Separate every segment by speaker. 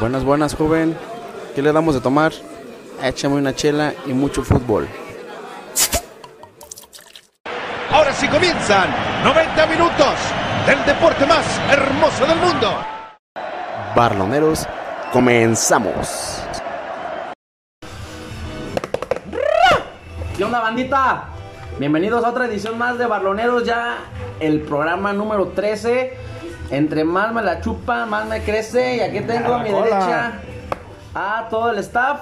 Speaker 1: Buenas, buenas, joven. ¿Qué le damos de tomar? Échame una chela y mucho fútbol.
Speaker 2: Ahora sí comienzan 90 minutos del deporte más hermoso del mundo.
Speaker 1: Barloneros, comenzamos.
Speaker 3: ¿Qué onda, bandita? Bienvenidos a otra edición más de Barloneros, ya el programa número 13. Entre más me la chupa, más me crece. Y aquí tengo a mi derecha a todo el staff.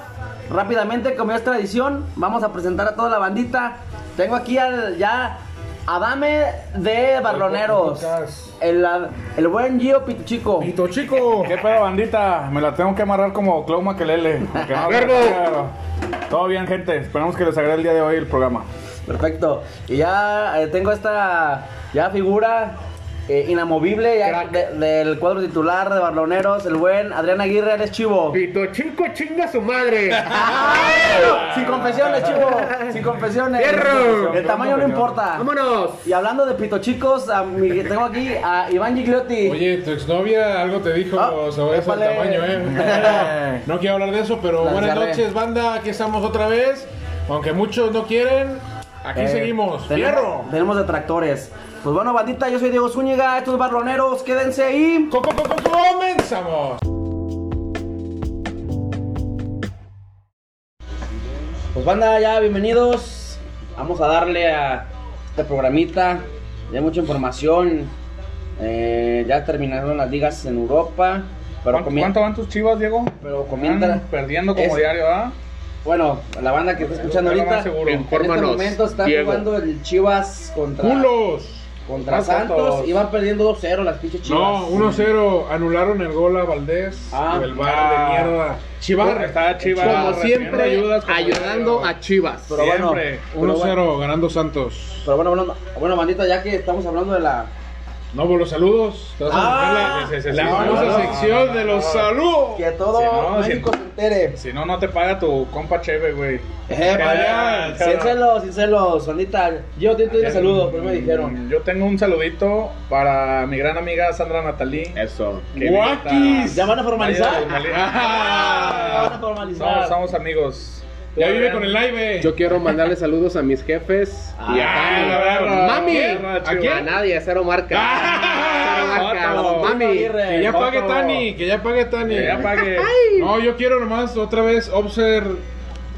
Speaker 3: Rápidamente, como ya es tradición, vamos a presentar a toda la bandita. Tengo aquí al ya Adame de Barloneros. El, el buen Gio Pituchico.
Speaker 4: Pito chico, qué pedo bandita, me la tengo que amarrar como Clau Maquelele. aunque no lo crea. Todo bien gente, esperamos que les agrade el día de hoy el programa.
Speaker 3: Perfecto. Y ya eh, tengo esta ya figura eh, inamovible ya de- del cuadro titular de Barloneros, el buen Adrián Aguirre, eres chivo.
Speaker 5: Pito Chinco chinga su madre.
Speaker 3: Sin confesiones, chivo. Sin confesiones.
Speaker 5: ¡Fierro!
Speaker 3: El tamaño no importa.
Speaker 5: Vámonos.
Speaker 3: Y hablando de pito chicos, a mi- tengo aquí a Iván Gigliotti.
Speaker 6: Oye, tu exnovia algo te dijo
Speaker 3: Ah,
Speaker 6: sobre eso el
Speaker 3: épale.
Speaker 6: tamaño, ¿eh? No quiero hablar de eso, pero
Speaker 3: La
Speaker 6: buenas
Speaker 3: encerré.
Speaker 6: noches, banda. Aquí estamos otra vez. Aunque muchos no quieren, aquí
Speaker 3: Eh,
Speaker 6: seguimos.
Speaker 3: tenemos-
Speaker 6: ¡Fierro!
Speaker 3: Tenemos detractores. Pues bueno, bandita, yo soy Diego Zúñiga, estos barloneros, quédense ahí.
Speaker 6: Co- co- co- ¡Comenzamos!
Speaker 3: Pues banda, ya bienvenidos. Vamos a darle a este programita. Ya hay mucha información. Eh, ya terminaron las ligas en Europa. Pero
Speaker 4: ¿Cuánto, cuánto Ah,
Speaker 3: comienza.
Speaker 4: van tus chivas, Diego?
Speaker 3: Pero comienza.
Speaker 4: Están perdiendo como
Speaker 3: es-
Speaker 4: diario, ¿ah?
Speaker 3: Bueno, la banda que está escuchando
Speaker 4: Pero
Speaker 3: ahorita.
Speaker 4: más seguro.
Speaker 3: En este momento está
Speaker 5: Diego.
Speaker 3: jugando el Chivas contra,
Speaker 6: ¡Culos!
Speaker 3: contra
Speaker 4: Más
Speaker 3: Santos.
Speaker 4: fotos.
Speaker 3: Y van perdiendo 2-0 las pinches Chivas.
Speaker 6: No, 1-0. Anularon el gol a Valdés.
Speaker 3: Ah.
Speaker 6: y el bar de mierda. Chivar.
Speaker 4: Está Chivas
Speaker 5: Como
Speaker 4: recibiendo
Speaker 5: siempre,
Speaker 4: ayudas, como
Speaker 5: ayudando
Speaker 4: diario.
Speaker 5: a Chivas.
Speaker 3: Pero bueno,
Speaker 4: siempre.
Speaker 3: pero
Speaker 6: 1-0, ganando Santos.
Speaker 3: Pero bueno, bueno, bueno, bandita, ya que estamos hablando de la.
Speaker 6: No, por los saludos. Te vas a
Speaker 3: Ah,
Speaker 6: buscar la-
Speaker 4: sí, sí, sí,
Speaker 6: la
Speaker 4: sí,
Speaker 6: famosa
Speaker 4: saludos.
Speaker 6: sección de los saludos.
Speaker 3: Que todo
Speaker 4: Sí, no,
Speaker 3: México
Speaker 4: sí.
Speaker 3: se entere.
Speaker 4: Si no, no te paga tu compa Cheve, güey.
Speaker 3: Eh,
Speaker 4: Ya,
Speaker 3: para allá.
Speaker 4: ya,
Speaker 3: Sin
Speaker 4: ya.
Speaker 3: celos, sin celos, bandita. Yo te doy un saludo,
Speaker 6: pues,
Speaker 3: pero me dijeron.
Speaker 4: Mm, Yo tengo un saludito para mi gran amiga Sandra Natalí.
Speaker 5: Eso.
Speaker 4: que
Speaker 6: Guakis.
Speaker 4: vive
Speaker 3: ¿Ya van a
Speaker 4: Ay,
Speaker 3: formalizar?
Speaker 4: ay, ay.
Speaker 6: Ah.
Speaker 3: Ya van a
Speaker 4: No,
Speaker 3: formalizar.
Speaker 4: somos amigos.
Speaker 6: Ya vive con el live.
Speaker 5: Yo quiero mandarle saludos a mis jefes y a
Speaker 6: Ah, la verga.
Speaker 5: Mami.
Speaker 4: Tierra,
Speaker 6: ¿A
Speaker 5: Tania. A
Speaker 6: quién?
Speaker 5: nadie, a cero marca.
Speaker 6: Ah,
Speaker 5: cero marca.
Speaker 4: Otto.
Speaker 5: don Mami.
Speaker 3: Aguirre.
Speaker 6: Que ya
Speaker 4: Otto.
Speaker 6: pague Tani, que ya pague Tani.
Speaker 4: Que ya pague.
Speaker 6: No, yo quiero nomás otra vez. Obser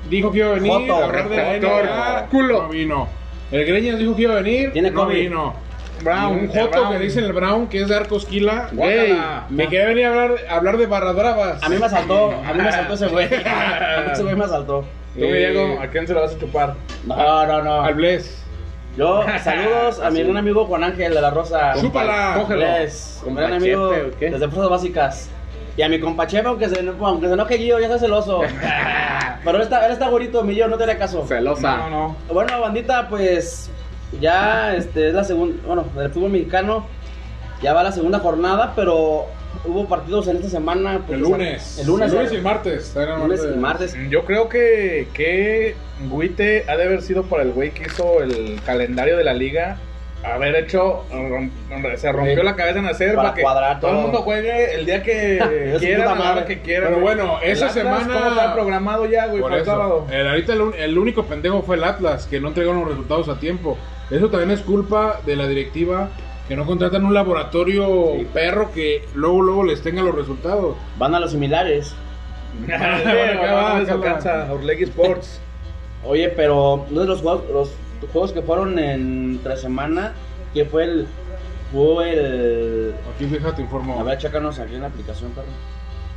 Speaker 6: dijo que iba a venir.
Speaker 3: Joto,
Speaker 6: a hablar de la
Speaker 4: receptor,
Speaker 6: NBA,
Speaker 5: culo.
Speaker 6: No vino. El Greñas dijo que iba a venir.
Speaker 3: Tiene
Speaker 6: no
Speaker 3: COVID.
Speaker 6: vino. Brown,
Speaker 4: El
Speaker 6: un Joto
Speaker 4: Brown.
Speaker 6: que dice el Brown, que es de Arcosquila.
Speaker 5: Ey,
Speaker 6: Me quería venir a hablar, a hablar de barradravas.
Speaker 3: A mí me asaltó, a mí me asaltó ese güey. A mí ese güey me asaltó.
Speaker 4: Tú, Diego, ¿a quién se lo vas a chupar?
Speaker 3: No, no, no.
Speaker 6: Al Bless.
Speaker 3: Yo, saludos a mi gran amigo Juan Ángel de la Rosa.
Speaker 6: Chúpala.
Speaker 3: Cógelo. Un gran amigo
Speaker 5: Compachepe, ¿o qué?
Speaker 3: desde Fuerzas Básicas. Y a mi compachepe, aunque se, aunque se enoje Guillo, ya está celoso. Pero él está, él está bonito, mi Guillo, no te le caso.
Speaker 5: Celosa.
Speaker 4: No, no.
Speaker 3: Bueno, bandita, pues ya este, es la segunda, bueno, del fútbol mexicano ya va la segunda jornada, pero hubo partidos en esta semana. porque
Speaker 6: El lunes.
Speaker 3: El lunes,
Speaker 6: El lunes y el martes.
Speaker 3: el lunes y martes.
Speaker 4: Yo creo que, que Guite ha de haber sido para el güey que hizo el calendario de la liga. Haber hecho, rom- se rompió
Speaker 3: Sí.
Speaker 4: la cabeza en hacer
Speaker 3: Para
Speaker 4: para, que
Speaker 3: cuadrar
Speaker 4: todo el
Speaker 3: todo.
Speaker 4: mundo juegue el día que
Speaker 3: Es
Speaker 4: quiera,
Speaker 3: puta
Speaker 4: a la hora
Speaker 3: madre.
Speaker 4: que quiera.
Speaker 6: Pero
Speaker 4: güey.
Speaker 6: bueno,
Speaker 4: El
Speaker 6: esa
Speaker 4: Atlas,
Speaker 6: semana-
Speaker 4: ¿Cómo está programado ya, güey,
Speaker 6: Por
Speaker 4: para el
Speaker 6: eso,
Speaker 4: sábado?
Speaker 6: el- ahorita el, un- el único pendejo fue el Atlas, que no entregó los resultados a tiempo. Eso también es culpa de la directiva, que no contratan un laboratorio perro que luego luego les tenga los resultados.
Speaker 3: Van a los similares.
Speaker 4: Ah,
Speaker 6: Bueno,
Speaker 4: bueno,
Speaker 6: acá
Speaker 4: no
Speaker 6: va,
Speaker 4: les
Speaker 6: acá va.
Speaker 4: alcanza Orlegui Sports.
Speaker 3: Oye, pero uno de los juegos, los juegos que fueron en tras semana, que fue el. Fue el.
Speaker 6: Aquí fíjate, te informo.
Speaker 3: A ver, chécanos aquí en la aplicación, perro.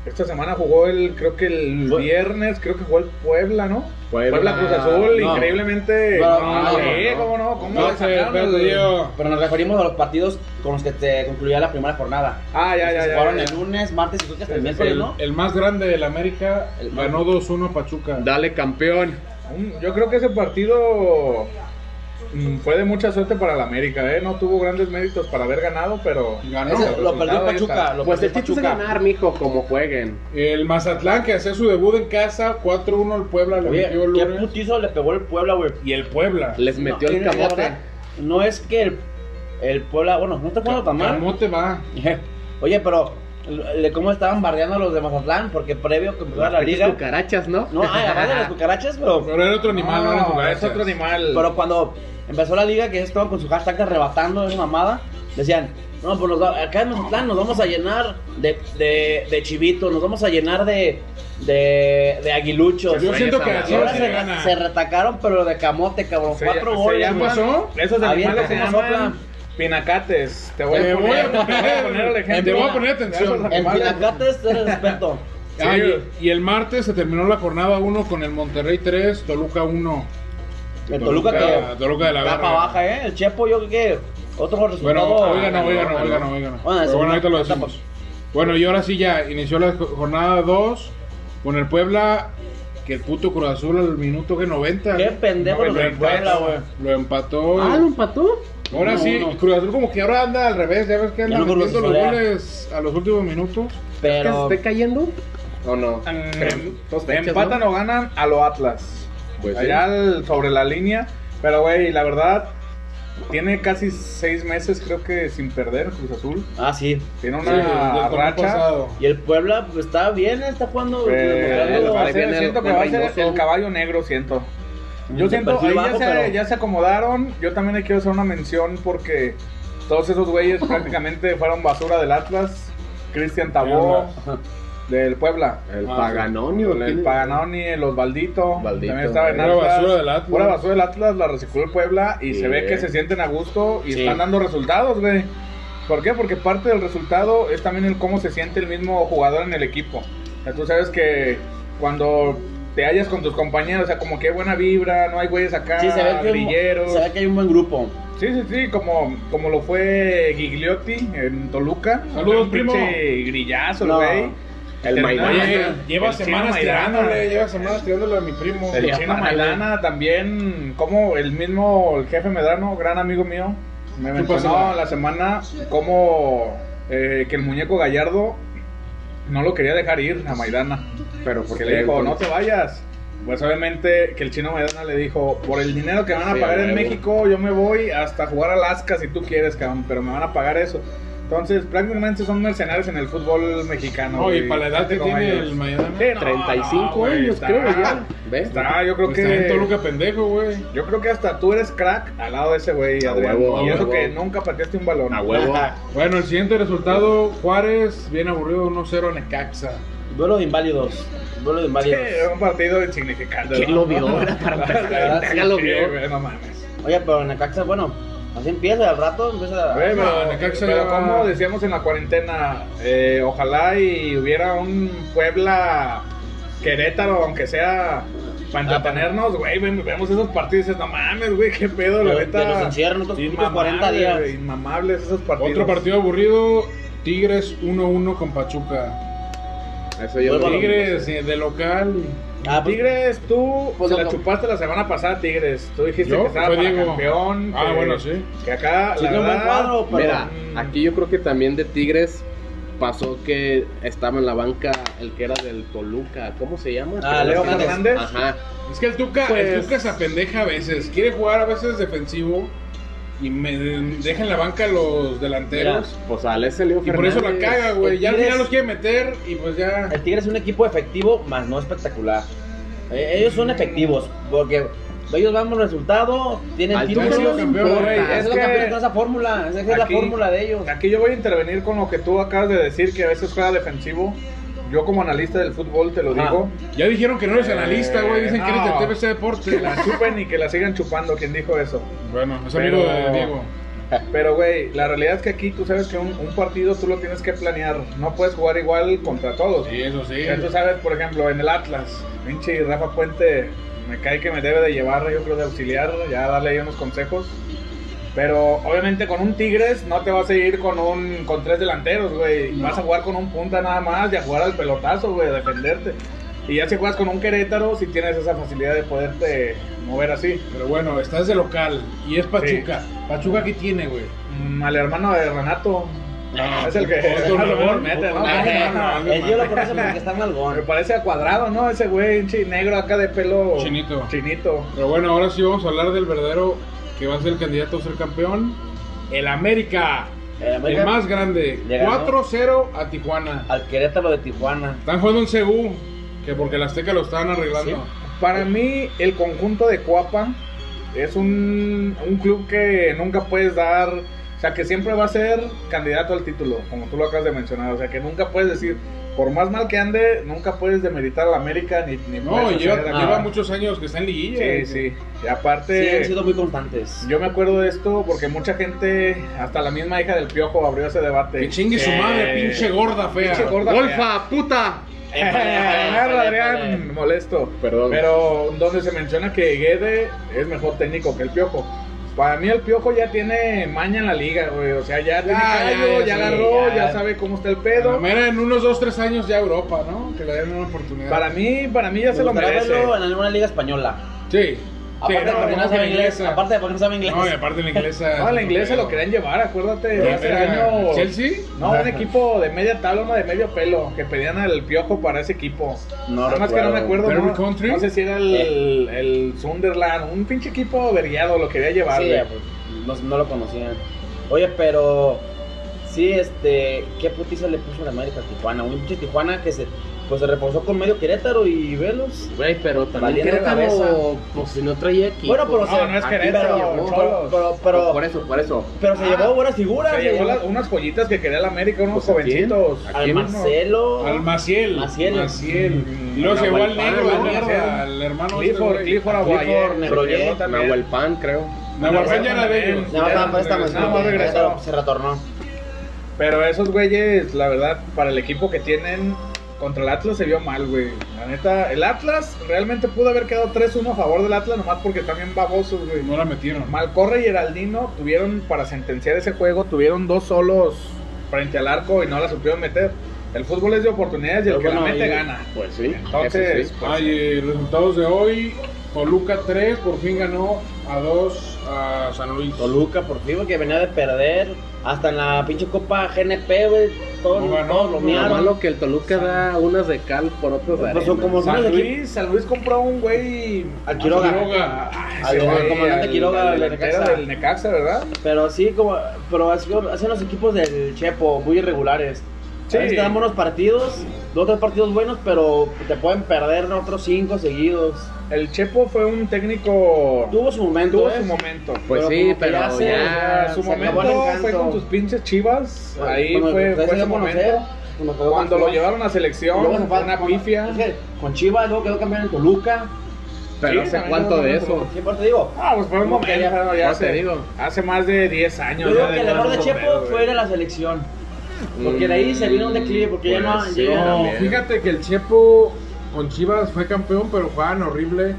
Speaker 4: Esta semana jugó el, creo que el
Speaker 3: Fue-
Speaker 4: viernes, creo que jugó el Puebla, ¿no?
Speaker 5: Puebla.
Speaker 4: Puebla, Cruz Azul,
Speaker 3: No.
Speaker 4: increíblemente.
Speaker 3: No,
Speaker 4: No,
Speaker 3: no,
Speaker 4: sí,
Speaker 6: no.
Speaker 4: ¿Cómo no? ¿Cómo
Speaker 6: No
Speaker 4: le
Speaker 6: sé,
Speaker 4: sacaron
Speaker 6: espérate,
Speaker 4: el-
Speaker 6: Diego.
Speaker 3: Pero nos referimos a los partidos con los que te concluía la primera jornada.
Speaker 4: Ah, ya, ya,
Speaker 3: Se
Speaker 4: ya.
Speaker 3: jugaron
Speaker 4: ya.
Speaker 3: el lunes, martes y creo que hasta el
Speaker 4: Sí, sí,
Speaker 3: miércoles,
Speaker 6: El,
Speaker 3: ¿no?
Speaker 6: el más grande del América
Speaker 3: El-
Speaker 6: ganó 2-1 a Pachuca.
Speaker 5: Dale campeón.
Speaker 4: Mm, Yo creo que ese partido mm, fue de mucha suerte para el América, ¿eh? No tuvo grandes méritos para haber ganado, pero ganó.
Speaker 3: Ese
Speaker 4: el
Speaker 3: lo perdió
Speaker 4: resultado, ahí
Speaker 3: Pachuca.
Speaker 4: está.
Speaker 3: Lo
Speaker 5: Pues el
Speaker 3: perdió
Speaker 5: chiste es
Speaker 3: Pachuca.
Speaker 5: ganar, mijo, como jueguen.
Speaker 6: El Mazatlán que hacía su debut en casa, 4-1 al Puebla, le
Speaker 3: Oye,
Speaker 6: metió el
Speaker 3: qué
Speaker 6: lunes.
Speaker 3: putizo le pegó el Puebla, güey.
Speaker 6: Y el Puebla.
Speaker 5: Les metió
Speaker 3: No,
Speaker 5: el
Speaker 3: y la
Speaker 5: camote.
Speaker 3: verdad, No es que el, el Puebla, bueno, no está jugando tan mal.
Speaker 6: Camote va.
Speaker 3: Oye, pero de cómo estaban bardeando a los de Mazatlán, porque previo que empezara la
Speaker 5: Las
Speaker 3: liga.
Speaker 5: cucarachas, ¿no?
Speaker 3: No, ay, aparte de las cucarachas, pero.
Speaker 6: Pero era otro animal, no, era
Speaker 4: No,
Speaker 6: cucarachas.
Speaker 4: es otro animal.
Speaker 3: Pero cuando empezó la liga, que ellos estaban con su hashtag de arrebatando esa mamada, decían, no, pues nos va- acá en Mazatlán nos vamos a llenar de, de, de chivito, nos vamos a llenar de, de, de aguiluchos.
Speaker 6: Yo siento
Speaker 5: esa
Speaker 6: que
Speaker 5: madre.
Speaker 6: así
Speaker 3: Y ahora
Speaker 6: ahora sí
Speaker 3: se,
Speaker 6: le gana.
Speaker 3: se retacaron, pero de camote, cabrón.
Speaker 4: Se-
Speaker 3: Cuatro
Speaker 4: se
Speaker 3: goles.
Speaker 4: llaman-
Speaker 3: güey.
Speaker 6: pasó?
Speaker 4: Esos
Speaker 3: Avienta
Speaker 4: animales se
Speaker 3: como
Speaker 4: llaman
Speaker 3: soplan.
Speaker 4: pinacates. Te voy
Speaker 6: Te
Speaker 4: a
Speaker 6: voy a
Speaker 4: poner,
Speaker 6: poner-
Speaker 4: te voy a poner el ejemplo.
Speaker 6: te voy a poner
Speaker 4: Esos
Speaker 6: atención.
Speaker 3: En
Speaker 4: animales-
Speaker 3: Pinacates, te respeto.
Speaker 6: Ah,
Speaker 4: Sí.
Speaker 6: y, y el martes se terminó la jornada 1 con el Monterrey 3, Toluca 1.
Speaker 3: El Toluca que
Speaker 6: Toluca de la
Speaker 3: capa
Speaker 6: Verga.
Speaker 3: baja, ¿eh? El Chepo, yo creo que otro
Speaker 6: Bueno,
Speaker 3: resultado.
Speaker 6: hoy ganó, hoy ganó, hoy ganó, hoy ganó.
Speaker 3: Bueno,
Speaker 6: Pero bueno, ahorita lo
Speaker 3: etapa.
Speaker 6: decimos. Bueno, y ahora sí ya inició la jo- jornada 2 con el Puebla, que el puto Cruz Azul al minuto que 90.
Speaker 3: Qué pendejo lo
Speaker 6: lo,
Speaker 3: que Puebla, güey.
Speaker 6: empató, lo empató.
Speaker 5: Ah, ¿lo empató?
Speaker 6: Ahora
Speaker 3: No,
Speaker 6: sí,
Speaker 3: no.
Speaker 6: Cruz Azul como que ahora anda al revés, ya ves que anda
Speaker 3: no Cruz
Speaker 6: metiendo los
Speaker 3: Azulea.
Speaker 6: goles a los últimos minutos.
Speaker 5: ¿Que se
Speaker 3: Pero.
Speaker 6: Este
Speaker 5: esté cayendo? ¿O no?
Speaker 4: Em,
Speaker 5: Dos fechas,
Speaker 4: empatan
Speaker 5: ¿no?
Speaker 4: o ganan a lo Atlas.
Speaker 5: Pues sí.
Speaker 4: Allá al- sobre la línea. Pero, güey, la verdad, tiene casi seis meses, creo que, sin perder Cruz Azul.
Speaker 3: Ah, sí.
Speaker 4: Tiene
Speaker 6: Sí, del- del
Speaker 4: una
Speaker 6: torneo
Speaker 4: racha.
Speaker 6: pasado.
Speaker 3: Y el Puebla pues, está bien, está jugando.
Speaker 4: Eh,
Speaker 3: demostrando-
Speaker 4: va a ser-
Speaker 5: viene el-
Speaker 4: siento que
Speaker 5: el
Speaker 4: va a ser
Speaker 5: Reynoso.
Speaker 4: el caballo negro, siento. Yo
Speaker 3: De
Speaker 4: siento,
Speaker 3: perfil
Speaker 4: ahí ya,
Speaker 3: bajo,
Speaker 4: se,
Speaker 3: pero-
Speaker 4: ya se acomodaron. Yo también le quiero hacer una mención porque todos esos güeyes prácticamente fueron basura del Atlas. Cristian Tabó, del Puebla.
Speaker 5: El
Speaker 6: Ah,
Speaker 5: Paganoni o
Speaker 4: El
Speaker 5: quién?
Speaker 4: Paganoni, los Baldito,
Speaker 5: Baldito.
Speaker 4: también estaba en
Speaker 6: Pura
Speaker 4: Atlas.
Speaker 6: basura del Atlas.
Speaker 4: Pura basura del Atlas, la recicló el Puebla y
Speaker 5: Sí.
Speaker 4: se ve que se sienten a gusto y
Speaker 3: Sí.
Speaker 4: están dando resultados, güey. ¿Por qué? Porque parte del resultado es también el cómo se siente el mismo jugador en el equipo. O sea, tú sabes que cuando te hallas con tus compañeros, o sea, como que hay buena vibra, no hay güeyes acá,
Speaker 3: Sí, se ve, que
Speaker 4: grilleros.
Speaker 3: se ve que hay un buen grupo.
Speaker 4: Sí, sí, sí, como, como lo fue Gigliotti en Toluca.
Speaker 6: Saludos,
Speaker 4: Un
Speaker 6: primo.
Speaker 4: pinche grillazo, el
Speaker 3: No.
Speaker 4: güey.
Speaker 5: El
Speaker 4: Terminó-
Speaker 5: Maidana.
Speaker 6: Oye, lleva
Speaker 4: el chino
Speaker 6: semanas
Speaker 4: Maidana.
Speaker 6: tirándole, lleva semanas tirándole a mi primo.
Speaker 4: El
Speaker 5: Sería
Speaker 4: chino
Speaker 5: padre.
Speaker 4: Maidana también, como el mismo, el jefe Medrano, gran amigo mío, me mencionó
Speaker 6: pasó?
Speaker 4: la semana como eh, que el muñeco Gallardo no lo quería dejar ir a Maidana.
Speaker 5: Pero
Speaker 4: Porque
Speaker 5: porque
Speaker 4: le dijo, no te vayas. Pues obviamente que el chino Maidana le dijo, por el dinero que me van a
Speaker 5: Sí,
Speaker 4: pagar
Speaker 5: a
Speaker 4: en
Speaker 5: huevo.
Speaker 4: México, yo me voy hasta jugar a Alaska si tú quieres, cabrón, pero me van a pagar eso. Entonces, prácticamente son mercenarios en el fútbol mexicano.
Speaker 6: No, y
Speaker 4: güey.
Speaker 6: para la edad que
Speaker 4: Como
Speaker 6: tiene
Speaker 4: ellos.
Speaker 6: el Maidana.
Speaker 4: Sí, no,
Speaker 5: 35
Speaker 4: güey,
Speaker 5: años,
Speaker 4: está-
Speaker 5: creo, ya. ¿Ves?
Speaker 4: Está, yo creo
Speaker 6: Pues
Speaker 4: que.
Speaker 6: está en Toluca pendejo, güey.
Speaker 4: Yo creo que hasta tú eres crack al lado de ese güey,
Speaker 5: A
Speaker 4: Adrián.
Speaker 5: huevo,
Speaker 4: y
Speaker 6: a
Speaker 4: eso
Speaker 5: huevo.
Speaker 4: que nunca pateaste un balón.
Speaker 5: A huevo.
Speaker 6: Bueno, el siguiente resultado, Juárez, bien aburrido, 1-0 a Necaxa.
Speaker 3: Duelo de inválidos. Duelo de
Speaker 4: Sí,
Speaker 3: inválidos.
Speaker 4: un partido insignificante.
Speaker 5: ¿Quién lo vio? Para empezar, ¿quién lo vio?
Speaker 4: Sí, güey, no mames.
Speaker 3: Oye, pero Necaxa, bueno, así empieza al rato, empieza
Speaker 4: A ver,
Speaker 6: Ah, No,
Speaker 4: pero,
Speaker 6: Necaxa
Speaker 4: pero
Speaker 6: ya-
Speaker 4: como decíamos en la cuarentena, eh, ojalá y hubiera un Puebla Querétaro, aunque sea para
Speaker 6: Ah,
Speaker 4: entretenernos, güey, ve- vemos esos partidos y dices, no mames, güey, qué pedo, la
Speaker 3: Que-
Speaker 4: neta.
Speaker 3: que nos encierren otros putos 40 días.
Speaker 4: güey, Inmamables esos partidos.
Speaker 6: Otro partido aburrido, Tigres 1-1 con Pachuca.
Speaker 5: Eso yo
Speaker 3: Bueno,
Speaker 5: lo vi.
Speaker 6: Tigres eh, de local.
Speaker 3: Ah, pues,
Speaker 4: Tigres, tú
Speaker 3: Pues
Speaker 4: se
Speaker 3: no,
Speaker 4: la
Speaker 3: no.
Speaker 4: chupaste la semana pasada, Tigres. Tú dijiste
Speaker 6: ¿Yo?
Speaker 4: que estaba
Speaker 6: Fue
Speaker 4: para
Speaker 6: Diego.
Speaker 4: campeón.
Speaker 6: Ah,
Speaker 4: que-
Speaker 6: bueno, sí.
Speaker 4: Que acá,
Speaker 3: sí
Speaker 4: la
Speaker 3: que un buen
Speaker 4: verdad,
Speaker 3: cuadro, pero-
Speaker 5: Mira, aquí yo creo que también de Tigres pasó que estaba en la banca el que era del Toluca, ¿cómo se llama?
Speaker 3: Ah,
Speaker 4: Leo
Speaker 3: Fernández.
Speaker 4: Fernández.
Speaker 5: Ajá.
Speaker 6: Es que el Tuca, el
Speaker 5: Pues-
Speaker 6: Tuca se apendeja a veces. Quiere jugar a veces defensivo y me deja en la banca los delanteros.
Speaker 5: Pues sale ese Leo
Speaker 6: y por
Speaker 5: Fernández.
Speaker 6: eso la caga, güey. Ya al
Speaker 3: Tigres-
Speaker 6: final los quiere meter y pues ya.
Speaker 3: el Tigre es un equipo efectivo, más no espectacular. Eh, ellos son efectivos, porque ellos van por resultado, tienen
Speaker 5: Al
Speaker 3: títulos.
Speaker 5: Tuca no
Speaker 6: Tigres
Speaker 5: le
Speaker 6: campeón,
Speaker 5: importa.
Speaker 4: güey,
Speaker 3: Es
Speaker 4: es
Speaker 3: lo
Speaker 4: que-
Speaker 3: campeón con esa fórmula, esa es la
Speaker 4: Aquí-
Speaker 3: fórmula de ellos.
Speaker 4: Aquí yo voy a intervenir con lo que tú acabas de decir, que a veces juega defensivo. Yo como analista del fútbol te lo
Speaker 3: Ajá.
Speaker 4: digo.
Speaker 6: Ya dijeron que no eres analista, güey. Dicen que eres
Speaker 4: no.
Speaker 6: de TBC
Speaker 4: Que
Speaker 6: Deportes.
Speaker 4: la chupen y que la sigan chupando, quien dijo eso.
Speaker 6: Bueno, es
Speaker 4: Pero-
Speaker 6: amigo de Diego.
Speaker 4: Pero, güey, la realidad es que aquí tú sabes que un, un partido tú lo tienes que planear. No puedes jugar igual contra todos.
Speaker 6: Sí, eso sí.
Speaker 4: Ya tú sabes, por ejemplo, en el Atlas, pinche Rafa Puente, me cae que me debe de llevar, yo creo, de auxiliar, ya darle ahí unos consejos. Pero obviamente con un Tigres no te vas a ir con un con tres delanteros, güey. Vas a jugar con un punta nada más y a jugar al pelotazo, güey, a defenderte. Y ya si juegas con un Querétaro, si tienes esa facilidad de poderte mover así.
Speaker 6: Pero bueno, estás de local y es Pachuca. Pachuca, ¿qué tiene, güey?
Speaker 4: Mm, al hermano de Renato. es el que
Speaker 6: Otro
Speaker 4: Renato
Speaker 6: mejor,
Speaker 4: mete,
Speaker 6: otro
Speaker 4: ¿no?
Speaker 6: mejor,
Speaker 4: No, no,
Speaker 6: no,
Speaker 3: Eh, yo lo conozco porque está
Speaker 4: Me
Speaker 3: malgón.
Speaker 4: parece a cuadrado, ¿no? Ese güey, pinche negro acá de pelo.
Speaker 6: Chinito.
Speaker 4: Chinito.
Speaker 6: Pero bueno, ahora sí vamos a hablar del verdadero que va a ser el candidato a ser campeón. El América.
Speaker 3: El
Speaker 6: El
Speaker 3: América
Speaker 6: más grande.
Speaker 3: Le ganó.
Speaker 6: 4-0 a Tijuana.
Speaker 3: al Querétaro de Tijuana.
Speaker 6: Están jugando en Cebú, que porque el Azteca lo estaban arreglando.
Speaker 4: Para mí, el conjunto de Cuapa es un, un club que nunca puedes dar. O sea, que siempre va a ser candidato al título, como tú lo acabas de mencionar. O sea, que nunca puedes decir, por más mal que ande, nunca puedes demeritar al América ni, ni
Speaker 6: No,
Speaker 4: puedes
Speaker 6: lleva,
Speaker 4: hacer-
Speaker 3: nada.
Speaker 6: lleva muchos años que está en liguilla.
Speaker 4: ah. Sí, sí. Y
Speaker 3: Sí,
Speaker 4: aparte.
Speaker 3: han sido muy constantes.
Speaker 4: Este, Yo me acuerdo de esto porque mucha gente, hasta la misma hija del Piojo, abrió ese debate. Eh,
Speaker 6: Que chingue su madre, pinche gorda fea.
Speaker 4: Pinche gorda fea.
Speaker 5: ¡Golfa, puta!
Speaker 4: Agarra, Adrián, molesto.
Speaker 5: Perdón.
Speaker 4: Pero donde se menciona que Guede es mejor técnico que el Piojo. Para mí el Piojo ya tiene maña en la liga, güey. O sea, ya tiene
Speaker 6: ya,
Speaker 4: callo,
Speaker 6: ya,
Speaker 4: ya,
Speaker 6: sí,
Speaker 4: agarró,
Speaker 6: ya.
Speaker 4: ya. Ah, sabe cómo está el
Speaker 6: A la
Speaker 4: pedo.
Speaker 6: mera, en unos 2, 3 años ya Europa, ¿no? Que le den una oportunidad.
Speaker 4: Para mí, para mí ya
Speaker 3: Me
Speaker 4: se lo
Speaker 3: gustaría
Speaker 4: merece.
Speaker 3: verlo en alguna liga española.
Speaker 6: Sí.
Speaker 3: Aparte
Speaker 6: Sí,
Speaker 3: de porque no
Speaker 6: como que la
Speaker 3: sabe inglés.
Speaker 6: inglesa.
Speaker 3: Aparte de porque no sabe inglés.
Speaker 6: No, y aparte la inglesa.
Speaker 4: No, a la inglesa lo querían llevar, acuérdate.
Speaker 6: ¿Qué
Speaker 4: Hace
Speaker 6: verga?
Speaker 4: años.
Speaker 6: ¿Chelsea?
Speaker 4: No, un equipo de media tabla, uno de medio pelo, que pedían al piojo para ese equipo.
Speaker 3: No
Speaker 4: Nada más que no me
Speaker 3: recuerdo.
Speaker 4: acuerdo. No,
Speaker 6: ¿Derby Country?
Speaker 4: no sé si era el, el, Sunderland, un pinche equipo averiado, lo quería llevar.
Speaker 3: Sí,
Speaker 4: güey.
Speaker 3: ya, pues, no, no lo conocían. Oye, pero sí, este, qué putiza le puso la América a Tijuana, un pinche Tijuana que se pues se reforzó con medio Querétaro y Velos.
Speaker 5: Güey, pero también
Speaker 3: Valiendo la
Speaker 5: Querétaro, pues si no traía equipo.
Speaker 3: Bueno, pero
Speaker 4: No,
Speaker 3: se-
Speaker 4: no es
Speaker 5: aquí
Speaker 4: Querétaro,
Speaker 5: se
Speaker 3: pero,
Speaker 5: llevó.
Speaker 3: pero, pero, pero-
Speaker 5: por eso, por eso.
Speaker 3: pero se
Speaker 4: Ah,
Speaker 3: llevó buenas figuras,
Speaker 4: Se
Speaker 3: se
Speaker 4: llevó
Speaker 3: llevó
Speaker 4: las- unas joyitas que quería el América, unos
Speaker 5: Pues, ¿a quién?
Speaker 4: jovencitos.
Speaker 5: ¿A
Speaker 3: al
Speaker 5: quién?
Speaker 3: Marcelo,
Speaker 6: Al Maciel.
Speaker 3: Maciel.
Speaker 6: Maciel. Y luego
Speaker 5: Nahuel
Speaker 6: se llevó al
Speaker 5: Pan,
Speaker 6: negro, la
Speaker 5: ¿no?
Speaker 6: mierda, al hermano.
Speaker 4: Mm.
Speaker 6: este,
Speaker 4: Clifford, Clifford Aguayer.
Speaker 3: Negroyer,
Speaker 4: se llevó también.
Speaker 5: Nahuel Pan, creo.
Speaker 6: Nahuel Pan ya era de ellos.
Speaker 3: nada más estaba préstamo,
Speaker 4: Nada más
Speaker 3: sí,
Speaker 4: regresó.
Speaker 3: Querétaro se retornó.
Speaker 4: Pero esos güeyes, la verdad, para el equipo que tienen contra el Atlas se vio mal, güey. La neta, el Atlas realmente pudo haber quedado 3-1 a favor del Atlas nomás porque también babosos, güey.
Speaker 6: No la metieron.
Speaker 4: Malcorre y Geraldino tuvieron, para sentenciar ese juego, tuvieron dos solos frente al arco y no la supieron meter. El fútbol es de oportunidades y el
Speaker 5: Pero
Speaker 4: que la
Speaker 5: bueno,
Speaker 4: mete
Speaker 5: ahí-
Speaker 4: gana.
Speaker 5: Pues sí.
Speaker 4: Entonces,
Speaker 5: eso sí.
Speaker 6: Ay, eh, resultados de hoy. Toluca 3, por fin ganó a 2 a San Luis.
Speaker 3: Toluca por fin que venía de perder hasta en la pinche Copa GNP, güey, todos
Speaker 6: No ganó,
Speaker 3: todos lo
Speaker 6: no
Speaker 5: Lo
Speaker 3: mearon.
Speaker 5: malo que el Toluca da unas de cal por otras de
Speaker 3: Pues son
Speaker 5: arena.
Speaker 3: como son los
Speaker 4: San
Speaker 3: equipos-
Speaker 4: Luis, San Luis compró a un güey...
Speaker 3: Al Quiroga.
Speaker 4: Ah,
Speaker 3: Al-
Speaker 4: ese
Speaker 3: al
Speaker 4: güey,
Speaker 3: comandante Quiroga del
Speaker 4: al delantero
Speaker 3: Necaxa.
Speaker 4: del Necaxa, ¿verdad?
Speaker 3: Pero sí, como, pero así hacen los equipos del Chepo, muy irregulares. Sí.
Speaker 4: Sí.
Speaker 3: A veces te dan buenos partidos, dos tres partidos buenos, pero te pueden perder otros cinco seguidos.
Speaker 4: El Chepo fue un técnico...
Speaker 3: Tuvo su momento,
Speaker 4: Tuvo
Speaker 3: ¿eh?
Speaker 4: su momento.
Speaker 5: Pues
Speaker 3: Pero
Speaker 5: sí,
Speaker 3: como que
Speaker 5: pero
Speaker 3: ya
Speaker 5: ya.
Speaker 3: se-
Speaker 4: Ah, su
Speaker 3: se acabó el
Speaker 4: momento fue
Speaker 3: encanto.
Speaker 4: con tus pinches chivas.
Speaker 3: Bueno,
Speaker 4: Ahí
Speaker 3: cuando
Speaker 4: fue,
Speaker 3: me traes
Speaker 4: fue
Speaker 3: a
Speaker 4: su
Speaker 3: conocer,
Speaker 4: momento.
Speaker 3: cuando me quedó
Speaker 4: Cuando
Speaker 3: con
Speaker 4: lo
Speaker 3: Chivas.
Speaker 4: llevaron a
Speaker 3: Y
Speaker 4: selección,
Speaker 3: luego se fue
Speaker 4: una
Speaker 3: con-
Speaker 4: pifia.
Speaker 3: es que con Chivas, luego quedó campeón en Toluca.
Speaker 5: Pero
Speaker 4: Sí,
Speaker 5: hace
Speaker 4: también
Speaker 5: cuánto
Speaker 4: lo-
Speaker 5: de eso.
Speaker 3: Sí, por eso te digo.
Speaker 4: Ah, pues fue un
Speaker 3: Como que
Speaker 4: momento,
Speaker 3: ya-
Speaker 4: ya,
Speaker 5: ya
Speaker 4: hace,
Speaker 5: te digo.
Speaker 4: hace más de 10
Speaker 3: Yo
Speaker 4: años.
Speaker 3: digo
Speaker 4: ya
Speaker 3: que el error de
Speaker 4: tanto
Speaker 3: Chepo
Speaker 4: pedo,
Speaker 3: fue
Speaker 4: güey.
Speaker 3: de la selección. Porque de ahí se vino un declive, porque ya no-
Speaker 5: Pues
Speaker 3: ya-
Speaker 5: Mm. sí,
Speaker 3: no,
Speaker 6: No,
Speaker 5: también.
Speaker 6: fíjate que el Chepo con Chivas fue campeón, pero jugaban horrible.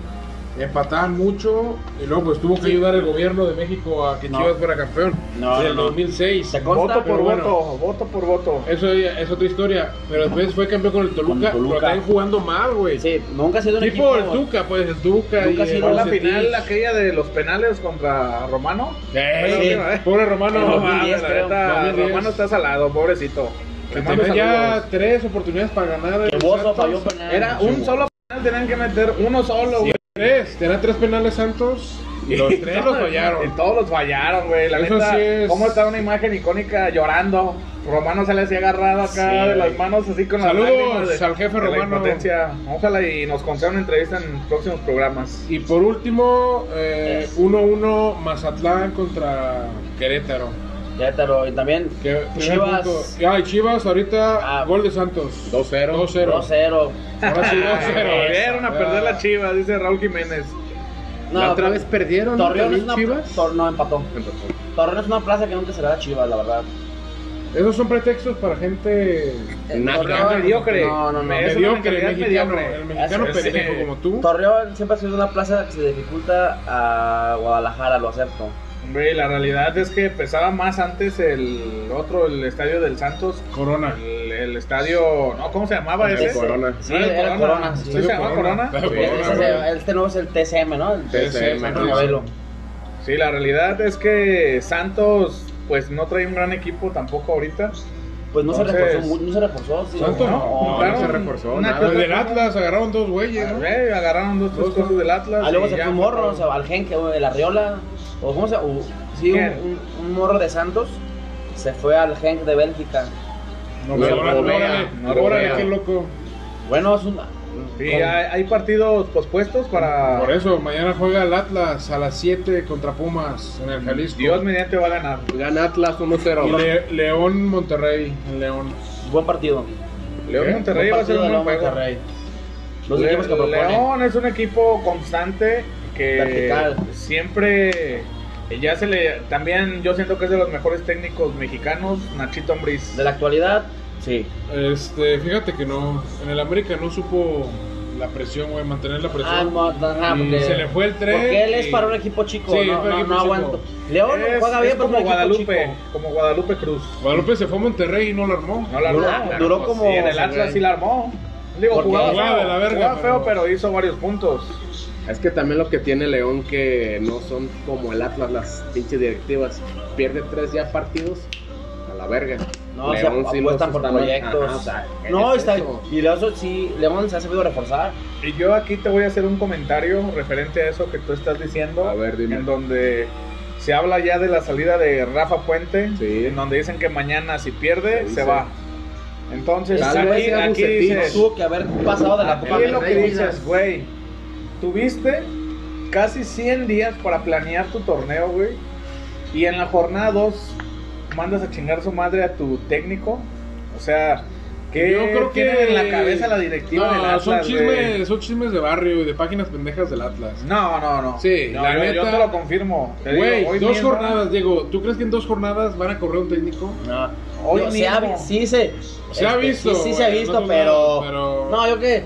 Speaker 6: Empataban mucho y luego pues tuvo que ayudar el gobierno de México a que
Speaker 3: No.
Speaker 6: Chivas fuera campeón.
Speaker 3: No,
Speaker 6: en el
Speaker 3: no, no.
Speaker 6: 2006.
Speaker 3: Se consta,
Speaker 4: Voto
Speaker 6: pero
Speaker 4: por
Speaker 6: bueno.
Speaker 4: voto, voto por voto.
Speaker 6: Eso ya es otra historia. Pero después fue campeón con el
Speaker 3: Con
Speaker 6: Toluca.
Speaker 3: Toluca.
Speaker 6: Pero también jugando mal, güey.
Speaker 3: Sí, nunca ha sido un
Speaker 6: Tipo el
Speaker 3: equipo-
Speaker 6: Tuca, pues el Tuca.
Speaker 3: Tuca
Speaker 6: y
Speaker 3: sí
Speaker 6: el
Speaker 3: lo-
Speaker 4: Fue la
Speaker 6: Cetis.
Speaker 4: final aquella de los penales contra Romano.
Speaker 6: Ey,
Speaker 4: Fue la última, ¿eh?
Speaker 6: Pobre
Speaker 3: En
Speaker 6: Romano.
Speaker 4: No,
Speaker 3: 2010
Speaker 4: mames, la
Speaker 3: creo.
Speaker 4: neta,
Speaker 6: 2010.
Speaker 4: Romano está salado, pobrecito.
Speaker 6: Que
Speaker 4: Le mando
Speaker 6: tenía ya
Speaker 4: saludos.
Speaker 6: tres oportunidades para ganar.
Speaker 3: Que
Speaker 6: el
Speaker 3: Bozo
Speaker 6: Santos.
Speaker 3: falló penal.
Speaker 4: Era un solo penal, tenían que meter uno solo, güey.
Speaker 6: Tres. Tenía tres penales Santos. Y los tres los
Speaker 4: Y
Speaker 6: fallaron.
Speaker 4: todos los fallaron, güey. La
Speaker 6: Eso
Speaker 4: neta,
Speaker 6: sí es.
Speaker 4: ¿cómo está una imagen icónica llorando? Romano se le hacía agarrado acá
Speaker 3: Sí,
Speaker 4: de las
Speaker 3: güey.
Speaker 4: manos, así con
Speaker 6: Saludos
Speaker 4: las lágrimas de-
Speaker 6: al jefe
Speaker 4: de la
Speaker 6: Romano.
Speaker 4: impotencia. Ojalá y nos conceda una entrevista en próximos programas.
Speaker 6: Y por último, eh, 1-1 Mazatlán contra Querétaro.
Speaker 3: Querétaro, y también
Speaker 6: Que- primer
Speaker 3: Chivas.
Speaker 6: punto. Ay, Chivas, ahorita
Speaker 3: Ah.
Speaker 6: gol de Santos.
Speaker 5: 2-0.
Speaker 6: 2-0.
Speaker 3: 2-0.
Speaker 6: Ahora sí,
Speaker 4: Ah,
Speaker 6: 2-0.
Speaker 4: Volvieron a perder
Speaker 6: Ah.
Speaker 4: la chiva, dice Raúl Jiménez.
Speaker 3: No,
Speaker 5: la otra
Speaker 3: pero-
Speaker 5: vez perdieron ¿no?
Speaker 3: Torreón es
Speaker 5: también
Speaker 3: una
Speaker 5: Chivas.
Speaker 3: Tor- no empató.
Speaker 5: Empató.
Speaker 3: Torreón es una plaza que nunca se le da a Chivas, la verdad.
Speaker 6: Esos son pretextos para gente
Speaker 3: Eh,
Speaker 5: Naca.
Speaker 3: Torreón,
Speaker 4: Mediocre.
Speaker 3: No, no, no.
Speaker 4: Es una
Speaker 6: mediocre,
Speaker 4: mentalidad
Speaker 6: mexicano,
Speaker 4: mediocre.
Speaker 6: el mexicano
Speaker 4: Eso es,
Speaker 6: pendejo
Speaker 4: eh,
Speaker 6: como tú.
Speaker 3: Torreón siempre ha sido una plaza que se dificulta a Guadalajara, lo acepto.
Speaker 4: Hombre, la realidad es que pesaba más antes el otro, el estadio del Santos.
Speaker 6: Corona.
Speaker 4: El, el estadio, no, ¿cómo se llamaba
Speaker 5: El
Speaker 4: ese?
Speaker 5: Corona.
Speaker 3: Sí, era Corona, sí.
Speaker 4: ¿Sí se llamaba Corona?
Speaker 6: Estadio
Speaker 3: Este-
Speaker 6: Corona,
Speaker 3: este-
Speaker 6: güey.
Speaker 3: este nuevo es el TCM, ¿no? El
Speaker 5: TCM,
Speaker 3: Santos
Speaker 5: sí.
Speaker 3: Modelo.
Speaker 4: Sí, la realidad es que Santos, pues no trae un gran equipo tampoco ahorita.
Speaker 3: Pues no se
Speaker 4: Entonces-
Speaker 3: reforzó, mu- no se reforzó. sí.
Speaker 6: Santos no,
Speaker 3: No,
Speaker 6: claro.
Speaker 5: se reforzó, nada.
Speaker 4: que
Speaker 6: El
Speaker 4: otra
Speaker 6: del
Speaker 4: cosa.
Speaker 6: Atlas agarraron dos güeyes,
Speaker 4: Ah,
Speaker 6: ¿no?
Speaker 4: güey, agarraron dos, tres cosas del Atlas.
Speaker 3: Ah, luego
Speaker 4: y
Speaker 3: se
Speaker 4: ya.
Speaker 3: fue un morro, o sea, al gen que de la Riola, o cómo se o- sí, un,
Speaker 4: ¿Quién?
Speaker 3: un- un morro de Santos. se fue al Genk de Bélgica.
Speaker 6: No,
Speaker 5: Noruega,
Speaker 6: órale, órale,
Speaker 4: Noruega.
Speaker 6: órale, qué loco.
Speaker 3: Bueno, es una.
Speaker 4: Sí,
Speaker 3: con-
Speaker 4: hay, hay partidos pospuestos para.
Speaker 6: Por eso, mañana juega el Atlas a las 7 contra Pumas en el Jalisco.
Speaker 4: Dios mediante va a ganar.
Speaker 5: Gana Atlas
Speaker 6: Y
Speaker 5: 1-0.
Speaker 6: Le- León Monterrey, en León.
Speaker 3: Buen partido.
Speaker 4: León
Speaker 6: ¿Qué?
Speaker 4: Monterrey va a ser
Speaker 3: Buen partido de
Speaker 4: un buen
Speaker 3: León
Speaker 4: juego.
Speaker 3: Monterrey. Los
Speaker 4: Le-
Speaker 3: equipos que proponen.
Speaker 4: León es un equipo constante que
Speaker 3: Vertical.
Speaker 4: siempre ya se le también yo siento que es de los mejores técnicos mexicanos, Nachito Ambriz.
Speaker 3: De la actualidad, sí.
Speaker 6: Este, fíjate que no, en el América no supo la presión, güey, mantener la
Speaker 3: Ah,
Speaker 6: presión.
Speaker 3: no, ajá,
Speaker 6: Pues Y
Speaker 3: porque,
Speaker 6: se le fue el tren
Speaker 3: Porque él es
Speaker 6: y-
Speaker 3: para un equipo chico,
Speaker 6: Sí, es
Speaker 3: no,
Speaker 6: para un
Speaker 3: no,
Speaker 6: equipo
Speaker 3: no aguanto.
Speaker 6: chico.
Speaker 3: León
Speaker 4: Es-
Speaker 3: juega
Speaker 4: es
Speaker 3: bien, pero
Speaker 4: como
Speaker 3: es un equipo
Speaker 4: Guadalupe,
Speaker 3: chico.
Speaker 4: como Guadalupe Cruz.
Speaker 6: Guadalupe se fue a Monterrey y no lo armó.
Speaker 4: No la armó.
Speaker 3: Duró-
Speaker 4: Claro,
Speaker 3: duró
Speaker 4: pues,
Speaker 3: como-
Speaker 4: sí, en el Atlas sí la armó. Digo,
Speaker 3: Porque-
Speaker 4: jugaba,
Speaker 6: Jugaba
Speaker 4: feo,
Speaker 6: de la verga,
Speaker 4: jugaba
Speaker 6: pero-
Speaker 4: feo, pero hizo varios puntos.
Speaker 5: Es que también lo que tiene León que no son como el Atlas, las pinches directivas. Pierde tres ya partidos a la verga.
Speaker 3: No,
Speaker 5: León
Speaker 3: se
Speaker 5: sí los
Speaker 3: apuestan por
Speaker 5: están-
Speaker 3: proyectos.
Speaker 5: Ajá, o sea, ¿qué
Speaker 3: no,
Speaker 4: este
Speaker 5: es
Speaker 3: está.
Speaker 5: eso? Ah,
Speaker 3: Y León sí, León se ha sabido reforzar.
Speaker 4: Y yo aquí te voy a hacer un comentario referente a eso que tú estás diciendo.
Speaker 5: A ver, dime.
Speaker 4: En donde se habla ya de la salida de Rafa Puente.
Speaker 5: Sí.
Speaker 4: En donde dicen que mañana si pierde,
Speaker 5: Sí,
Speaker 4: se
Speaker 5: sí.
Speaker 4: va. Entonces,
Speaker 5: Tal
Speaker 4: aquí,
Speaker 5: vez sea
Speaker 4: aquí
Speaker 5: Bucetich.
Speaker 4: dices,
Speaker 3: Tuvo que haber pasado de la
Speaker 4: aquí
Speaker 3: Copa
Speaker 4: Ah, es lo
Speaker 3: del
Speaker 4: que
Speaker 3: Rey.
Speaker 4: dices, güey. Tuviste casi 100 días para planear tu torneo, güey. Y en la jornada 2 mandas a chingar su madre a tu técnico. O sea, ¿qué
Speaker 6: Yo creo que-
Speaker 4: tienen en la cabeza la directiva
Speaker 6: No,
Speaker 4: del Atlas,
Speaker 6: son
Speaker 4: güey?
Speaker 6: chismes, son chismes de barrio y de páginas pendejas del Atlas.
Speaker 4: No, no, no.
Speaker 6: Sí,
Speaker 4: No,
Speaker 6: la
Speaker 4: yo, yo
Speaker 6: neta-
Speaker 4: te lo confirmo. Te
Speaker 6: Güey,
Speaker 4: digo, hoy
Speaker 6: dos
Speaker 4: mismo-
Speaker 6: jornadas, Diego. ¿Tú crees que en dos jornadas van a correr un técnico?
Speaker 3: No,
Speaker 4: Hoy
Speaker 3: no, se ha,
Speaker 4: mismo.
Speaker 3: sí se,
Speaker 6: Se ha
Speaker 3: este,
Speaker 6: visto,
Speaker 3: Sí, sí se ha
Speaker 6: güey,
Speaker 3: visto,
Speaker 6: no, no,
Speaker 3: pero,
Speaker 6: pero-
Speaker 3: No, yo que.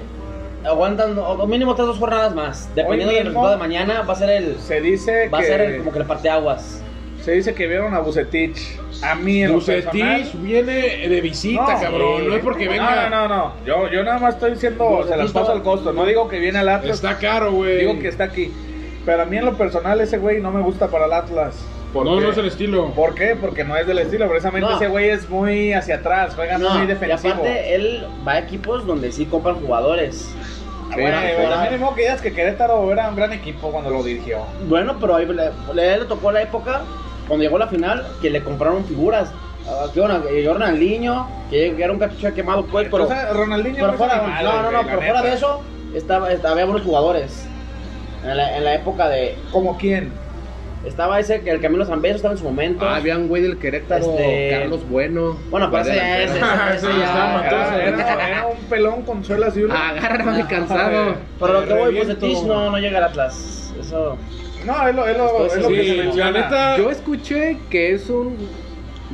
Speaker 3: Aguantan o o mínimo otras dos jornadas más. Dependiendo del
Speaker 4: mismo-
Speaker 3: resultado de mañana, va a ser el.
Speaker 4: Se dice
Speaker 3: Va a
Speaker 4: que
Speaker 3: ser el- como que el parteaguas.
Speaker 4: se dice que vieron a Bucetich. A mí en lo personal-
Speaker 6: Bucetich viene de visita,
Speaker 4: No,
Speaker 6: cabrón.
Speaker 3: sí.
Speaker 6: No es porque venga.
Speaker 4: No, no, no, no. Yo, yo nada más estoy diciendo, se las paso al costo. No digo que viene al Atlas,
Speaker 6: Está caro, güey.
Speaker 4: digo que está aquí. Pero a mí en lo personal ese güey no me gusta para el Atlas. ¿Por
Speaker 6: No,
Speaker 4: qué?
Speaker 6: no es el estilo.
Speaker 4: ¿Por qué? Porque no es del estilo. Precisamente
Speaker 3: No.
Speaker 4: ese güey es muy hacia atrás, juega
Speaker 3: No,
Speaker 4: muy
Speaker 3: y
Speaker 4: defensivo.
Speaker 3: aparte, él va a equipos donde sí compran jugadores.
Speaker 4: Ah, bueno,
Speaker 3: Sí,
Speaker 4: güey,
Speaker 3: sí.
Speaker 4: también mismo que digas que Querétaro era un gran equipo cuando lo dirigió.
Speaker 3: Bueno, pero ahí le, le- le tocó la época, cuando llegó la final, que le compraron figuras. Ah, Que una- que Ronaldinho, que que era un cachucha quemado, pues, pero,
Speaker 4: o sea, Ronaldinho
Speaker 3: pero
Speaker 4: no
Speaker 3: fuera,
Speaker 4: es animal,
Speaker 3: no, no, no,
Speaker 4: güey, la
Speaker 3: pero fuera
Speaker 4: neta.
Speaker 3: de eso, estaba, estaba- había buenos jugadores. En la, en la época de.
Speaker 4: ¿Como quién?
Speaker 3: Estaba ese, que el Camilo Zambeso estaba en su momento.
Speaker 5: Ah, había un güey del Querétaro,
Speaker 3: Este-
Speaker 5: Carlos Bueno.
Speaker 3: Bueno, pero ese ya es.
Speaker 5: Delantero.
Speaker 3: ese- ese
Speaker 6: Ese ya
Speaker 3: ya-
Speaker 6: está
Speaker 4: Era,
Speaker 6: entonces,
Speaker 4: era- era un pelón con suelas y una.
Speaker 5: Agárrame cansado.
Speaker 3: Pero lo que voy, pues, de
Speaker 4: Reviento.
Speaker 3: Tish no, no llega al Atlas. Eso.
Speaker 4: No, es lo, es lo, es lo que
Speaker 6: Sí,
Speaker 4: se
Speaker 6: la
Speaker 4: menciona.
Speaker 6: neta.
Speaker 5: Yo escuché que es un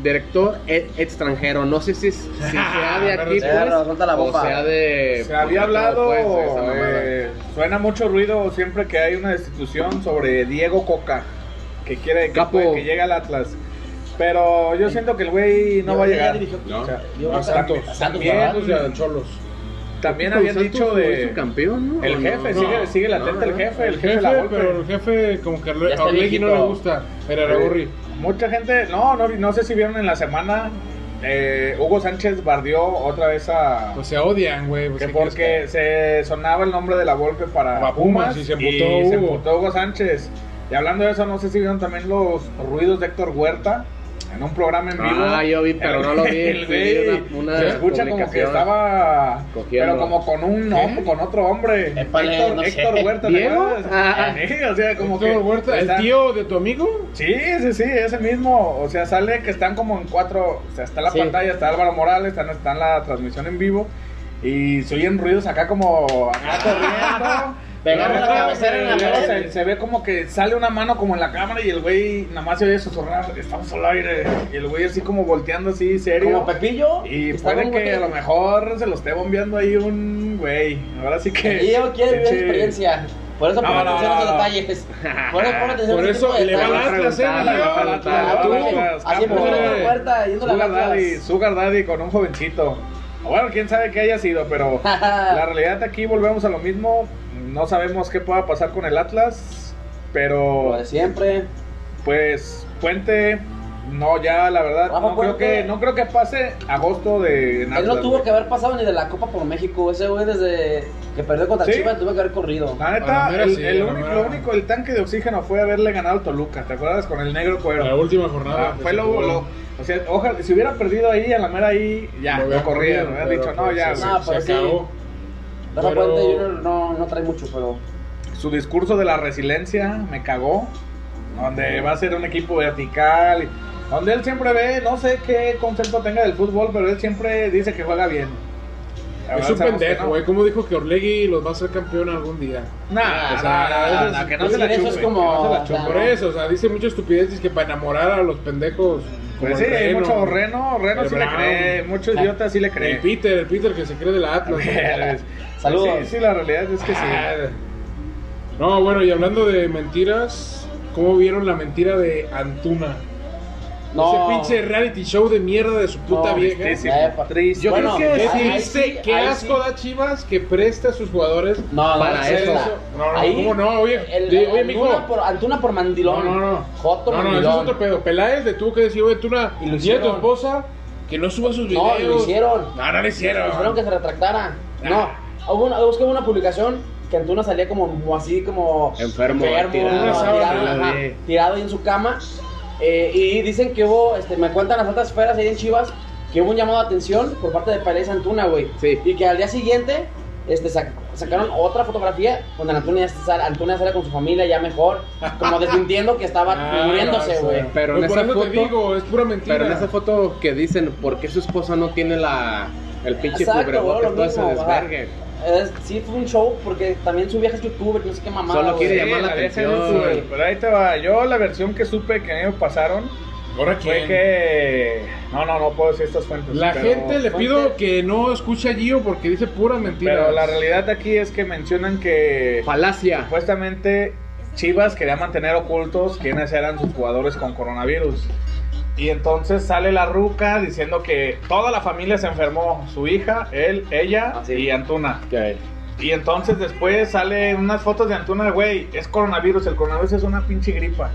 Speaker 5: director e- extranjero. No sé si, si sea de aquí, pues,
Speaker 3: Perro, suelta la
Speaker 5: o
Speaker 3: bomba.
Speaker 5: sea de...
Speaker 4: Se había hablado,
Speaker 5: Eh, pues, esa mamada.
Speaker 4: eh, suena mucho ruido siempre que hay una destitución sobre Diego Coca, que quiere que,
Speaker 5: Capo.
Speaker 4: puede que llegue al Atlas. Pero yo siento que el güey no va a
Speaker 3: Ya- ya
Speaker 4: llegar.
Speaker 3: dirigió-
Speaker 4: O sea,
Speaker 3: Diego
Speaker 6: A
Speaker 3: Coca.
Speaker 6: Santos.
Speaker 3: A Santos,
Speaker 6: También,
Speaker 3: ¿verdad?
Speaker 6: o sea, a Cholos.
Speaker 4: también habían
Speaker 5: Santos
Speaker 4: dicho
Speaker 5: fue
Speaker 4: de...
Speaker 5: subcampeón, ¿no?
Speaker 4: El
Speaker 5: ¿O
Speaker 4: jefe,
Speaker 5: no?
Speaker 4: sigue,
Speaker 5: No.
Speaker 4: sigue latente
Speaker 5: No,
Speaker 4: el
Speaker 5: no.
Speaker 4: jefe, el
Speaker 6: El
Speaker 4: jefe,
Speaker 6: jefe,
Speaker 4: la golpe.
Speaker 6: pero el jefe, como que a
Speaker 3: Ya está
Speaker 6: Orlegui no le
Speaker 3: viejito.
Speaker 6: gusta. Pero a Gorri.
Speaker 4: Mucha gente, no, no, no sé si vieron en la semana, eh, Hugo Sánchez bardió otra vez a...
Speaker 6: Pues se odian, güey. pues,
Speaker 4: Que
Speaker 6: ¿qué
Speaker 4: porque
Speaker 6: quieres
Speaker 4: se sonaba el nombre de la Volpe para
Speaker 6: Para Pumas,
Speaker 4: Pumas
Speaker 6: y se emputó
Speaker 4: se
Speaker 6: Hugo.
Speaker 4: emputó Hugo Sánchez. Y hablando de eso, no sé si vieron también los ruidos de Héctor Huerta en un programa en vivo.
Speaker 5: Ah, yo vi, pero no lo vi.
Speaker 4: El
Speaker 5: Sí,
Speaker 4: güey
Speaker 5: una- una
Speaker 4: se escucha como que
Speaker 5: publicación.
Speaker 4: estaba,
Speaker 5: Cogiendo.
Speaker 4: pero como con
Speaker 6: ¿Eh?
Speaker 4: un hombre, con otro hombre.
Speaker 3: Épale,
Speaker 4: Héctor,
Speaker 3: no sé.
Speaker 4: Héctor Huerta, ¿te
Speaker 5: ¿Diego?
Speaker 4: acuerdas?
Speaker 5: Ah.
Speaker 4: Sí, o sea, como
Speaker 6: Héctor
Speaker 4: que
Speaker 6: Huerta, ¿El
Speaker 4: están-
Speaker 6: tío de tu amigo?
Speaker 4: Sí, sí, sí, ese mismo. O sea, sale que están como en cuatro. O sea, está la
Speaker 3: Sí.
Speaker 4: pantalla, está Álvaro Morales, está, está en la transmisión en vivo. Y se oyen ruidos acá como. Acá corriendo.
Speaker 3: Ah. Pegando la
Speaker 4: Luego,
Speaker 3: cabecera en la
Speaker 4: luego
Speaker 3: pared.
Speaker 4: se, se ve como que sale una mano como en la cámara y el güey nada más se oye susurrar. Estamos al aire. Y el güey así como volteando así, serio.
Speaker 3: Como Pepillo.
Speaker 4: Y
Speaker 3: estaba
Speaker 4: puede
Speaker 3: un
Speaker 4: que
Speaker 3: güey-
Speaker 4: a lo mejor se lo esté bombeando ahí un güey. Ahora sí que.
Speaker 3: Y yo quiero vivir la
Speaker 4: Sí.
Speaker 3: experiencia. Por eso
Speaker 4: No,
Speaker 3: pon
Speaker 4: no,
Speaker 3: atención a
Speaker 4: no,
Speaker 3: esos
Speaker 4: no.
Speaker 3: detalles. Por eso pon atención
Speaker 6: Por
Speaker 3: a ese
Speaker 6: eso
Speaker 3: tipo de
Speaker 6: le va
Speaker 3: detalles.
Speaker 6: al Atlas, eh,
Speaker 5: Preguntarle,
Speaker 6: Diego.
Speaker 5: preguntarle,
Speaker 4: Ah,
Speaker 3: Ah, tú,
Speaker 4: Atlas,
Speaker 3: así
Speaker 4: capo,
Speaker 3: empezó
Speaker 6: güey.
Speaker 3: la puerta, yendo a la
Speaker 4: Sugar Daddy,
Speaker 3: Atlas.
Speaker 4: Sugar Daddy con un jovencito. Bueno, quién sabe qué haya sido, pero la realidad aquí volvemos a lo mismo. No sabemos qué pueda pasar con el Atlas,
Speaker 3: Lo
Speaker 4: pero
Speaker 3: de siempre.
Speaker 4: pues Puente No, ya la verdad,
Speaker 3: Rafa
Speaker 4: no creo,
Speaker 3: Puente.
Speaker 4: que, no creo que pase agosto de
Speaker 3: Él no
Speaker 4: Atlas,
Speaker 3: tuvo
Speaker 4: güey.
Speaker 3: que haber pasado ni de la Copa por México. Ese güey desde que perdió contra
Speaker 4: Sí.
Speaker 3: Chivas tuvo que haber corrido.
Speaker 4: La
Speaker 6: A la
Speaker 4: neta,
Speaker 6: mera
Speaker 4: el,
Speaker 6: sí,
Speaker 4: el
Speaker 6: a la
Speaker 4: único,
Speaker 6: mera.
Speaker 4: lo único, el tanque de oxígeno fue haberle ganado al Toluca, ¿te acuerdas? Con el negro cuero.
Speaker 6: La última
Speaker 4: Ah,
Speaker 6: jornada. pues,
Speaker 4: fue lo, lo- o sea, ojalá, si hubiera perdido ahí, a la mera ahí, ya,
Speaker 6: Lo
Speaker 4: lo,
Speaker 6: hubiera
Speaker 4: corría,
Speaker 6: corrido,
Speaker 4: me hubiera
Speaker 6: pero
Speaker 4: dicho, no,
Speaker 6: pues,
Speaker 4: ya,
Speaker 6: sí,
Speaker 4: güey.
Speaker 3: Ah,
Speaker 6: Se
Speaker 3: pero sí.
Speaker 6: acabó.
Speaker 3: Rafa
Speaker 6: Pero-
Speaker 3: Puente Junior no, no trae mucho, pero.
Speaker 4: pues". Su discurso de la resiliencia me cagó, donde va a ser un equipo vertical, y- donde él siempre ve, no sé qué concepto tenga del fútbol, pero él siempre dice que juega bien.
Speaker 6: Es
Speaker 4: La verdad,
Speaker 6: un
Speaker 4: sabemos que
Speaker 6: pendejo,
Speaker 4: no.
Speaker 6: güey. ¿Cómo dijo que Orlegui los va a hacer campeón algún día?
Speaker 4: Nah,
Speaker 6: O sea,
Speaker 4: nah, nah,
Speaker 6: pues, ah, eso es-
Speaker 4: nah, que no
Speaker 3: eso
Speaker 4: se la
Speaker 3: es
Speaker 4: chupe,
Speaker 3: como-
Speaker 4: que no se la chupe.
Speaker 3: Claro.
Speaker 6: Por eso, o sea, dice mucha estupidez dice que para enamorar a los pendejos. como
Speaker 4: Pues sí,
Speaker 6: el
Speaker 4: hay
Speaker 6: Reno,
Speaker 4: mucho reno, reno
Speaker 6: el
Speaker 4: sí le
Speaker 6: Brown,
Speaker 4: cree, mucho idiota sí le cree. Pues
Speaker 6: El Peter, el Peter que se cree de la Atlas.
Speaker 3: Saludos.
Speaker 4: Sí, sí, la realidad es que sí.
Speaker 6: Ah. No, bueno, y hablando de mentiras, ¿cómo vieron la mentira de Antuna?
Speaker 3: No.
Speaker 6: Ese pinche reality show de mierda de su puta
Speaker 3: No,
Speaker 6: vieja.
Speaker 4: tristísimo.
Speaker 3: Epa.
Speaker 4: Triste.
Speaker 6: Yo
Speaker 3: Bueno,
Speaker 6: creo que
Speaker 3: ahí- ahí
Speaker 6: triste,
Speaker 3: sí,
Speaker 6: qué
Speaker 3: ahí
Speaker 6: asco
Speaker 3: sí.
Speaker 6: da Chivas que presta a sus jugadores
Speaker 3: No, no,
Speaker 6: para
Speaker 3: no,
Speaker 6: hacer
Speaker 3: eso.
Speaker 6: eso. No, no,
Speaker 3: Ahí,
Speaker 6: ¿cómo no? Oye,
Speaker 3: el-
Speaker 6: di- oye, mijo.
Speaker 3: Antuna por, Antuna por
Speaker 6: No,
Speaker 3: mandilón.
Speaker 6: no, no.
Speaker 3: Joto
Speaker 6: no, no, eso es
Speaker 3: mandilón.
Speaker 6: otro pedo. Peláez le tuvo que decir, oye, Antuna,
Speaker 3: Y lo
Speaker 6: dile a tu
Speaker 3: hicieron.
Speaker 6: esposa que no suba sus
Speaker 3: No,
Speaker 6: videos.
Speaker 3: lo hicieron.
Speaker 6: No, no lo hicieron.
Speaker 3: Dijeron que se retractara.
Speaker 6: Ah.
Speaker 3: No, hubo una, busqué una publicación que Antuna salía como, como así, como
Speaker 5: Enfermo, tirado.
Speaker 6: Una sábana,
Speaker 3: tirado,
Speaker 6: la
Speaker 3: ajá,
Speaker 5: vi.
Speaker 3: tirado ahí en su cama. Eh, y dicen que hubo, este, me cuentan las altas esferas ahí en Chivas, que hubo un llamado de atención por parte de Pérez Antuna, güey.
Speaker 5: Sí.
Speaker 3: Y que al día siguiente este, sac- sacaron otra fotografía donde Antuna ya, sal- Antuna sale con su familia ya mejor, como desmintiendo que estaba
Speaker 6: Ah,
Speaker 3: muriéndose,
Speaker 6: no, o
Speaker 3: güey.
Speaker 6: sea,
Speaker 5: Pero en
Speaker 6: pues por
Speaker 5: esa
Speaker 6: eso te
Speaker 5: foto-
Speaker 6: digo, es pura mentira.
Speaker 5: Pero en esa foto que dicen, ¿por qué su esposa no tiene la, el pinche
Speaker 3: Exacto, güey,
Speaker 5: cubrebocas?
Speaker 3: lo
Speaker 5: Todo ese
Speaker 3: mismo, ajá.
Speaker 5: desvergue.
Speaker 3: Es- sí, fue un show porque también su vieja es youtuber, no sé qué mamada.
Speaker 5: Solo
Speaker 3: güey.
Speaker 5: quiere llamar la
Speaker 4: vieja
Speaker 5: atención.
Speaker 4: es youtuber, Pero ahí te va. Yo la versión que supe que a mí me pasaron
Speaker 6: ¿Ahora
Speaker 4: fue
Speaker 6: quién?
Speaker 4: que... No, no, no puedo decir estas fuentes.
Speaker 6: La
Speaker 4: pero-
Speaker 6: gente le
Speaker 3: fuente-
Speaker 6: pido que no escuche a Gio porque dice puras mentiras.
Speaker 4: Pero la realidad aquí es que mencionan que
Speaker 5: Falacia.
Speaker 4: supuestamente Chivas quería mantener ocultos quiénes eran sus jugadores con coronavirus. Y entonces sale la ruca diciendo que toda la familia se enfermó, su hija, él, ella
Speaker 3: Ah,
Speaker 5: Así.
Speaker 4: y Antuna.
Speaker 5: Que-
Speaker 4: Y entonces después salen unas fotos de Antuna, güey, es coronavirus, el coronavirus es una pinche gripa.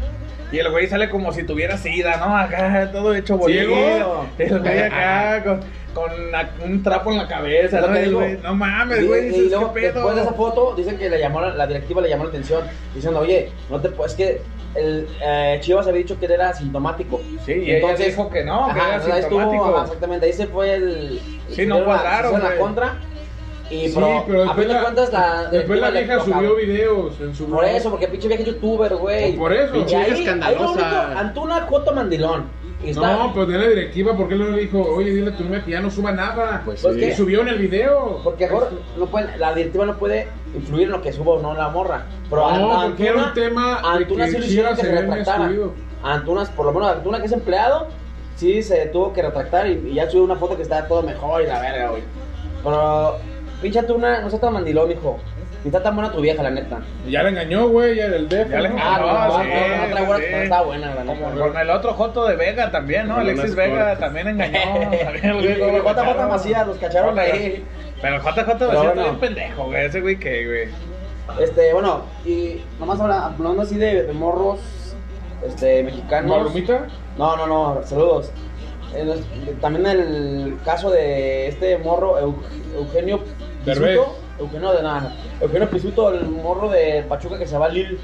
Speaker 4: Y el güey sale como si tuviera sida, ¿no? Acá, todo hecho bolillo. El güey acá con, con la- un trapo en la cabeza,
Speaker 3: Lo
Speaker 4: ¿no?
Speaker 3: que
Speaker 4: El
Speaker 3: digo.
Speaker 4: güey, no mames,
Speaker 3: Y-
Speaker 4: güey,
Speaker 3: y
Speaker 4: dices, ¿qué
Speaker 3: luego,
Speaker 4: pedo?
Speaker 3: después de esa foto, dicen que le llamó, la- la directiva le llamó la atención, diciendo, oye, no te puedes que el eh, Chivas había dicho que él era asintomático.
Speaker 4: Sí, y ella dijo que no, que era
Speaker 3: entonces ahí estuvo,
Speaker 4: asintomático.
Speaker 3: ajá, exactamente, ahí se fue el...
Speaker 4: Sí, no cuadraron,
Speaker 3: En la
Speaker 4: güey.
Speaker 3: contra. Y
Speaker 6: Sí,
Speaker 3: pero,
Speaker 6: pero
Speaker 3: a fin
Speaker 6: después
Speaker 3: de
Speaker 6: la,
Speaker 3: cuentas la...
Speaker 6: después
Speaker 3: directiva
Speaker 6: la
Speaker 3: le
Speaker 6: vieja
Speaker 3: tocaba.
Speaker 6: subió videos en su
Speaker 3: Por eso, porque pinche vieja youtuber, güey.
Speaker 6: Por eso.
Speaker 3: Y
Speaker 6: Pinche
Speaker 3: ahí,
Speaker 5: escandalosa.
Speaker 3: ahí lo único, Antuna, Joto Mandilón. Y está,
Speaker 6: No, pero de la directiva, ¿por qué no le dijo, oye, dile a tu novia que ya no suba nada?
Speaker 5: Pues
Speaker 6: Pues
Speaker 5: sí.
Speaker 6: que subió en el video.
Speaker 3: Porque ahora no pueden, la directiva no puede influir en lo que suba o no la morra. Pero
Speaker 6: No,
Speaker 3: a- a
Speaker 6: porque era un tema de
Speaker 3: a Antuna
Speaker 6: que
Speaker 3: sí lo hicieron
Speaker 6: Chivas
Speaker 3: que
Speaker 6: se
Speaker 3: se
Speaker 6: había
Speaker 3: retractara.
Speaker 6: excluido.
Speaker 3: A Antuna, por lo menos a Antuna que es empleado, sí se tuvo que retractar y, y ya subió una foto que está todo mejor y la verga, güey. Pero pinche Antuna, no seas tan mandilón, hijo. Ni está tan buena tu vieja, la neta.
Speaker 6: Ya la engañó, güey, ya el DF.
Speaker 4: Ya la engañó.
Speaker 3: Ah, no,
Speaker 4: Ah,
Speaker 3: no,
Speaker 4: sí,
Speaker 3: no, no, otra güey,
Speaker 4: sí.
Speaker 3: pero está buena, la neta.
Speaker 4: Como con el otro Joto de Vega también, ¿no?
Speaker 5: Con
Speaker 4: Alexis
Speaker 5: unas
Speaker 4: Vega
Speaker 5: cortas.
Speaker 4: también engañó. también el
Speaker 3: Y- y
Speaker 4: güey,
Speaker 3: el
Speaker 4: lo
Speaker 3: JJ
Speaker 4: cacharon.
Speaker 3: Macías los cacharon ahí.
Speaker 4: Pero el JJ Macías
Speaker 3: Pero
Speaker 4: está
Speaker 3: bueno.
Speaker 4: bien pendejo, güey. Ese güey que, güey.
Speaker 3: Este, bueno, y nomás habla- hablando así de, de morros este, mexicanos.
Speaker 6: ¿Marumita?
Speaker 3: No, no, no, saludos. Eh, nos- también el caso de este morro Eu- Eugenio
Speaker 6: Derbez.
Speaker 3: Pisuto. Eugenio de nada. Eugenio Pisuto, el morro de Pachuca que se va a Lille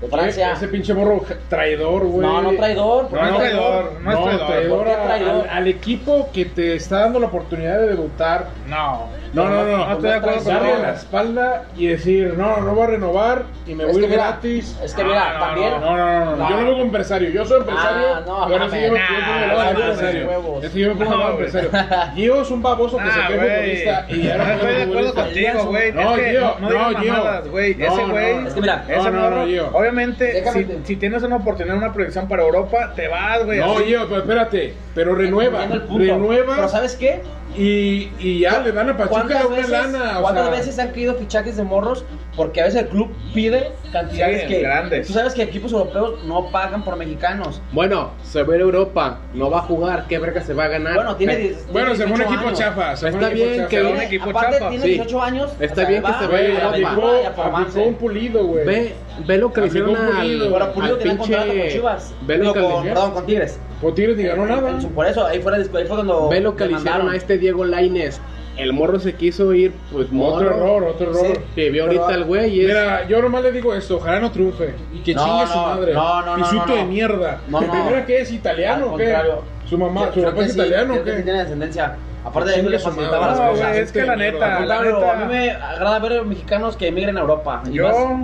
Speaker 3: de Francia.
Speaker 6: Ese pinche morro traidor, güey.
Speaker 3: No, no traidor.
Speaker 6: No, no
Speaker 4: traidor, no es traidor.
Speaker 3: ¿Por qué
Speaker 6: a-
Speaker 3: traidor?
Speaker 6: Al, al equipo que te está dando la oportunidad de debutar.
Speaker 4: No.
Speaker 6: No, no, no.
Speaker 4: No estoy de acuerdo con
Speaker 6: Darle
Speaker 4: él.
Speaker 6: la espalda y decir, no, no voy a renovar y me
Speaker 3: Es
Speaker 6: voy
Speaker 3: que mira,
Speaker 6: gratis. Ah,
Speaker 3: Es que mira,
Speaker 4: No, no,
Speaker 3: también.
Speaker 6: No, no, no, no,
Speaker 3: No.
Speaker 6: Yo no veo empresario. Yo soy empresario.
Speaker 3: Ah, no,
Speaker 6: pero ese yo me-
Speaker 3: mames,
Speaker 6: yo
Speaker 4: nah,
Speaker 6: me pongo al lado
Speaker 4: nah,
Speaker 6: empresario.
Speaker 3: huevos.
Speaker 6: Ese yo me pongo al lado
Speaker 4: No, güey.
Speaker 6: empresario. Gio es un baboso que se
Speaker 4: Ah,
Speaker 6: cree
Speaker 4: güey.
Speaker 6: futbolista y ya
Speaker 4: No
Speaker 6: no
Speaker 4: estoy de
Speaker 6: es
Speaker 4: acuerdo
Speaker 6: futbolista.
Speaker 4: contigo, güey.
Speaker 6: No,
Speaker 4: es que
Speaker 6: Gio,
Speaker 4: no, digas
Speaker 6: no, Gio.
Speaker 4: mamadas, güey.
Speaker 6: No,
Speaker 4: Ese
Speaker 6: no,
Speaker 4: güey.
Speaker 6: no. Es
Speaker 3: que mira,
Speaker 4: ese
Speaker 6: no, no, no,
Speaker 4: morro,
Speaker 6: Gio.
Speaker 4: Obviamente,
Speaker 3: Déjame
Speaker 4: si,
Speaker 3: te-
Speaker 4: si tienes una oportunidad, una proyección para Europa, te vas, güey.
Speaker 6: No,
Speaker 4: así.
Speaker 6: Gio, pero espérate. Pero renueva.
Speaker 3: Entiendo el punto. Pero
Speaker 6: Renueva
Speaker 3: ¿sabes qué?
Speaker 6: y, y ya le dan a Pachuca
Speaker 3: ¿Cuántas
Speaker 6: una
Speaker 3: veces,
Speaker 6: lana. o
Speaker 3: cuántas
Speaker 6: sea.
Speaker 3: veces han caído fichajes de morros? Porque a veces el club pide cantidades
Speaker 4: Sí,
Speaker 3: que.
Speaker 4: grandes.
Speaker 3: Tú sabes que equipos europeos no pagan por mexicanos.
Speaker 5: Bueno, se va a ir a Europa, no va a jugar, qué verga se va a ganar.
Speaker 3: Bueno, tiene.
Speaker 5: Pe-
Speaker 3: 10
Speaker 6: Bueno, se
Speaker 3: tiene
Speaker 6: fue un
Speaker 3: 18
Speaker 6: equipo
Speaker 3: años.
Speaker 6: chafa. se fue un
Speaker 5: Está
Speaker 6: equipo
Speaker 5: bien
Speaker 6: chafa.
Speaker 5: que
Speaker 4: Pero
Speaker 5: viene-
Speaker 4: un
Speaker 3: Tiene-
Speaker 4: equipo
Speaker 3: aparte
Speaker 4: chafa.
Speaker 3: tiene
Speaker 5: sí.
Speaker 3: 18 años.
Speaker 5: Está
Speaker 3: o sea,
Speaker 5: bien que
Speaker 3: va
Speaker 5: se
Speaker 6: Güey,
Speaker 5: vaya
Speaker 3: a la
Speaker 5: a Europa.
Speaker 6: aplicó,
Speaker 3: Europa y a formarse.
Speaker 6: aplicó un pulido, güey.
Speaker 5: Ve, ve lo que le
Speaker 6: Aplicó
Speaker 5: hicieron
Speaker 6: un
Speaker 5: al,
Speaker 6: pulido.
Speaker 3: Ahora Pulido
Speaker 5: al
Speaker 3: tenía
Speaker 5: pinche...
Speaker 3: contrato con Chivas.
Speaker 5: Ve lo
Speaker 3: Digo,
Speaker 5: que le
Speaker 3: con,
Speaker 5: hicieron.
Speaker 3: perdón, con Tigres.
Speaker 6: O Tigres ni ganó nada.
Speaker 3: Por eso, ahí fue, ahí fue cuando.
Speaker 5: Ve lo que le hicieron
Speaker 3: mandaron.
Speaker 5: a este Diego Lainez. El morro se quiso ir, pues morro.
Speaker 6: Otro error, otro error.
Speaker 5: Que vio ahorita al güey y es.
Speaker 6: Mira, yo nomás le digo esto, ojalá no triunfe. Y que
Speaker 3: No,
Speaker 6: chingue su
Speaker 3: no,
Speaker 6: madre.
Speaker 3: no, no, no, no,
Speaker 6: Pisuto
Speaker 3: no.
Speaker 6: de mierda.
Speaker 3: No,
Speaker 6: ¿Que
Speaker 3: no.
Speaker 6: primero qué es
Speaker 3: Al
Speaker 6: italiano o qué?
Speaker 3: contrario.
Speaker 6: Su mamá,
Speaker 3: Creo-
Speaker 6: su
Speaker 3: creo
Speaker 6: papá
Speaker 3: que
Speaker 6: es
Speaker 3: sí,
Speaker 6: italiano o
Speaker 3: creo que sí
Speaker 6: qué?
Speaker 3: tiene descendencia. Aparte de eso,
Speaker 6: Chingue
Speaker 3: le
Speaker 6: su
Speaker 3: facilitaba
Speaker 6: madre.
Speaker 3: las
Speaker 6: No,
Speaker 3: cosas.
Speaker 6: güey,
Speaker 4: es que la neta, la
Speaker 3: Claro, a mí
Speaker 4: neta.
Speaker 3: me agrada ver mexicanos que emigren a Europa. Y más-
Speaker 4: Yo,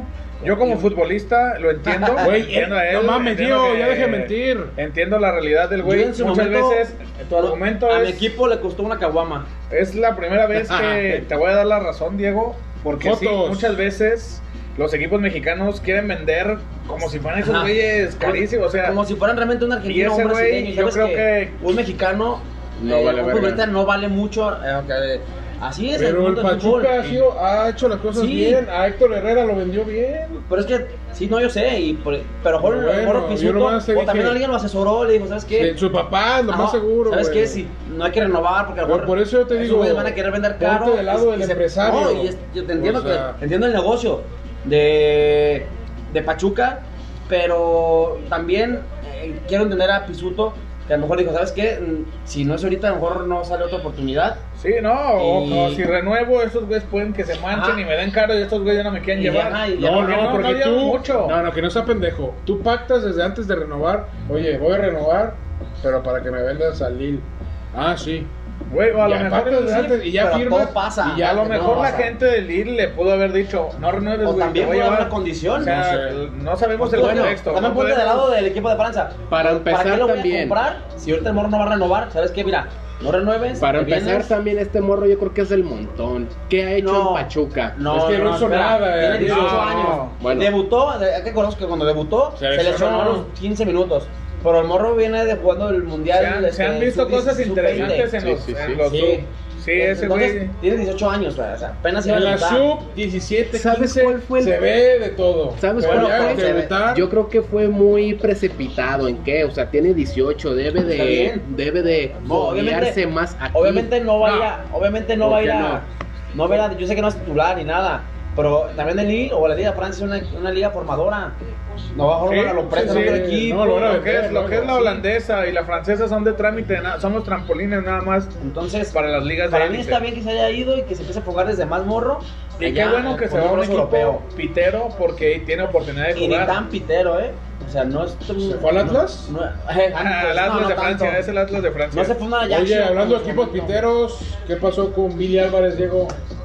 Speaker 4: yo como futbolista lo entiendo.
Speaker 6: Güey,
Speaker 4: entiendo
Speaker 6: eh,
Speaker 4: a
Speaker 6: no mames,
Speaker 4: entiendo
Speaker 6: tío,
Speaker 4: que-
Speaker 6: ya deje de mentir.
Speaker 4: Entiendo la realidad del güey.
Speaker 3: Yo en
Speaker 4: Muchas
Speaker 3: su momento-
Speaker 4: veces, tu argumento
Speaker 3: a mi
Speaker 4: es,
Speaker 3: equipo le costó una caguama.
Speaker 4: es la primera vez que te voy a dar la razón, Diego, porque sí,
Speaker 6: Fotos.
Speaker 4: muchas veces los equipos mexianos quieren vender como si fueran esos
Speaker 3: Ajá.
Speaker 4: güeyes carísimos, o sea,
Speaker 3: como si fueran realmente un argentino o
Speaker 4: ese
Speaker 3: un
Speaker 4: güey,
Speaker 3: brasileño.
Speaker 4: yo
Speaker 3: ¿sabes
Speaker 4: creo
Speaker 3: un mexicano,
Speaker 5: No
Speaker 3: eh,
Speaker 5: vale
Speaker 3: un
Speaker 5: verga.
Speaker 3: futbolista no vale mucho. eh, aunque- así es
Speaker 6: Pero el
Speaker 3: mundo del fútbol.
Speaker 6: Pachuca ha, sido- ha hecho las cosas
Speaker 3: Sí.
Speaker 6: bien. A Héctor Herrera lo vendió bien.
Speaker 3: Pero es que, sí, no, yo sé, y por- pero Jorge,
Speaker 6: Pero bueno,
Speaker 3: Jorge Pisuto,
Speaker 6: yo nomás te
Speaker 3: o también
Speaker 6: dije-
Speaker 3: alguien lo asesoró, le dijo, ¿sabes qué?
Speaker 6: De sus papás, lo
Speaker 3: Ah,
Speaker 6: más
Speaker 3: no,
Speaker 6: seguro.
Speaker 3: ¿Sabes
Speaker 6: güey.
Speaker 3: qué? Si no hay que renovar, porque a lo
Speaker 6: Por-
Speaker 3: mejor
Speaker 6: por eso yo te
Speaker 3: esos
Speaker 6: digo,
Speaker 3: güeyes van a querer vender
Speaker 6: ponte
Speaker 3: caro.
Speaker 6: del lado del
Speaker 3: se-
Speaker 6: empresario.
Speaker 3: No, y es- yo te
Speaker 6: O
Speaker 3: entiendo, que-
Speaker 6: sea.
Speaker 3: entiendo el negocio de, de Pachuca, pero también eh, quiero entender a Pisuto, que a lo mejor dijo, ¿sabes qué? Mm, Si no es ahorita, a lo mejor no sale otra oportunidad.
Speaker 4: sí, no, o-
Speaker 3: Y-
Speaker 4: o si renuevo, esos güeyes pueden que se manchen
Speaker 3: Ajá.
Speaker 4: y me den caro y estos güeyes ya no me quieren
Speaker 3: Y
Speaker 4: llevar.
Speaker 3: ya, y ya.
Speaker 6: No, pues,
Speaker 4: Porque
Speaker 6: no,
Speaker 4: no,
Speaker 6: porque
Speaker 4: no llevan
Speaker 6: tú.
Speaker 4: mucho.
Speaker 6: No, no, que no sea pendejo. Tú pactas desde antes de renovar. Oye, voy a renovar, pero para que me vendas al Lille. Ah, sí.
Speaker 4: Güey, o a lo
Speaker 6: Ya
Speaker 4: mejor
Speaker 6: pactas desde
Speaker 4: sí,
Speaker 6: antes y ya
Speaker 3: pero
Speaker 6: firmas.
Speaker 3: todo pasa.
Speaker 6: Y ya
Speaker 4: A lo
Speaker 3: No,
Speaker 4: mejor
Speaker 3: o
Speaker 4: la
Speaker 3: sea,
Speaker 4: gente del Lille le pudo haber dicho, no renueves,
Speaker 3: O
Speaker 4: güey,
Speaker 3: también
Speaker 4: te
Speaker 3: puede
Speaker 4: voy a
Speaker 3: haber
Speaker 4: llevar".
Speaker 3: una condición. Pues
Speaker 4: O sea,
Speaker 6: No
Speaker 4: no sabemos el
Speaker 3: Bueno,
Speaker 4: contexto.
Speaker 3: También
Speaker 4: no
Speaker 3: ponte del
Speaker 4: podemos-
Speaker 3: lado del equipo de Francia.
Speaker 5: Para empezar
Speaker 3: ¿Para qué lo voy
Speaker 5: también.
Speaker 3: a comprar si ahorita el morro no va a renovar? ¿Sabes qué? Mira, no renueves.
Speaker 5: Para
Speaker 3: te
Speaker 5: empezar
Speaker 3: vienes,
Speaker 5: también este morro yo creo que es del montón. ¿Qué ha hecho
Speaker 3: No.
Speaker 5: en Pachuca?
Speaker 3: No,
Speaker 6: Es que no hizo
Speaker 3: espera,
Speaker 6: nada, eh.
Speaker 3: Tiene 18
Speaker 4: No.
Speaker 3: años.
Speaker 5: Bueno.
Speaker 3: Debutó, hay que conocer que cuando debutó
Speaker 6: Se
Speaker 3: se
Speaker 6: lesionó.
Speaker 3: lesionó, a los 15 minutos. Pero el morro viene de jugando el mundial.
Speaker 4: Se han, se
Speaker 3: este,
Speaker 4: han visto
Speaker 3: sub-
Speaker 4: cosas
Speaker 3: sub-
Speaker 4: interesantes
Speaker 3: 20.
Speaker 4: en
Speaker 5: Sí,
Speaker 4: los.
Speaker 5: sí, sí.
Speaker 4: en los
Speaker 3: Sí.
Speaker 4: sub. Sí, ese
Speaker 3: Entonces,
Speaker 4: güey.
Speaker 3: Tiene 18 años, güey, o sea, apenas iba a
Speaker 6: En la
Speaker 3: debutar.
Speaker 6: sub 17,
Speaker 5: ¿Sabes
Speaker 6: 15,
Speaker 5: cuál fue el-
Speaker 6: se ve de todo.
Speaker 5: ¿Sabes
Speaker 6: Pero
Speaker 5: cuál
Speaker 6: ya
Speaker 5: fue?
Speaker 6: de
Speaker 3: Se ve.
Speaker 6: debutar,
Speaker 5: Yo creo que fue muy precipitado en qué, o sea, tiene 18, debe
Speaker 3: Está
Speaker 5: de
Speaker 3: bien.
Speaker 5: debe de
Speaker 3: No,
Speaker 5: foguearse más aquí. Ah,
Speaker 3: Obviamente no va a ir a, obviamente no
Speaker 5: ¿Por
Speaker 3: va a ir
Speaker 5: qué
Speaker 3: a, no va a ir a- yo sé que no es titular ni nada, pero también el Lille o la Liga de Francia es una, una liga formadora. No va a jugar
Speaker 4: Sí,
Speaker 3: a los prestan
Speaker 4: sí,
Speaker 3: a otro
Speaker 4: sí.
Speaker 3: equipo.
Speaker 6: No, lo van a
Speaker 4: Lo que es,
Speaker 6: vender,
Speaker 4: lo que es la
Speaker 6: sí.
Speaker 4: holandesa y la francesa son de trámite, na- somos trampolines nada más
Speaker 3: Entonces,
Speaker 4: para las ligas
Speaker 3: para
Speaker 4: de
Speaker 3: mí
Speaker 4: élite.
Speaker 3: está bien que se haya ido y que se empiece a jugar desde más morro.
Speaker 4: Y qué
Speaker 3: allá, eh,
Speaker 4: bueno que
Speaker 3: con
Speaker 4: se va a un
Speaker 3: otros
Speaker 4: equipo
Speaker 3: europeo.
Speaker 4: pitero porque tiene oportunidad de
Speaker 3: Y ni
Speaker 4: jugar.
Speaker 3: tan pitero, ¿eh? O sea, no es. tan-
Speaker 6: ¿Se fue al Atlas?
Speaker 3: No,
Speaker 4: Ah, el Atlas de Francia, es el Atlas de Francia.
Speaker 3: No se fue una
Speaker 6: Oye,
Speaker 3: Ajaxia,
Speaker 6: hablando de
Speaker 3: no,
Speaker 6: equipos
Speaker 3: no.
Speaker 6: piteros, ¿qué pasó con Billy Álvarez, Diego?
Speaker 3: Pues,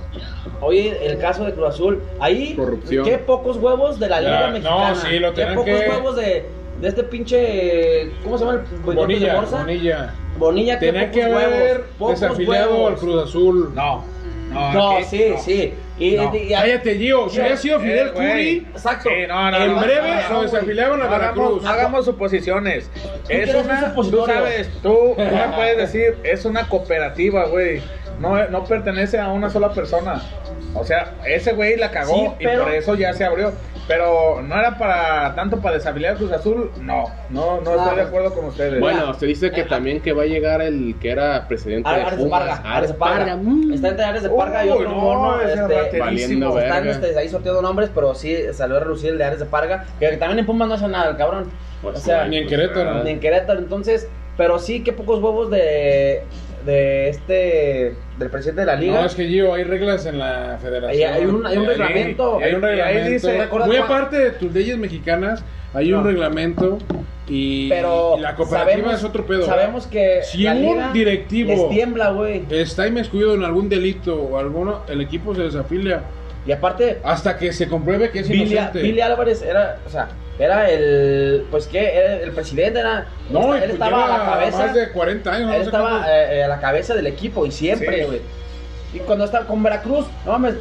Speaker 3: Oye, el caso de Cruz Azul. Ahí,
Speaker 5: Corrupción.
Speaker 3: qué pocos huevos de la
Speaker 6: Ya,
Speaker 3: Liga
Speaker 6: no,
Speaker 3: Mexicana.
Speaker 6: sí, lo
Speaker 3: Qué
Speaker 6: tenían
Speaker 3: pocos
Speaker 6: que-
Speaker 3: huevos de, de este pinche. ¿Cómo se llama el boicote de
Speaker 6: Bonilla,
Speaker 3: Borsa?
Speaker 6: Bonilla.
Speaker 3: Bonilla, qué
Speaker 6: Tenía
Speaker 3: pocos
Speaker 6: que haber
Speaker 3: huevos. Pocos
Speaker 6: desafiliado
Speaker 3: huevos.
Speaker 6: al Cruz Azul.
Speaker 4: No, no,
Speaker 3: No,
Speaker 4: aquí-
Speaker 3: sí,
Speaker 4: no.
Speaker 3: sí. Y,
Speaker 4: No.
Speaker 3: y- y-
Speaker 6: Cállate, Gio. Si hubiera sido Fidel
Speaker 4: Eh, güey.
Speaker 6: Curi,
Speaker 3: Exacto.
Speaker 4: Sí, no, no,
Speaker 6: en
Speaker 4: no,
Speaker 3: Ah,
Speaker 6: breve
Speaker 4: no, no,
Speaker 6: lo
Speaker 4: güey.
Speaker 6: desafiliaban a
Speaker 4: No hagamos,
Speaker 6: Veracruz.
Speaker 4: no hagamos suposiciones. Es
Speaker 3: quieres
Speaker 4: una,
Speaker 3: un
Speaker 4: tú
Speaker 3: supositorio?
Speaker 4: sabes, tú, tú me puedes decir, es una cooperativa, güey. No, no pertenece a una sola persona. O sea, ese güey la cagó
Speaker 3: Sí,
Speaker 4: y
Speaker 3: pero-
Speaker 4: por eso ya se abrió. Pero no era para tanto para desafiliar a Cruz Azul. No, no, no estoy de acuerdo con ustedes.
Speaker 5: Bueno, se dice que también que va a llegar el que era presidente de
Speaker 3: Ares de
Speaker 5: Pumas,
Speaker 3: Parga.
Speaker 5: Ares
Speaker 3: Ares de Parga.
Speaker 5: Parga, mm.
Speaker 3: Está entre Ares de Parga y
Speaker 4: Uy,
Speaker 3: otro
Speaker 4: no,
Speaker 3: mono.
Speaker 4: ese
Speaker 3: Este,
Speaker 4: raterísimo.
Speaker 5: Valiendo verga.
Speaker 3: están este, ahí sorteando nombres, pero sí salió a relucir el de Ares de Parga. Que también en Pumas no hace nada, el cabrón.
Speaker 5: Pues,
Speaker 3: este,
Speaker 5: Ah,
Speaker 3: o sea,
Speaker 6: Ni en Querétaro.
Speaker 3: ni en Querétaro. Entonces, pero sí, qué pocos huevos de, de este. del presidente de la liga.
Speaker 6: No, es que Gio, hay reglas en la federación.
Speaker 3: Hay- hay un- hay un
Speaker 6: Y
Speaker 3: reglamento.
Speaker 6: Hay un
Speaker 4: Y ahí
Speaker 6: reglamento.
Speaker 4: dice-
Speaker 6: Muy aparte de tus leyes mexicanas, hay un
Speaker 3: No.
Speaker 6: reglamento y
Speaker 3: pero
Speaker 6: la cooperativa
Speaker 3: sabemos-
Speaker 6: es otro pedo.
Speaker 3: Sabemos que
Speaker 6: Si
Speaker 3: la
Speaker 6: un
Speaker 3: liga
Speaker 6: directivo- Eh,
Speaker 3: les tiembla, güey.
Speaker 6: Está inmiscuido en algún delito o alguno, el equipo se desafilia
Speaker 3: Y aparte,
Speaker 6: hasta que se compruebe que es
Speaker 3: Billy,
Speaker 6: inocente.
Speaker 3: Billy Álvarez era, o sea, era el, pues que era el presidente, era,
Speaker 6: no,
Speaker 3: esta-
Speaker 6: y
Speaker 3: él
Speaker 6: pues
Speaker 3: estaba a la
Speaker 6: lleva
Speaker 3: cabeza,
Speaker 6: más de 40 años. no
Speaker 3: él
Speaker 6: sé
Speaker 3: estaba
Speaker 6: cuántos.
Speaker 3: eh, eh, a la cabeza del equipo y
Speaker 4: Sí.
Speaker 3: siempre, güey. Y cuando estaba con Veracruz, no mames,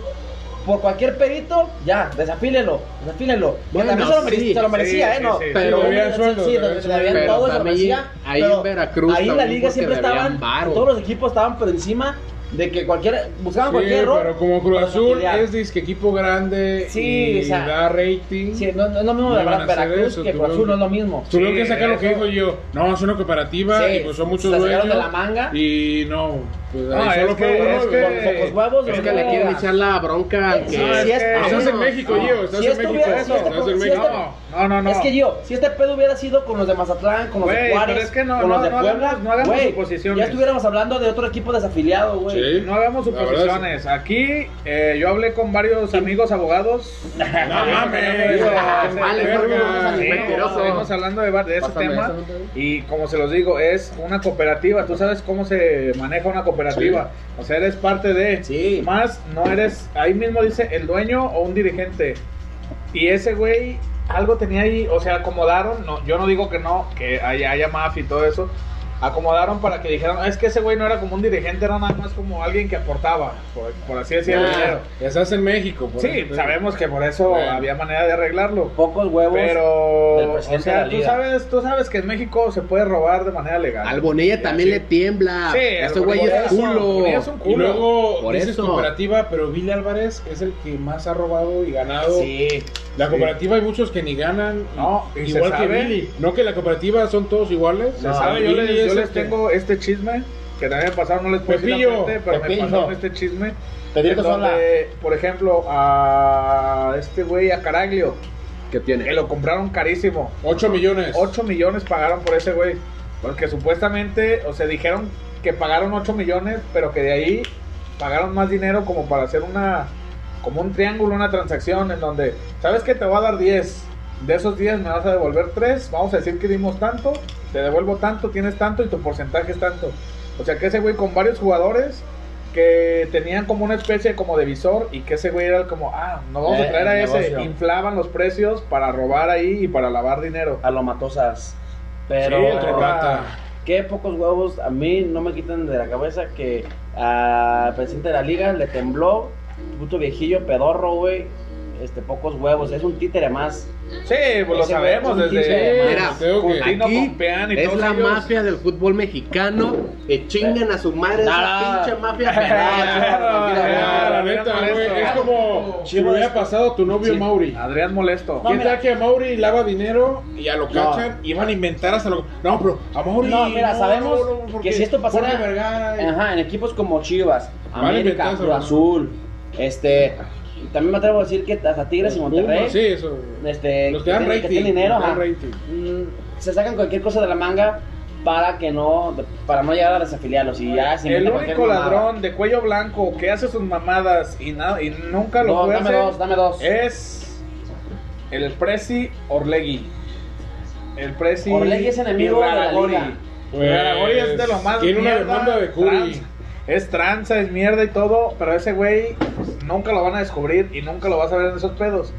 Speaker 3: por cualquier perito, ya, desafílenlo, desafílenlo. Que
Speaker 5: Bueno,
Speaker 3: también se lo merecía,
Speaker 5: sí.
Speaker 3: se lo merecía,
Speaker 4: Sí,
Speaker 3: ¿eh? No,
Speaker 4: sí, sí.
Speaker 5: Pero
Speaker 3: sí,
Speaker 6: había sueldo,
Speaker 3: sí,
Speaker 6: había
Speaker 3: le- le
Speaker 6: sueldo.
Speaker 3: habían
Speaker 5: Pero
Speaker 3: todo, se lo
Speaker 5: también
Speaker 3: merecía,
Speaker 5: ahí en
Speaker 3: pero
Speaker 5: Veracruz
Speaker 3: Ahí en la
Speaker 5: también
Speaker 3: liga
Speaker 5: porque
Speaker 3: siempre
Speaker 5: debían
Speaker 3: estaban,
Speaker 5: varo.
Speaker 3: todos los equipos estaban por encima de que cualquiera, buscaban
Speaker 6: Sí,
Speaker 3: cualquier error.
Speaker 6: pero como Cruz
Speaker 3: para
Speaker 6: Azul
Speaker 3: desafiliar.
Speaker 6: es disque equipo grande
Speaker 3: Sí,
Speaker 6: y
Speaker 3: o sea,
Speaker 6: da rating.
Speaker 3: Sí, no, no es lo mismo
Speaker 6: No
Speaker 3: de
Speaker 6: van a hacer
Speaker 3: Veracruz
Speaker 6: eso,
Speaker 3: que Cruz
Speaker 6: tuvieron-
Speaker 3: Azul, no es lo mismo.
Speaker 6: Tuvieron
Speaker 4: Sí,
Speaker 6: que sacar lo que
Speaker 4: eso.
Speaker 6: dijo yo. No, es una cooperativa
Speaker 3: Sí,
Speaker 6: y pues son muchos
Speaker 3: la
Speaker 6: dueños.
Speaker 3: sacaron de la manga.
Speaker 6: Y no, pues ahí
Speaker 4: No,
Speaker 6: solo
Speaker 4: es
Speaker 6: fue uno,
Speaker 4: que, es
Speaker 6: güey.
Speaker 4: que-
Speaker 3: Pocos huevos,
Speaker 5: pues Es
Speaker 3: los
Speaker 5: que le
Speaker 3: huevos.
Speaker 5: quieren echar la bronca al
Speaker 3: Sí,
Speaker 5: que
Speaker 3: sí, es-
Speaker 4: que-
Speaker 3: ah,
Speaker 6: Estás en
Speaker 3: bueno,
Speaker 6: México,
Speaker 3: no.
Speaker 6: Gio, estás
Speaker 3: Si
Speaker 6: en
Speaker 3: estuviera-
Speaker 6: México.
Speaker 3: si este-
Speaker 6: estás en
Speaker 3: si
Speaker 6: México.
Speaker 3: este-
Speaker 6: No.
Speaker 4: No, no, no.
Speaker 3: Es que yo, si este pedo hubiera sido con los de Mazatlán, con los
Speaker 4: Güey,
Speaker 3: de Juárez,
Speaker 4: pero es que no,
Speaker 3: con los
Speaker 4: no,
Speaker 3: de
Speaker 4: no
Speaker 3: Puebla,
Speaker 4: hagamos- no hagamos
Speaker 3: güey,
Speaker 4: suposiciones.
Speaker 3: ya estuviéramos hablando de otro equipo desafiliado, güey.
Speaker 6: Sí.
Speaker 4: No hagamos
Speaker 6: La verdad,
Speaker 4: suposiciones. Aquí eh, yo hablé con varios amigos abogados.
Speaker 6: No mames.
Speaker 4: Digo,
Speaker 5: Ah,
Speaker 4: ese-
Speaker 5: vale,
Speaker 4: verga.
Speaker 5: no, no,
Speaker 4: Sí,
Speaker 5: mentiroso.
Speaker 4: Estuvimos hablando de, va- de ese
Speaker 5: Pásame
Speaker 4: tema.
Speaker 5: esa otra vez.
Speaker 4: Y como se los digo, es una cooperativa. Tú sabes cómo se maneja una cooperativa. O sea, eres parte de.
Speaker 7: Sí.
Speaker 4: Más, no eres. Ahí mismo dice el dueño o un dirigente. Y ese güey algo tenía ahí, o sea, acomodaron, no, yo no digo que no, que haya, haya mafia y todo eso, acomodaron para que dijeran, es que ese güey no era como un dirigente, era nada más como alguien que aportaba, por, por así decirlo.
Speaker 5: Ah.
Speaker 4: dinero.
Speaker 6: Ya estás en México. por
Speaker 4: Sí,
Speaker 6: ejemplo.
Speaker 4: sabemos que por eso
Speaker 6: Bueno.
Speaker 4: había manera de arreglarlo.
Speaker 3: Pocos huevos.
Speaker 4: Pero,
Speaker 3: del
Speaker 4: o
Speaker 3: presidente de
Speaker 4: sea,
Speaker 3: la
Speaker 4: tú
Speaker 3: liga.
Speaker 4: sabes, tú sabes que en México se puede robar de manera legal.
Speaker 5: Al Bonilla también
Speaker 4: Sí.
Speaker 5: le tiembla.
Speaker 4: Sí,
Speaker 5: Ese
Speaker 4: al
Speaker 5: este güey
Speaker 4: Bonilla
Speaker 5: es
Speaker 4: es un-
Speaker 5: culo.
Speaker 4: Bonilla es un
Speaker 6: Y
Speaker 4: culo.
Speaker 6: luego
Speaker 5: Por
Speaker 6: dices
Speaker 5: eso.
Speaker 6: cooperativa, pero Billy Álvarez es el que más ha robado y ganado.
Speaker 3: Sí.
Speaker 6: La cooperativa hay muchos que ni ganan.
Speaker 4: No, y se
Speaker 6: igual que
Speaker 4: sabe.
Speaker 6: Billy. No que la cooperativa son todos iguales.
Speaker 4: Se sabe, yo
Speaker 6: Billy
Speaker 4: les, yo
Speaker 6: es
Speaker 4: les
Speaker 6: el que-
Speaker 4: tengo este chisme que también me pasaron, no les puedo decir la
Speaker 6: Pepillo,
Speaker 4: fuente, pero
Speaker 5: Pepillo.
Speaker 4: me pasaron este chisme.
Speaker 5: Te digo
Speaker 4: en
Speaker 5: que son
Speaker 4: donde, por ejemplo, a este güey, a Caraglio,
Speaker 5: ¿Qué
Speaker 4: que
Speaker 5: tiene?
Speaker 4: lo compraron carísimo.
Speaker 6: 8 millones.
Speaker 4: 8 millones pagaron por ese güey. Porque supuestamente, o sea, dijeron que pagaron 8 millones, pero que de ahí pagaron más dinero como para hacer una, como un triángulo, una transacción en donde, ¿sabes que Te voy a dar 10. De esos 10 me vas a devolver 3. Vamos a decir que dimos tanto, te devuelvo tanto, tienes tanto y tu porcentaje es tanto. O sea, que ese güey con varios jugadores que tenían como una especie como de visor y que ese güey era como, ah, nos vamos
Speaker 3: Eh,
Speaker 4: a traer a
Speaker 3: el
Speaker 4: ese.
Speaker 3: negocio.
Speaker 4: Inflaban los precios para robar ahí y para lavar dinero.
Speaker 3: A lo matosas. Pero.
Speaker 6: Sí, el Corbata.
Speaker 3: Qué pocos huevos a mí no me quitan de la cabeza que al presidente de la liga le tembló, puto viejillo, pedorro, güey. Este, pocos huevos, es un títere más.
Speaker 4: Sí, pues lo
Speaker 3: Ese
Speaker 4: sabemos
Speaker 3: güey es un
Speaker 4: desde
Speaker 3: pinche-
Speaker 5: Mira,
Speaker 6: Creo que-
Speaker 4: Justino
Speaker 5: aquí
Speaker 4: Compeán y
Speaker 5: es
Speaker 4: todos
Speaker 5: la
Speaker 4: ellos.
Speaker 5: mafia del fútbol mexicano que chingan a su madre
Speaker 3: Nah.
Speaker 5: esa pinche mafia pelada.
Speaker 6: Ah, la neta, güey, Es como si
Speaker 3: Chivo
Speaker 6: hubiera
Speaker 3: esto.
Speaker 6: pasado tu novio Mauri.
Speaker 4: Adrián Molesto.
Speaker 6: ¿Quién
Speaker 3: mira.
Speaker 6: sabe que a Mauri lava dinero y a lo
Speaker 3: No.
Speaker 6: cachan y van a inventar hasta lo. No, pero a Mauri.
Speaker 3: No, mira, sabemos
Speaker 6: porque-
Speaker 3: que si esto pasara-
Speaker 6: Jorge Vergara y-
Speaker 3: Ajá, en equipos como Chivas,
Speaker 6: Vale,
Speaker 3: América,
Speaker 6: inventazo,
Speaker 3: Cruz
Speaker 6: ¿no?
Speaker 3: Azul, este, también me atrevo a decir que hasta Tigres y Monterrey,
Speaker 6: Sí, eso.
Speaker 3: este,
Speaker 6: Los que dan
Speaker 3: tienen-
Speaker 6: rating.
Speaker 3: tienen dinero,
Speaker 6: los que dan
Speaker 3: ajá.
Speaker 6: rating.
Speaker 3: Mm, se sacan cualquier cosa de la manga para que no, para no llegar a desafiliarlos y ya se
Speaker 4: el
Speaker 3: inventa cualquier
Speaker 4: único
Speaker 3: mamada.
Speaker 4: ladrón de cuello blanco que hace sus mamadas y, nada y nunca lo
Speaker 3: Dos,
Speaker 4: puede
Speaker 3: dame
Speaker 4: hacer
Speaker 3: dos, dame dos.
Speaker 6: Eh,
Speaker 4: es el Presi Orlegui. El Presi
Speaker 3: Orlegui es enemigo de la
Speaker 4: Irraragori.
Speaker 3: liga.
Speaker 4: Irraragori es de lo más
Speaker 6: Pues, Tiene una
Speaker 4: mierda,
Speaker 6: demanda de Curi.
Speaker 4: trans- Es tranza, es mierda y todo, pero ese güey pues, nunca lo van a descubrir y nunca lo vas a ver en esos pedos.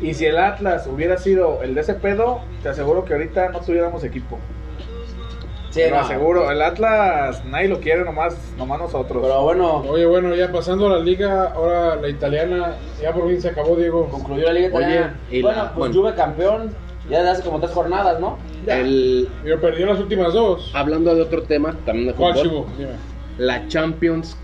Speaker 4: Y si el Atlas hubiera sido el de ese pedo, te aseguro que ahorita no tuviéramos equipo.
Speaker 3: Sí,
Speaker 4: Te lo
Speaker 3: no.
Speaker 4: aseguro, el Atlas nadie lo quiere, nomás, nomás nosotros.
Speaker 3: Pero bueno,
Speaker 6: Oye, bueno, ya pasando a la liga, ahora la italiana, ya por fin se acabó, Diego.
Speaker 3: concluyó la liga
Speaker 5: Oye,
Speaker 3: italiana.
Speaker 5: y
Speaker 3: bueno,
Speaker 5: la-
Speaker 3: pues
Speaker 5: bueno.
Speaker 3: Juve campeón ya desde hace como tres jornadas, ¿no? Pues
Speaker 5: El,
Speaker 6: Yo perdí las últimas dos.
Speaker 3: Ah,
Speaker 5: hablando de otro tema, también de
Speaker 6: ¿Cuál,
Speaker 5: fútbol,
Speaker 6: Chivo? Dime.
Speaker 5: la Champions.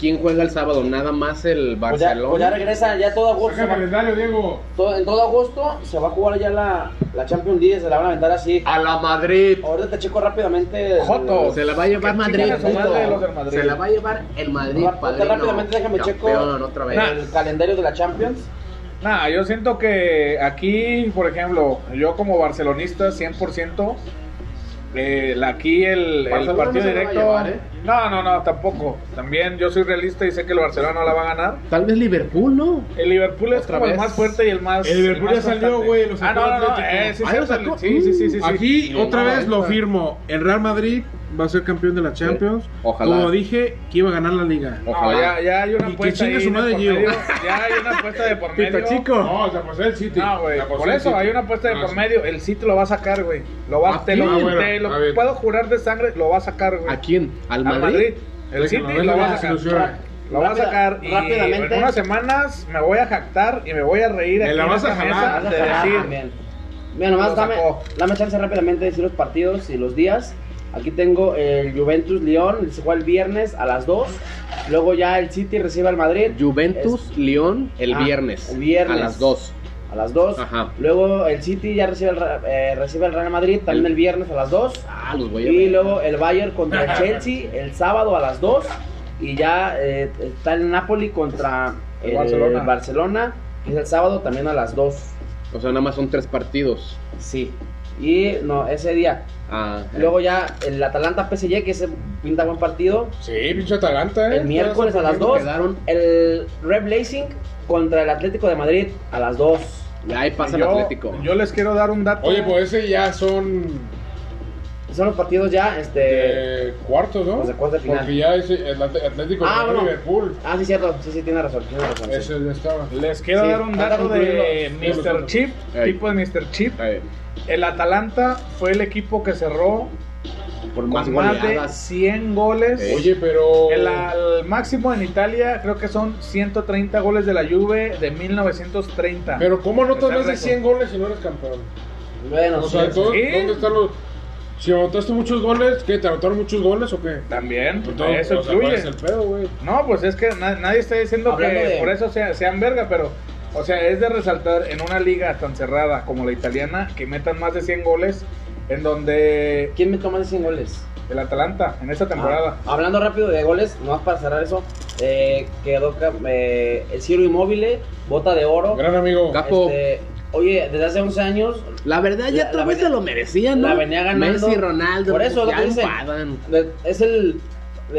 Speaker 5: ¿Quién juega el sábado? Nada más el
Speaker 3: Pues ya,
Speaker 5: Barcelona.
Speaker 3: pues ya regresa, ya todo agosto.
Speaker 6: Saca el
Speaker 3: va-
Speaker 6: calendario, Diego.
Speaker 3: todo- en todo agosto se va a jugar ya la, la Champions League, se la van a aventar así.
Speaker 5: A la Madrid.
Speaker 3: Ahorita te checo rápidamente. el-
Speaker 4: Joto.
Speaker 5: Se la va a llevar
Speaker 4: Que
Speaker 5: Madrid.
Speaker 4: chingan a su madre los del
Speaker 5: puto.
Speaker 4: Madrid.
Speaker 5: Se la va a llevar el Madrid.
Speaker 3: Rápido,
Speaker 5: padrino.
Speaker 3: rápidamente déjame checo.
Speaker 5: Campeón, otra vez.
Speaker 3: El calendario de la Champions.
Speaker 4: Nah, yo siento que aquí, por ejemplo, yo como barcelonista 100%, eh, la- aquí el, el
Speaker 5: Barcelona no
Speaker 4: partido
Speaker 5: se la va a
Speaker 4: directo...
Speaker 5: llevar, ¿eh?
Speaker 4: No, no, no, tampoco. También yo soy realista y sé que el Barcelona no la va a ganar.
Speaker 5: Tal vez Liverpool, ¿no?
Speaker 4: El Liverpool es
Speaker 5: Otra
Speaker 4: como el
Speaker 5: vez.
Speaker 4: más fuerte y el más...
Speaker 6: El Liverpool
Speaker 4: más
Speaker 6: ya salió,
Speaker 4: constante.
Speaker 6: güey, lo sacó
Speaker 4: Ah, no, no, no.
Speaker 6: Atlético.
Speaker 4: eh, sí,
Speaker 5: Ah, lo
Speaker 4: sí,
Speaker 5: sacó.
Speaker 4: sí, sí, sí, sí, sí.
Speaker 6: Aquí otra
Speaker 5: no,
Speaker 6: vez lo
Speaker 5: esta.
Speaker 6: firmo. El Real Madrid va a ser campeón de la Champions.
Speaker 5: Ojalá.
Speaker 6: Como dije, que iba a ganar la liga.
Speaker 4: No,
Speaker 5: Ojalá.
Speaker 4: ya, ya hay una
Speaker 6: Y que
Speaker 4: apuesta
Speaker 6: chingue
Speaker 4: ahí
Speaker 6: su
Speaker 4: de
Speaker 6: madre,
Speaker 4: por
Speaker 6: Gio.
Speaker 4: medio. Ya hay una apuesta de por medio.
Speaker 6: Pito chico. No, la pasé el City.
Speaker 4: No, güey. Por eso hay una apuesta de por medio. El City lo va a sacar, güey. Lo va
Speaker 6: Ah,
Speaker 4: te
Speaker 6: sí.
Speaker 4: lo,
Speaker 6: Ah, bueno,
Speaker 4: te lo
Speaker 6: a ver.
Speaker 4: puedo jurar de sangre, lo va a sacar, güey.
Speaker 5: ¿A quién? ¿Al
Speaker 4: Al
Speaker 5: Madrid?
Speaker 4: Madrid. El
Speaker 6: Déjalo,
Speaker 4: City
Speaker 6: déjalo
Speaker 4: lo va
Speaker 6: que
Speaker 4: a
Speaker 6: se
Speaker 4: sacar.
Speaker 6: ilusione.
Speaker 4: Lo va a
Speaker 3: Rápida-
Speaker 4: sacar y
Speaker 3: rápidamente.
Speaker 4: en unas semanas me voy a jactar y me voy a reír
Speaker 6: Me
Speaker 4: aquí
Speaker 6: la
Speaker 4: en
Speaker 6: vas a
Speaker 4: esta
Speaker 6: jalar,
Speaker 4: mesa
Speaker 3: Vas a
Speaker 4: de
Speaker 3: jalar
Speaker 4: decir,
Speaker 3: también. Ah, Mira, nomás
Speaker 4: Lo
Speaker 3: dame,
Speaker 4: sacó.
Speaker 3: dame chance rápidamente de decir los partidos y los días. Aquí tengo el Juventus León, se juega el viernes a las 2. Luego ya el City recibe al Madrid.
Speaker 5: Juventus, León, el
Speaker 3: Ah,
Speaker 5: viernes.
Speaker 3: el viernes.
Speaker 5: A las 2.
Speaker 3: a las 2.
Speaker 5: Ajá.
Speaker 3: Luego el City ya recibe el, Ra- eh, recibe al Real Madrid también el viernes a las 2.
Speaker 5: Ah, los voy a
Speaker 3: Y
Speaker 5: ver.
Speaker 3: luego el Bayern contra el Chelsea el sábado a las 2. Y ya eh, está el Napoli contra
Speaker 4: El
Speaker 3: el
Speaker 4: Barcelona.
Speaker 3: Barcelona, que es el sábado también a las 2.
Speaker 5: O sea, nada más son tres partidos.
Speaker 3: Sí. Y no, ese día.
Speaker 5: Ah, eh.
Speaker 3: Luego ya el Atalanta PSG, que ese pinta buen partido.
Speaker 6: Sí, pinche Atalanta, ¿eh?
Speaker 3: El miércoles a las 2.
Speaker 5: quedaron.
Speaker 3: El Red Blazing contra el Atlético de Madrid a las 2.
Speaker 5: Y ahí pasa el
Speaker 4: yo,
Speaker 5: Atlético.
Speaker 4: yo les quiero dar un dato.
Speaker 6: Oye, pues ese ya son
Speaker 3: Son los partidos ya, este.
Speaker 6: eh, cuartos, ¿no?
Speaker 4: pues,
Speaker 3: los de cuartos de final.
Speaker 6: Porque ya es el At- Atlético
Speaker 3: Ah,
Speaker 6: contra
Speaker 3: bueno.
Speaker 6: Liverpool.
Speaker 3: Ah, sí, cierto. Sí, sí, tiene razón. Tiene razón sí.
Speaker 6: Ese ya estaba.
Speaker 4: les quiero
Speaker 3: Sí,
Speaker 4: dar un
Speaker 3: anda
Speaker 4: dato de
Speaker 6: concluyendo.
Speaker 4: Mr. Chip,
Speaker 5: Ey.
Speaker 4: tipo de Mr. Chip.
Speaker 5: Eh,
Speaker 4: El Atalanta fue el equipo que cerró
Speaker 5: por
Speaker 4: con
Speaker 5: más
Speaker 4: más, de
Speaker 5: goleadas.
Speaker 4: 100 goles.
Speaker 6: Pues, Oye, pero.
Speaker 4: El, al máximo en Italia creo que son 130 goles de la Juve de 1930.
Speaker 6: Pero ¿cómo anotas
Speaker 4: Está
Speaker 6: más de
Speaker 4: récord.
Speaker 6: 100 goles si no eres campeón?
Speaker 3: Bueno,
Speaker 6: O
Speaker 3: sí,
Speaker 6: sea, todo-
Speaker 4: ¿Sí?
Speaker 6: ¿dónde están los.? Si anotaste muchos goles, ¿qué? ¿Te anotaron muchos goles o qué?
Speaker 4: también,
Speaker 6: Entonces,
Speaker 4: eso
Speaker 6: o sea, ¿cuál
Speaker 4: influye.
Speaker 6: es el pedo, güey?
Speaker 4: No, pues es que na- nadie está diciendo que
Speaker 3: Hablando de-
Speaker 4: por eso sea- sean verga, pero o sea, es de resaltar en una liga tan cerrada como la italiana que metan más de 100 goles en donde
Speaker 3: ¿Quién me toma de 100 goles?
Speaker 4: el Atalanta en esta temporada.
Speaker 3: Ah, hablando rápido de goles, nomás para cerrar eso, eh, quedó ca- eh, el Ciro Inmóvile, bota de oro.
Speaker 6: Gran amigo.
Speaker 5: Gran-
Speaker 3: Este, oye, desde hace 11 años,
Speaker 5: La verdad, ya
Speaker 3: La-
Speaker 5: otra
Speaker 3: la
Speaker 5: vez
Speaker 3: venía-
Speaker 5: se lo merecía, ¿no?
Speaker 3: la venía ganando.
Speaker 5: Messi, Ronaldo.
Speaker 3: Por eso es lo
Speaker 5: ya
Speaker 3: que dicen.
Speaker 5: enfadan.
Speaker 3: de- es el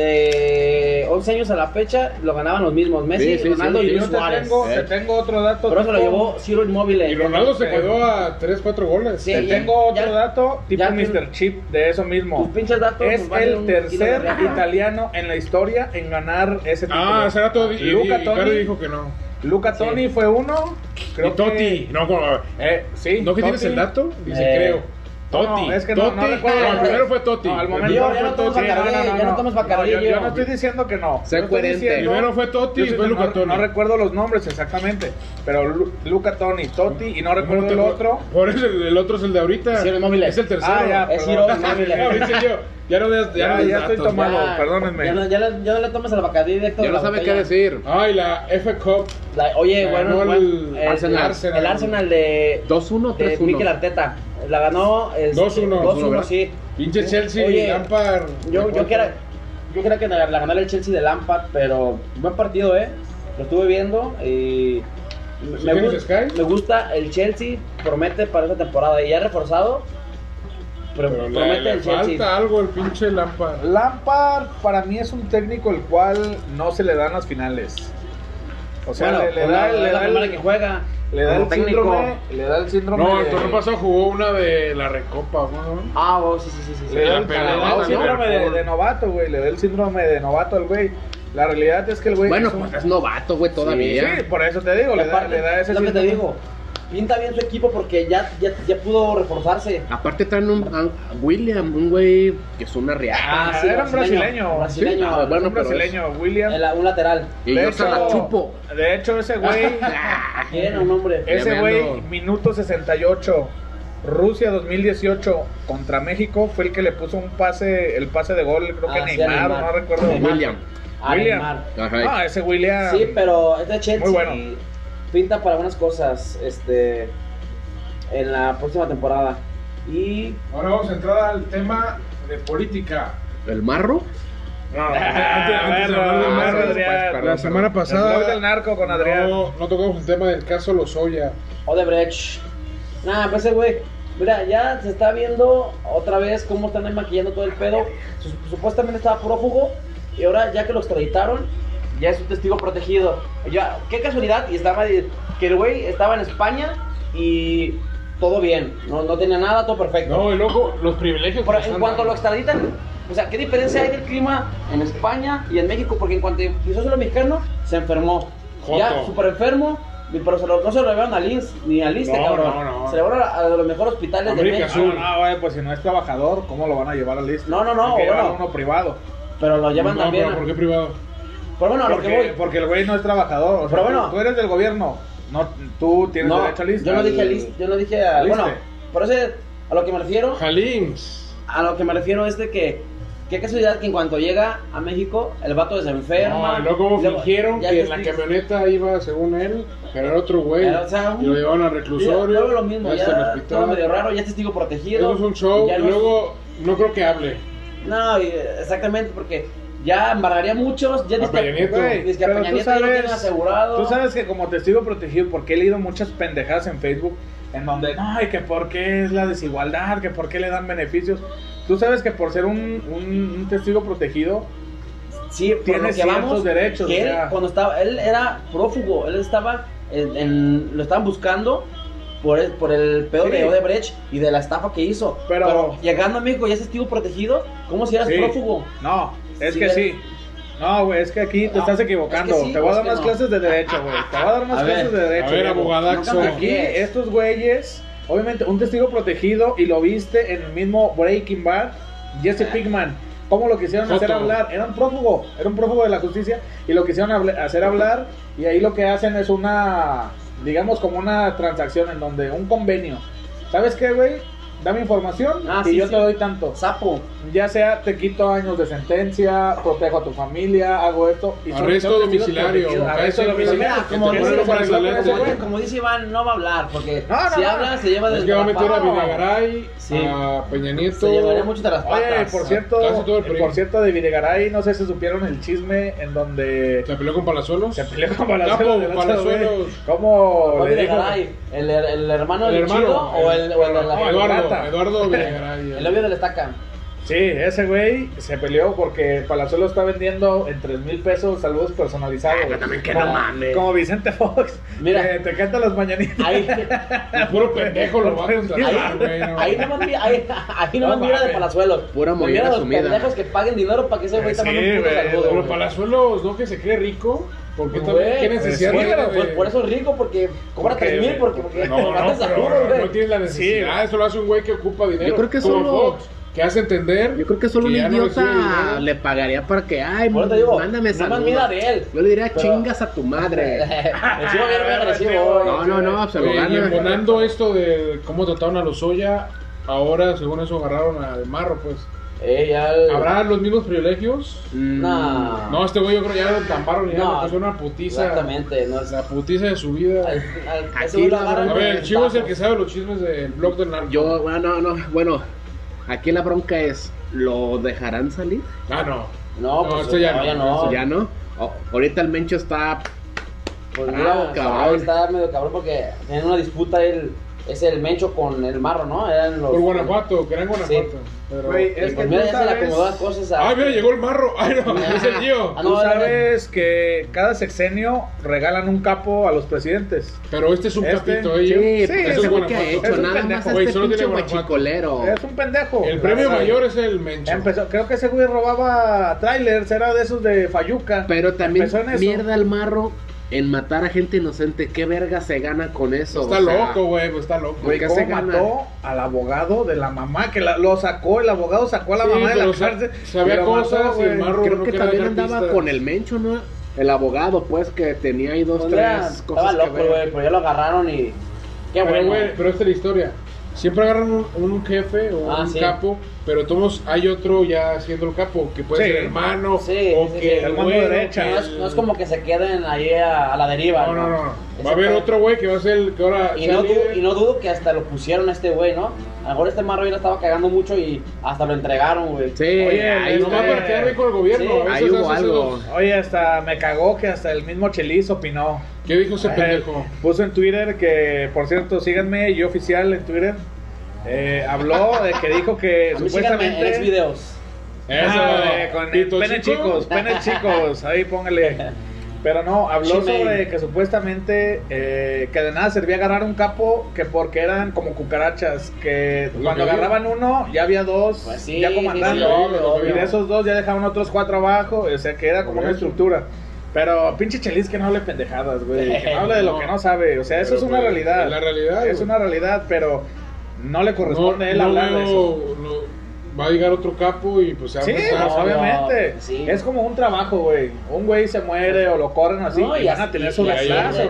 Speaker 3: de 11 años a la fecha, lo ganaban los mismos Messi,
Speaker 5: Sí, sí,
Speaker 3: Ronaldo
Speaker 5: sí.
Speaker 3: y
Speaker 4: Y
Speaker 3: Luis
Speaker 4: yo te
Speaker 3: Suárez.
Speaker 4: tengo,
Speaker 5: eh.
Speaker 4: te tengo otro dato.
Speaker 3: Por eso lo
Speaker 4: tipo-
Speaker 3: llevó Ciro Inmóvile.
Speaker 6: Y Ronaldo se
Speaker 4: Eh,
Speaker 6: quedó a 3, 4 goles.
Speaker 3: Sí.
Speaker 4: Te
Speaker 3: ya-
Speaker 4: tengo otro
Speaker 3: ya-
Speaker 4: dato tipo
Speaker 3: ya-
Speaker 4: Mr. Chip de eso
Speaker 3: Tus
Speaker 4: mismo.
Speaker 3: pinches datos.
Speaker 4: Es
Speaker 3: pues, valen
Speaker 4: el
Speaker 3: un kilo de
Speaker 4: tercer
Speaker 3: real.
Speaker 4: italiano en la historia en ganar ese título.
Speaker 6: Ah, hace rato di- y-
Speaker 4: Luca
Speaker 6: y Carlos
Speaker 4: Toni,
Speaker 6: dijo que no.
Speaker 4: Luca
Speaker 3: Sí.
Speaker 4: Toni fue uno. Creo
Speaker 6: y Totti.
Speaker 4: que-
Speaker 6: No, como-
Speaker 4: eh, sí.
Speaker 6: ¿No que
Speaker 4: Totti.
Speaker 6: tienes el dato? Dice,
Speaker 3: Eh,
Speaker 6: creo.
Speaker 4: No,
Speaker 6: Totti.
Speaker 4: es que no-
Speaker 6: Totti.
Speaker 4: no recuerdo.
Speaker 6: el primero fue Totti.
Speaker 4: No, al
Speaker 6: El
Speaker 4: momento
Speaker 3: Yo,
Speaker 4: fue
Speaker 3: ya no tomes
Speaker 4: Totti.
Speaker 3: Bacardí, ya no tomes Bacardí,
Speaker 4: yo, yo
Speaker 3: yo.
Speaker 4: no estoy diciendo que no.
Speaker 5: Sé
Speaker 4: Yo estoy
Speaker 5: coherente.
Speaker 4: diciendo-
Speaker 6: Primero fue Totti
Speaker 4: Yo
Speaker 6: y
Speaker 4: sí-
Speaker 6: fue
Speaker 4: no-
Speaker 6: Luca Toni.
Speaker 4: No recuerdo los nombres exactamente, pero Lu- Luca Toni, Totti y no recuerdo
Speaker 6: te-
Speaker 4: el otro.
Speaker 6: Por eso el, el otro es el de ahorita.
Speaker 3: Sí, el móvil.
Speaker 6: Es el tercero.
Speaker 4: Ah, ya.
Speaker 3: Es Ciro Inmóvile.
Speaker 6: Ya, ahorita yo, ya no des, ya
Speaker 4: Ya,
Speaker 6: no des
Speaker 4: ya estoy
Speaker 6: datos.
Speaker 4: tomando.
Speaker 3: Ya,
Speaker 4: perdónenme.
Speaker 3: Ya no, ya le, ya no le tomas al Bacardí directo. de
Speaker 5: Ya no
Speaker 3: la
Speaker 5: sabe qué
Speaker 3: botella.
Speaker 5: decir.
Speaker 6: Ay, la F Cup.
Speaker 3: La- oye,
Speaker 6: Ganó
Speaker 3: bueno,
Speaker 6: el
Speaker 3: bueno, el
Speaker 5: Arsenal.
Speaker 3: Arsenal. El Arsenal de,
Speaker 5: 2-1,
Speaker 3: de
Speaker 5: 3-1.
Speaker 3: Eh, Mikel Arteta. La ganó. este,
Speaker 6: 2-1,
Speaker 3: 2-1,
Speaker 5: ¿verdad?
Speaker 3: sí.
Speaker 6: Pinche Chelsea
Speaker 3: Oye,
Speaker 6: y Lampard.
Speaker 3: Yo, yo, que era- yo creo que la, la ganó el Chelsea de Lampard, pero buen partido, ¿eh? Lo estuve viendo y. Me,
Speaker 6: ¿Sí tienes
Speaker 3: gu-
Speaker 6: Sky?
Speaker 3: me gusta el Chelsea, promete para esta temporada. Y ya reforzado, pero
Speaker 6: Pero le-
Speaker 3: promete
Speaker 6: le
Speaker 3: el Chelsea.
Speaker 6: falta algo el pinche Lampard.
Speaker 4: Lampard para mí es un técnico el cual no se le dan las finales. O sea,
Speaker 3: Bueno,
Speaker 4: le, le
Speaker 3: pues
Speaker 4: da,
Speaker 3: la-
Speaker 4: le
Speaker 3: la
Speaker 4: da el,
Speaker 3: primera que juega.
Speaker 4: le da
Speaker 3: como
Speaker 4: el
Speaker 3: técnico.
Speaker 4: síndrome, le da el síndrome
Speaker 6: No,
Speaker 4: de-
Speaker 6: el torneo pasado jugó una de la Recopa, ¿no?
Speaker 3: Ah, oh, sí, sí, sí. sí, sí.
Speaker 4: le da el,
Speaker 6: la
Speaker 4: le da el
Speaker 6: pelota,
Speaker 4: síndrome de,
Speaker 6: Liverpool.
Speaker 4: de novato, güey, le da el síndrome de novato al güey. La realidad es que el güey
Speaker 5: Bueno,
Speaker 4: es un-
Speaker 5: pues es novato, güey, todavía.
Speaker 4: Sí, por eso te digo,
Speaker 3: Y
Speaker 4: le da,
Speaker 3: aparte,
Speaker 4: le da ese
Speaker 3: lo que te
Speaker 4: síndrome.
Speaker 3: digo, pinta bien su equipo porque ya, ya, ya pudo reforzarse.
Speaker 5: Aparte traen un, a a William, un güey que es una real.
Speaker 4: Ah, era un brasileño.
Speaker 3: Brasileño,
Speaker 5: Sí, ah, bueno,
Speaker 4: un
Speaker 5: pero es-
Speaker 4: brasileño, William.
Speaker 3: el- un lateral.
Speaker 5: Y yo se la chupo. Ah,
Speaker 4: de hecho, ese güey,
Speaker 3: ¿Quién? Un hombre.
Speaker 5: Eh,
Speaker 4: ese
Speaker 5: me
Speaker 4: güey,
Speaker 5: ando-
Speaker 4: minuto 68, Rusia 2018 contra México, fue el que le puso un pase, el pase de gol, creo que
Speaker 3: Ah, sí, a
Speaker 4: Neymar,
Speaker 3: Neymar.
Speaker 4: no recuerdo.
Speaker 3: Neymar.
Speaker 5: William.
Speaker 3: A
Speaker 4: William.
Speaker 3: Ah, Neymar.
Speaker 5: Ajá.
Speaker 4: Ah, ese William.
Speaker 3: Sí, pero este Chelsea
Speaker 4: Muy bueno.
Speaker 3: pinta para algunas cosas este, en la próxima temporada. Y
Speaker 6: Ahora vamos a entrar al tema de política.
Speaker 5: ¿El marro?
Speaker 6: No,
Speaker 4: Ah, a ver,
Speaker 6: de hablar del
Speaker 4: a ver,
Speaker 6: Barça,
Speaker 4: Adrián.
Speaker 5: perdón,
Speaker 6: La
Speaker 5: perdón.
Speaker 6: semana
Speaker 4: El blog
Speaker 6: pasada
Speaker 4: del narco con Adrián.
Speaker 6: No, no tocamos el tema del caso Lozoya.
Speaker 3: Odebrecht. Nah, pues ese güey. Mira, ya se está viendo otra vez cómo están ahí maquillando todo el pedo. Su- Supuestamente estaba prófugo y ahora ya que lo extraditaron, ya es un testigo protegido. Ya, qué casualidad y estaba de- que el güey estaba en España y todo bien, no, no tenía nada, todo perfecto.
Speaker 6: No, y loco, los privilegios.
Speaker 3: Pero en
Speaker 6: que están
Speaker 3: cuanto lo
Speaker 6: dando.
Speaker 3: extraditan, o sea, ¿qué diferencia hay del clima en España y en México? Porque en cuanto empezó a ser lo mexicano, se enfermó.
Speaker 6: Joto.
Speaker 3: Ya, súper enfermo, y- pero se lo- no se lo llevaron al INS ni al ISTE,
Speaker 6: No,
Speaker 3: cabrón.
Speaker 6: no, no.
Speaker 3: Se lo llevaron a, a los mejores hospitales
Speaker 6: América
Speaker 3: de México.
Speaker 6: Azul.
Speaker 4: Ah, güey, pues si no es trabajador, ¿cómo lo van a llevar al listo?
Speaker 3: No, no, no,
Speaker 4: Hay que llevar
Speaker 3: bueno.
Speaker 4: uno privado.
Speaker 3: Pero lo llevan
Speaker 6: No,
Speaker 3: también.
Speaker 6: pero
Speaker 3: a-
Speaker 6: ¿por qué privado?
Speaker 3: Pero bueno, a lo que voy.
Speaker 4: Porque, porque el güey no es trabajador. O sea,
Speaker 3: Pero bueno.
Speaker 4: tú eres del gobierno. No, tú tienes
Speaker 3: No,
Speaker 4: derecho al listo.
Speaker 3: yo no dije al ISSSTE, yo no dije a.
Speaker 4: al
Speaker 3: Bueno,
Speaker 4: ISSSTE.
Speaker 3: por eso a lo que me refiero.
Speaker 6: Jalins.
Speaker 3: A lo que me refiero es de que. Qué casualidad que en cuanto llega a México, el vato se enferma.
Speaker 6: No, y luego como
Speaker 3: y luego-
Speaker 6: fingieron
Speaker 3: ya
Speaker 6: que en
Speaker 3: es-
Speaker 6: la camioneta iba, según él, pero era otro güey.
Speaker 3: Pero, o sea,
Speaker 6: y lo llevaron al
Speaker 3: Yo
Speaker 6: reclusorio.
Speaker 3: luego lo mismo,
Speaker 6: hasta el
Speaker 3: ya
Speaker 6: hospital.
Speaker 3: todo medio raro, ya testigo protegido.
Speaker 6: Eso es un show.
Speaker 3: ya
Speaker 6: Y
Speaker 3: no es-
Speaker 6: luego, no creo que hable.
Speaker 3: No, y, eh, exactamente, porque ya embargaría muchos. Ya
Speaker 4: A
Speaker 3: dice
Speaker 4: Peña Nieto.
Speaker 3: dice que a
Speaker 4: Pero
Speaker 3: Peña
Speaker 4: tú
Speaker 3: Nieto ya lo
Speaker 4: sabes-
Speaker 3: tienen asegurado.
Speaker 4: Tú sabes que como testigo protegido, porque he leído muchas pendejadas en Facebook, en donde, ay, que por qué es la desigualdad, que por qué le dan beneficios. Tú sabes que por ser un, un- un testigo protegido,
Speaker 3: sí, por
Speaker 4: tiene
Speaker 3: lo que
Speaker 4: ciertos
Speaker 3: vamos,
Speaker 4: derechos,
Speaker 3: que
Speaker 4: o
Speaker 3: él,
Speaker 4: sea.
Speaker 3: cuando estaba, él era prófugo, él estaba, en, en- lo estaban buscando por el, por el pedo
Speaker 4: Sí.
Speaker 3: de Odebrecht y de la estafa que hizo.
Speaker 4: Pero-
Speaker 3: llegando a México ya es testigo protegido, ¿cómo si eras
Speaker 4: Sí.
Speaker 3: prófugo?
Speaker 4: no, es
Speaker 3: Sí,
Speaker 4: que
Speaker 3: es-
Speaker 4: sí. No, güey, es que aquí te
Speaker 3: No,
Speaker 4: estás equivocando.
Speaker 3: es que sí,
Speaker 4: te voy a
Speaker 3: es
Speaker 4: dar
Speaker 3: que
Speaker 4: más
Speaker 3: no.
Speaker 4: clases de derecho, güey. Te voy a dar más
Speaker 3: A ver,
Speaker 4: clases de derecho.
Speaker 6: A ver,
Speaker 4: Diego.
Speaker 6: abogadaxo.
Speaker 3: No,
Speaker 4: Aquí estos güeyes, obviamente un testigo protegido y lo viste en el mismo Breaking Bad, Jesse
Speaker 3: Ah.
Speaker 4: Pinkman. ¿Cómo lo quisieron hacer
Speaker 6: Joto.
Speaker 4: hablar? Era un prófugo, era un prófugo de la justicia y lo quisieron hable- hacer hablar y ahí lo que hacen es una, digamos como una transacción en donde un convenio. ¿Sabes qué, güey? Dame información
Speaker 3: Ah,
Speaker 4: y
Speaker 3: sí,
Speaker 4: yo
Speaker 3: sí.
Speaker 4: te doy tanto.
Speaker 3: Sapo.
Speaker 4: Ya sea te quito años de sentencia, protejo a tu familia, hago esto. Y son-
Speaker 6: Arresto
Speaker 4: son testigos
Speaker 6: domiciliario,
Speaker 4: protegidos.
Speaker 6: acá
Speaker 4: Arresto
Speaker 6: sí,
Speaker 4: domiciliario.
Speaker 3: Mira, como
Speaker 4: Que te
Speaker 3: dice-
Speaker 4: ponen para el
Speaker 6: como-
Speaker 4: loco ese güey.
Speaker 3: Como dice Iván, no va a hablar, porque
Speaker 4: No, no,
Speaker 3: si
Speaker 4: no.
Speaker 3: habla se lleva
Speaker 6: Es
Speaker 3: del
Speaker 6: que va a meter a
Speaker 3: tapado.
Speaker 6: Videgaray,
Speaker 3: Sí.
Speaker 6: a Peña Nieto.
Speaker 3: Se llevaría mucho de las
Speaker 4: Oye,
Speaker 3: patas.
Speaker 4: por cierto,
Speaker 6: Casi todo el PRI.
Speaker 4: por cierto de Videgaray, no sé si supieron el chisme en donde
Speaker 6: ¿Se peleó con Palazuelos?
Speaker 4: se peleó con Palazuelos. del
Speaker 6: Capo,
Speaker 4: otro
Speaker 6: Palazuelos.
Speaker 4: güey. ¿Cómo
Speaker 3: Fue
Speaker 4: le dijo?
Speaker 3: Videgaray, el, el, el hermano
Speaker 6: El
Speaker 3: del
Speaker 6: hermano,
Speaker 3: chido o el, o el de la-
Speaker 6: No, Eduardo,
Speaker 4: Plata.
Speaker 6: Eduardo Videgaray.
Speaker 3: el obvio de la estaca.
Speaker 4: Sí, ese güey se peleó porque Palazuelos está vendiendo en 3 mil pesos saludos personalizados.
Speaker 5: Ah, pero también que
Speaker 4: Como-
Speaker 5: no mames.
Speaker 4: Como Vicente Fox.
Speaker 3: Mira.
Speaker 4: que te canta las mañanitas.
Speaker 3: Ahí,
Speaker 6: El puro pendejo lo va a contratar, güey. no.
Speaker 3: ahí nomás mira, ahí, ahí nomás
Speaker 4: No,
Speaker 3: mira de
Speaker 4: mames.
Speaker 3: Palazuelos.
Speaker 5: Pura
Speaker 3: Me mira
Speaker 5: mollera
Speaker 3: los
Speaker 5: sumida.
Speaker 3: pendejos que paguen dinero para que ese güey
Speaker 4: Eh,
Speaker 3: te mande
Speaker 4: sí,
Speaker 3: un puto
Speaker 4: güey,
Speaker 3: saludo.
Speaker 6: Pero
Speaker 3: güey.
Speaker 6: Palazuelos, ¿no? Que se cree rico. Porque
Speaker 3: Güey,
Speaker 6: también, ¿qué necesidad
Speaker 4: pues,
Speaker 6: tiene
Speaker 3: Pues
Speaker 6: de-
Speaker 3: por eso es rico, porque cobra
Speaker 4: Porque-
Speaker 3: 3 mil, porque, porque
Speaker 6: No,
Speaker 3: te
Speaker 6: no,
Speaker 3: mandan
Speaker 6: pero
Speaker 3: saludos, güey.
Speaker 6: no tienes la necesidad. eso lo hace un güey que ocupa dinero.
Speaker 5: Yo creo que
Speaker 6: Como
Speaker 5: solo-
Speaker 6: Fox, que hace entender.
Speaker 5: Yo creo que solo un
Speaker 6: ya no recibe
Speaker 5: idiota
Speaker 6: dinero.
Speaker 5: le pagaría para que, ay,
Speaker 3: Por eso te digo,
Speaker 5: mándame
Speaker 3: no más
Speaker 5: saludos.
Speaker 3: mira de él.
Speaker 5: Yo le diría,
Speaker 3: Pero-
Speaker 5: chingas a tu madre.
Speaker 3: El chivo viene muy agresivo, güey.
Speaker 5: No, no, no, se lo
Speaker 6: Oye, y
Speaker 5: gana.
Speaker 6: embonando esto de cómo trataron a los Soya, ahora según eso agarraron al Marro, pues.
Speaker 3: Eh, ya el-
Speaker 6: ¿Habrá los mismos privilegios?
Speaker 5: Mm,
Speaker 3: No.
Speaker 6: No, este güey yo creo que ya lo entambaron y ya
Speaker 3: No,
Speaker 6: le puso una putiza.
Speaker 3: Exactamente, no es-
Speaker 6: La putiza de su vida.
Speaker 3: al-
Speaker 6: A
Speaker 3: al-
Speaker 5: Aquí
Speaker 3: ese güey lo
Speaker 5: la-
Speaker 3: agarran con
Speaker 6: ver, el chivo es el que
Speaker 3: ventajas.
Speaker 6: sabe los chismes del blog del narco.
Speaker 5: Yo, bueno, no, no, bueno, aquí la bronca es, ¿lo dejarán salir?
Speaker 6: Ah, no.
Speaker 3: No,
Speaker 6: No,
Speaker 3: pues
Speaker 6: esto ya
Speaker 3: no,
Speaker 6: no,
Speaker 3: ya no.
Speaker 5: Ya no. O- ahorita el Mencho está
Speaker 6: Ah,
Speaker 3: Pues
Speaker 5: Bravo,
Speaker 3: mira,
Speaker 5: cabrón.
Speaker 3: está medio cabrón porque tienen una disputa el, es el Mencho con el Marro, ¿no? Eran los,
Speaker 6: Por Guanajuato, que era en Guanajuato. Pero-
Speaker 4: Güey,
Speaker 3: Y
Speaker 4: es que
Speaker 3: pues mira,
Speaker 4: tú
Speaker 3: ya se le
Speaker 4: sabes-
Speaker 3: acomodó las cosas a...
Speaker 6: Ay, Ah, mira, llegó el Marro. Ay, no,
Speaker 3: Ah.
Speaker 6: es el tío.
Speaker 3: Ah, no,
Speaker 4: Tú
Speaker 3: era-
Speaker 4: sabes que cada sexenio regalan un capo a los presidentes.
Speaker 6: Pero este es un
Speaker 4: Este-
Speaker 6: capito,
Speaker 5: Sí,
Speaker 6: ellos.
Speaker 5: pues
Speaker 4: sí,
Speaker 5: ese
Speaker 4: es un
Speaker 5: güey que ha
Speaker 6: Guanajuato.
Speaker 5: hecho,
Speaker 4: Es un
Speaker 5: nada
Speaker 4: pendejo,
Speaker 5: más
Speaker 6: güey,
Speaker 5: este
Speaker 6: solo tiene
Speaker 5: pinche
Speaker 6: Guanajuato.
Speaker 5: guachicolero.
Speaker 4: Es un pendejo.
Speaker 6: El premio
Speaker 4: Ay.
Speaker 6: mayor es el Mencho.
Speaker 4: Empezó, creo que ese güey robaba trailers, era de esos de Fayuca.
Speaker 5: Pero también
Speaker 4: Empezó en eso.
Speaker 5: mierda el marro en matar a gente inocente. ¿Qué verga se gana con eso?
Speaker 6: Está
Speaker 5: O sea,
Speaker 6: loco, güey, pues está loco.
Speaker 5: Güey,
Speaker 4: Güey,
Speaker 5: ¿qué
Speaker 4: ¿cómo
Speaker 5: se gana?
Speaker 4: mató al abogado de la mamá? Que la- lo sacó, el abogado sacó a la
Speaker 6: Sí,
Speaker 4: mamá de
Speaker 6: pero
Speaker 4: la
Speaker 6: sa-
Speaker 4: cárcel.
Speaker 6: sabía
Speaker 4: y lo
Speaker 6: cosas y el
Speaker 4: güey.
Speaker 6: marro-
Speaker 5: Creo
Speaker 6: no
Speaker 5: que
Speaker 6: quería
Speaker 5: también
Speaker 6: dejar
Speaker 5: andaba
Speaker 6: pistas.
Speaker 5: con el mencho, ¿no? El abogado, pues, que tenía ahí dos,
Speaker 3: pues mira,
Speaker 5: tres
Speaker 3: estaba
Speaker 5: cosas que
Speaker 3: loco,
Speaker 5: ver.
Speaker 3: güey, pero ya lo agarraron y... Qué
Speaker 6: Pero,
Speaker 3: bueno.
Speaker 6: güey, pero esta es la historia. Siempre agarran un, un jefe o
Speaker 3: Ah,
Speaker 6: un
Speaker 3: sí.
Speaker 6: capo, pero todos hay otro ya siendo el capo, que puede
Speaker 4: Sí.
Speaker 6: ser hermano
Speaker 3: Sí,
Speaker 6: o
Speaker 3: sí, sí.
Speaker 6: que el
Speaker 4: Hermano
Speaker 6: güero,
Speaker 4: derecha.
Speaker 6: que
Speaker 3: No es, no es como que se queden ahí a, a la deriva.
Speaker 6: No, no, no.
Speaker 3: Ese
Speaker 6: Va a haber
Speaker 3: fue-
Speaker 6: otro güey que va a ser el que ahora
Speaker 3: Y
Speaker 6: sea
Speaker 3: no,
Speaker 6: líder.
Speaker 3: dudo, y no dudo que hasta lo pusieron a este güey, ¿no? A lo mejor este Marro ya la estaba cagando mucho y hasta lo entregaron, güey.
Speaker 5: Sí,
Speaker 4: Oye,
Speaker 5: ahí
Speaker 4: el
Speaker 6: No va a
Speaker 5: está.
Speaker 4: Omar-
Speaker 6: parquear bien con el gobierno.
Speaker 3: Sí.
Speaker 6: a veces
Speaker 5: Ahí hubo
Speaker 6: hace
Speaker 5: algo.
Speaker 6: esos-
Speaker 4: Oye, hasta me cagó que hasta el mismo Chelis opinó.
Speaker 6: ¿Qué dijo ese
Speaker 4: Eh,
Speaker 6: pendejo?
Speaker 4: Puso en Twitter que, por cierto, síganme, yo oficial en Twitter. eh, habló de que dijo que
Speaker 3: A mí síganme en
Speaker 4: supuestamente.
Speaker 3: Xvideos.
Speaker 4: Ah,
Speaker 6: Eso,
Speaker 4: eh, con el
Speaker 6: Tito
Speaker 4: pene
Speaker 6: Chico.
Speaker 4: chicos, pene chicos, ahí póngale. Pero no, habló
Speaker 3: Gmail.
Speaker 4: sobre que supuestamente eh, que de nada servía agarrar un capo, que porque eran como cucarachas, que
Speaker 6: Lo
Speaker 4: cuando
Speaker 6: que digo.
Speaker 4: agarraban uno ya había dos,
Speaker 3: Pues sí,
Speaker 4: ya
Speaker 3: sí, sí,
Speaker 4: comandando,
Speaker 3: obvio,
Speaker 4: y
Speaker 3: obvio.
Speaker 4: de esos dos ya dejaban otros cuatro abajo, o sea que era como
Speaker 6: Por
Speaker 4: una
Speaker 6: eso.
Speaker 4: estructura. Pero pinche Chelis que no hable pendejadas, güey, que no hable de lo
Speaker 6: No.
Speaker 4: que no sabe, o sea, eso
Speaker 6: Pero,
Speaker 4: es una
Speaker 6: pues,
Speaker 4: realidad.
Speaker 6: es la realidad,
Speaker 4: Es
Speaker 6: güey.
Speaker 4: una realidad, pero no le corresponde a él
Speaker 6: no
Speaker 4: hablar de eso.
Speaker 6: veo- no- va a llegar otro capo y pues se va a
Speaker 4: Sí,
Speaker 6: enfrentar.
Speaker 4: pues, obviamente.
Speaker 3: no, sí.
Speaker 4: Es como un trabajo, güey. Un güey se muere o lo corren así
Speaker 3: No,
Speaker 4: y,
Speaker 3: y
Speaker 4: van a
Speaker 3: así-
Speaker 4: tener su
Speaker 3: y así, güey.
Speaker 4: reemplazo,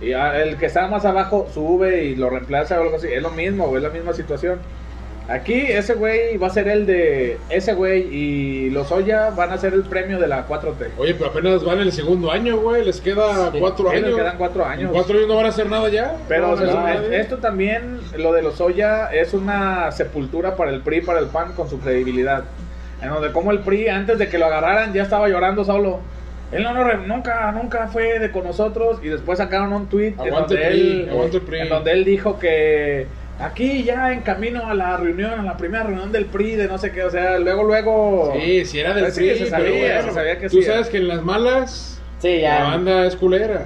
Speaker 4: güey. Y a- el que está más abajo sube y lo reemplaza o algo así. Es lo mismo, güey, es la misma situación. Aquí ese güey va a ser el de ese güey y los Oya van a ser el premio de la 4T.
Speaker 6: Oye, pero apenas van el segundo año, güey. Les queda
Speaker 3: Sí,
Speaker 6: cuatro
Speaker 4: sí, les
Speaker 6: años.
Speaker 4: quedan cuatro
Speaker 6: En
Speaker 4: años.
Speaker 6: cuatro años no van a hacer nada ya.
Speaker 4: Pero
Speaker 6: No van a
Speaker 4: se
Speaker 6: hacer
Speaker 4: supone-
Speaker 6: nada.
Speaker 4: esto también, lo de los Oya, es una sepultura para el PRI, para el PAN con su credibilidad. en donde como el PRI, antes de que lo agarraran, ya estaba llorando solo. Él no, nos re- nunca, nunca fue de con nosotros. Y después sacaron un tweet en
Speaker 6: Aguante
Speaker 4: donde,
Speaker 6: PRI,
Speaker 4: él,
Speaker 6: aguante PRI.
Speaker 4: en donde él dijo que aquí ya en camino a la reunión, a la primera reunión del PRI, de no sé qué, o sea, luego, luego.
Speaker 6: Sí, si era del
Speaker 4: Pues sí,
Speaker 6: PRI,
Speaker 4: se
Speaker 6: pero
Speaker 4: sabía,
Speaker 6: bueno,
Speaker 4: se sabía que
Speaker 6: tú
Speaker 4: sí
Speaker 6: sabes
Speaker 4: era.
Speaker 6: que en las malas
Speaker 3: Sí,
Speaker 6: la
Speaker 3: ya.
Speaker 6: banda es culera.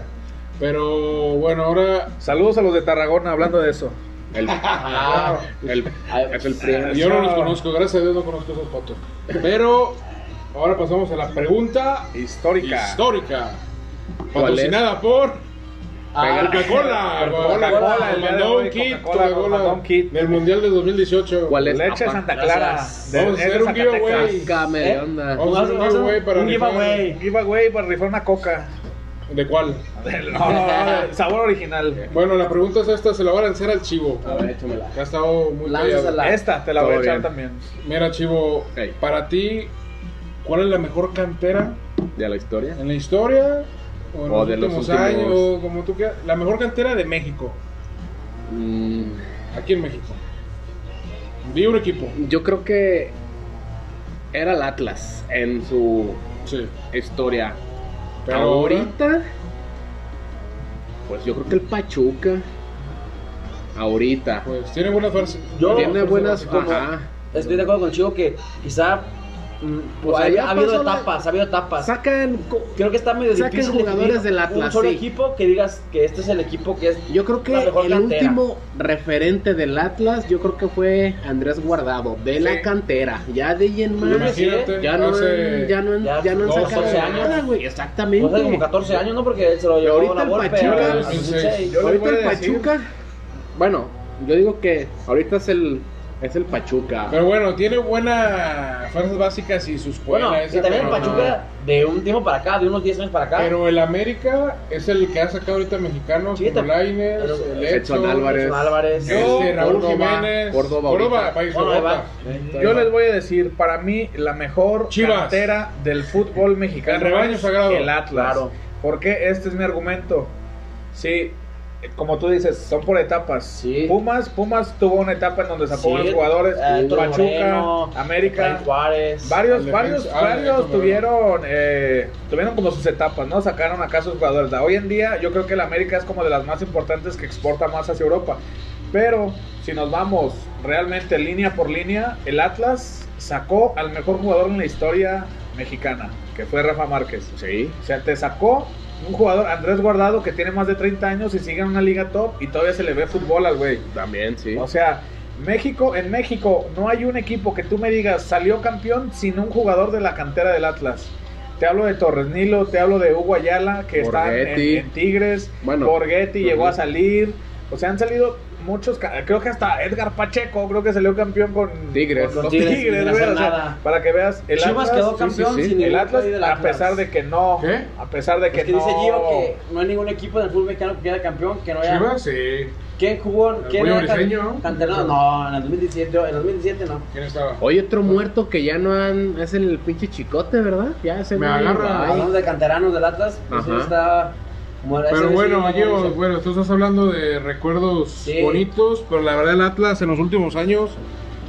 Speaker 6: Pero bueno, ahora
Speaker 4: Saludos a los de Tarragona hablando de eso.
Speaker 5: El, el, es el PRI.
Speaker 6: Ah, yo no los conozco, gracias a Dios no conozco esos fotos. Pero ahora pasamos a la pregunta
Speaker 4: Histórica.
Speaker 6: histórica.
Speaker 5: ¿Cuál es?
Speaker 6: Patrocinada por
Speaker 3: Ah,
Speaker 6: Coca-Cola.
Speaker 4: Coca-Cola,
Speaker 6: Coca-Cola,
Speaker 4: el día de
Speaker 6: mandó
Speaker 4: hoy,
Speaker 6: un kit,
Speaker 4: Coca-Cola, mandó
Speaker 6: Coca-Cola
Speaker 4: un kit.
Speaker 6: del Mundial de 2018.
Speaker 5: ¿Cuál es?
Speaker 4: Leche
Speaker 5: Apa,
Speaker 4: Santa Clara.
Speaker 3: gracias.
Speaker 4: de-
Speaker 6: Vamos a
Speaker 4: es
Speaker 6: hacer
Speaker 4: de
Speaker 6: un
Speaker 4: Zacatecas.
Speaker 6: giveaway.
Speaker 5: Sácame
Speaker 3: ¿Eh?
Speaker 5: de onda.
Speaker 6: Vamos a hacer un giveaway para
Speaker 3: Un
Speaker 6: rifar.
Speaker 3: giveaway.
Speaker 4: Giveaway para rifar una coca.
Speaker 6: ¿De cuál?
Speaker 4: No, no, no, sabor original.
Speaker 6: Bueno, la pregunta es esta, se la va a lanzar al Chivo.
Speaker 5: A ver, échamela.
Speaker 6: Ha estado muy callado.
Speaker 3: Lánzasela.
Speaker 4: Esta te la voy a
Speaker 5: Todo
Speaker 4: echar
Speaker 5: bien.
Speaker 4: también.
Speaker 6: Mira, Chivo,
Speaker 5: Ey.
Speaker 6: para ti, ¿cuál es la mejor cantera
Speaker 5: ¿De la historia?
Speaker 6: en la historia? ¿O en
Speaker 5: O
Speaker 6: los
Speaker 5: de los
Speaker 6: últimos
Speaker 5: últimos.
Speaker 6: años? o Como tú quieras. La mejor cantera de México,
Speaker 5: Mm,
Speaker 6: aquí en México. Di un equipo.
Speaker 5: yo creo que era el Atlas en su
Speaker 6: Sí.
Speaker 5: historia.
Speaker 6: Pero
Speaker 5: ahorita, pues yo creo que el Pachuca. Ahorita.
Speaker 6: Pues tiene buenas fuerzas.
Speaker 3: Yo-
Speaker 5: Tiene
Speaker 3: pues,
Speaker 5: buenas.
Speaker 3: como-
Speaker 5: Ajá.
Speaker 3: Estoy de acuerdo con Chivo que quizá mm,
Speaker 5: Pues
Speaker 3: ha-
Speaker 5: ahí
Speaker 3: ha, habido
Speaker 5: pasó la-
Speaker 3: etapas, ha habido etapas.
Speaker 5: Sacan. co-
Speaker 3: Creo que está medio
Speaker 5: Saquen
Speaker 3: difícil
Speaker 5: jugadores
Speaker 3: definir
Speaker 5: del Atlas,
Speaker 3: un solo
Speaker 5: sí.
Speaker 3: equipo que digas que este es el equipo que es
Speaker 5: Yo creo que
Speaker 3: La
Speaker 5: el
Speaker 3: mejor cantera.
Speaker 5: último referente del Atlas, yo creo que fue Andrés Guardado, de la
Speaker 4: Sí.
Speaker 5: cantera. Ya de ahí en más,
Speaker 6: Imagínate,
Speaker 5: Ya no,
Speaker 6: hace-
Speaker 5: han- ya no, han-
Speaker 3: ya
Speaker 5: ya no han
Speaker 6: 12
Speaker 5: sacado
Speaker 3: años.
Speaker 5: nada, güey. Exactamente.
Speaker 3: pues, hace como 14 años, ¿no? Porque se lo
Speaker 5: Pero
Speaker 3: llevó
Speaker 5: ahorita
Speaker 3: la
Speaker 5: el
Speaker 3: golpe
Speaker 5: Pachuca-
Speaker 3: a, a 16.
Speaker 4: Yo- le
Speaker 5: ahorita
Speaker 4: voy
Speaker 5: el
Speaker 4: a decir-
Speaker 5: Pachuca. Bueno, yo digo que ahorita es el es el Pachuca.
Speaker 6: Pero bueno, tiene buenas fuerzas básicas y sus
Speaker 3: Bueno,
Speaker 6: escuela, esa,
Speaker 3: y también el
Speaker 6: pero-
Speaker 3: Pachuca de un tiempo para acá, de unos 10 años para acá.
Speaker 6: Pero el América es el que ha sacado ahorita mexicanos,
Speaker 3: Sí,
Speaker 6: como
Speaker 3: también.
Speaker 6: Lainez,
Speaker 3: Pero-
Speaker 6: el
Speaker 5: Edson
Speaker 6: Edson,
Speaker 5: Álvarez.
Speaker 3: Edson Álvarez.
Speaker 6: Este,
Speaker 5: Yo,
Speaker 6: Raúl
Speaker 5: Córdoba,
Speaker 6: Jiménez.
Speaker 5: Córdoba ahorita.
Speaker 6: país
Speaker 3: Bueno, ahí va.
Speaker 6: Europa.
Speaker 4: Yo les voy a decir, para mí, la mejor
Speaker 6: Chivas.
Speaker 4: cantera del fútbol mexicano
Speaker 6: El rebaño
Speaker 4: es
Speaker 6: sagrado.
Speaker 4: el Atlas.
Speaker 3: Claro.
Speaker 4: Porque este es mi argumento. Sí, como tú dices, son por etapas.
Speaker 3: Sí.
Speaker 4: Pumas, Pumas tuvo una etapa en donde sacó
Speaker 3: Sí,
Speaker 4: buenos jugadores.
Speaker 3: eh, Héctor
Speaker 4: Pachuca,
Speaker 3: Moreno,
Speaker 4: América.
Speaker 3: Efraín Juárez.
Speaker 4: Varios,
Speaker 6: Al
Speaker 4: varios,
Speaker 6: defensa- ah,
Speaker 4: varios
Speaker 6: Héctor
Speaker 4: tuvieron, eh, tuvieron como sus etapas, ¿no? Sacaron acá sus jugadores. Hoy en día yo creo que la América es como de las más importantes que exporta más hacia Europa. Pero si nos vamos realmente línea por línea, el Atlas sacó al mejor jugador en la historia mexicana, que fue Rafa Márquez.
Speaker 5: Sí.
Speaker 4: O sea, te sacó un jugador, Andrés Guardado, que tiene más de 30 años y sigue en una liga top y todavía se le ve fútbol al güey.
Speaker 5: También, sí.
Speaker 4: O sea, México, en México no hay un equipo que tú me digas salió campeón sin un jugador de la cantera del Atlas. Te hablo de Torres Nilo, te hablo de Hugo Ayala, que está en,
Speaker 5: Borghetti.
Speaker 4: en Tigres.
Speaker 5: Bueno.
Speaker 4: Borghetti llegó a
Speaker 5: Ujú.
Speaker 4: salir. O sea, han salido muchos. ca- Creo que hasta Edgar Pacheco, creo que salió campeón con
Speaker 5: Tigres.
Speaker 4: con los
Speaker 3: Con Tigres,
Speaker 4: Tigres,
Speaker 3: sin
Speaker 4: güey,
Speaker 3: hacer
Speaker 4: o sea,
Speaker 3: nada.
Speaker 4: para que veas, el
Speaker 3: Chivas
Speaker 4: Atlas.
Speaker 3: quedó
Speaker 5: sí, sí,
Speaker 3: campeón
Speaker 5: sí.
Speaker 3: sin ningún
Speaker 4: El Atlas,
Speaker 3: güey del
Speaker 4: a pesar de que no.
Speaker 6: ¿Qué?
Speaker 4: A pesar de que,
Speaker 3: Es que
Speaker 4: no.
Speaker 3: dice Gio que no hay ningún equipo del fútbol mexicano que quede campeón que no haya.
Speaker 6: Chivas, sí.
Speaker 3: ¿Quién jugó? ¿Quién
Speaker 6: Pollo
Speaker 3: era can-
Speaker 6: Briseño?
Speaker 3: canterano? No, en el 2017, en el 2017 no.
Speaker 6: ¿Quién estaba?
Speaker 5: Oye, otro muerto que ya no han. Es el pinche chicote, ¿verdad? Ya ese
Speaker 6: Me
Speaker 5: güey,
Speaker 6: agarra.
Speaker 5: bye.
Speaker 3: Hablamos de canteranos del Atlas, pues sí
Speaker 5: Ajá.
Speaker 3: está como era
Speaker 6: Pero
Speaker 3: ese
Speaker 6: bueno,
Speaker 3: vecino,
Speaker 6: Gio,
Speaker 3: dice.
Speaker 6: bueno, tú estás hablando de recuerdos
Speaker 3: Sí.
Speaker 6: bonitos, pero la verdad el Atlas en los últimos años,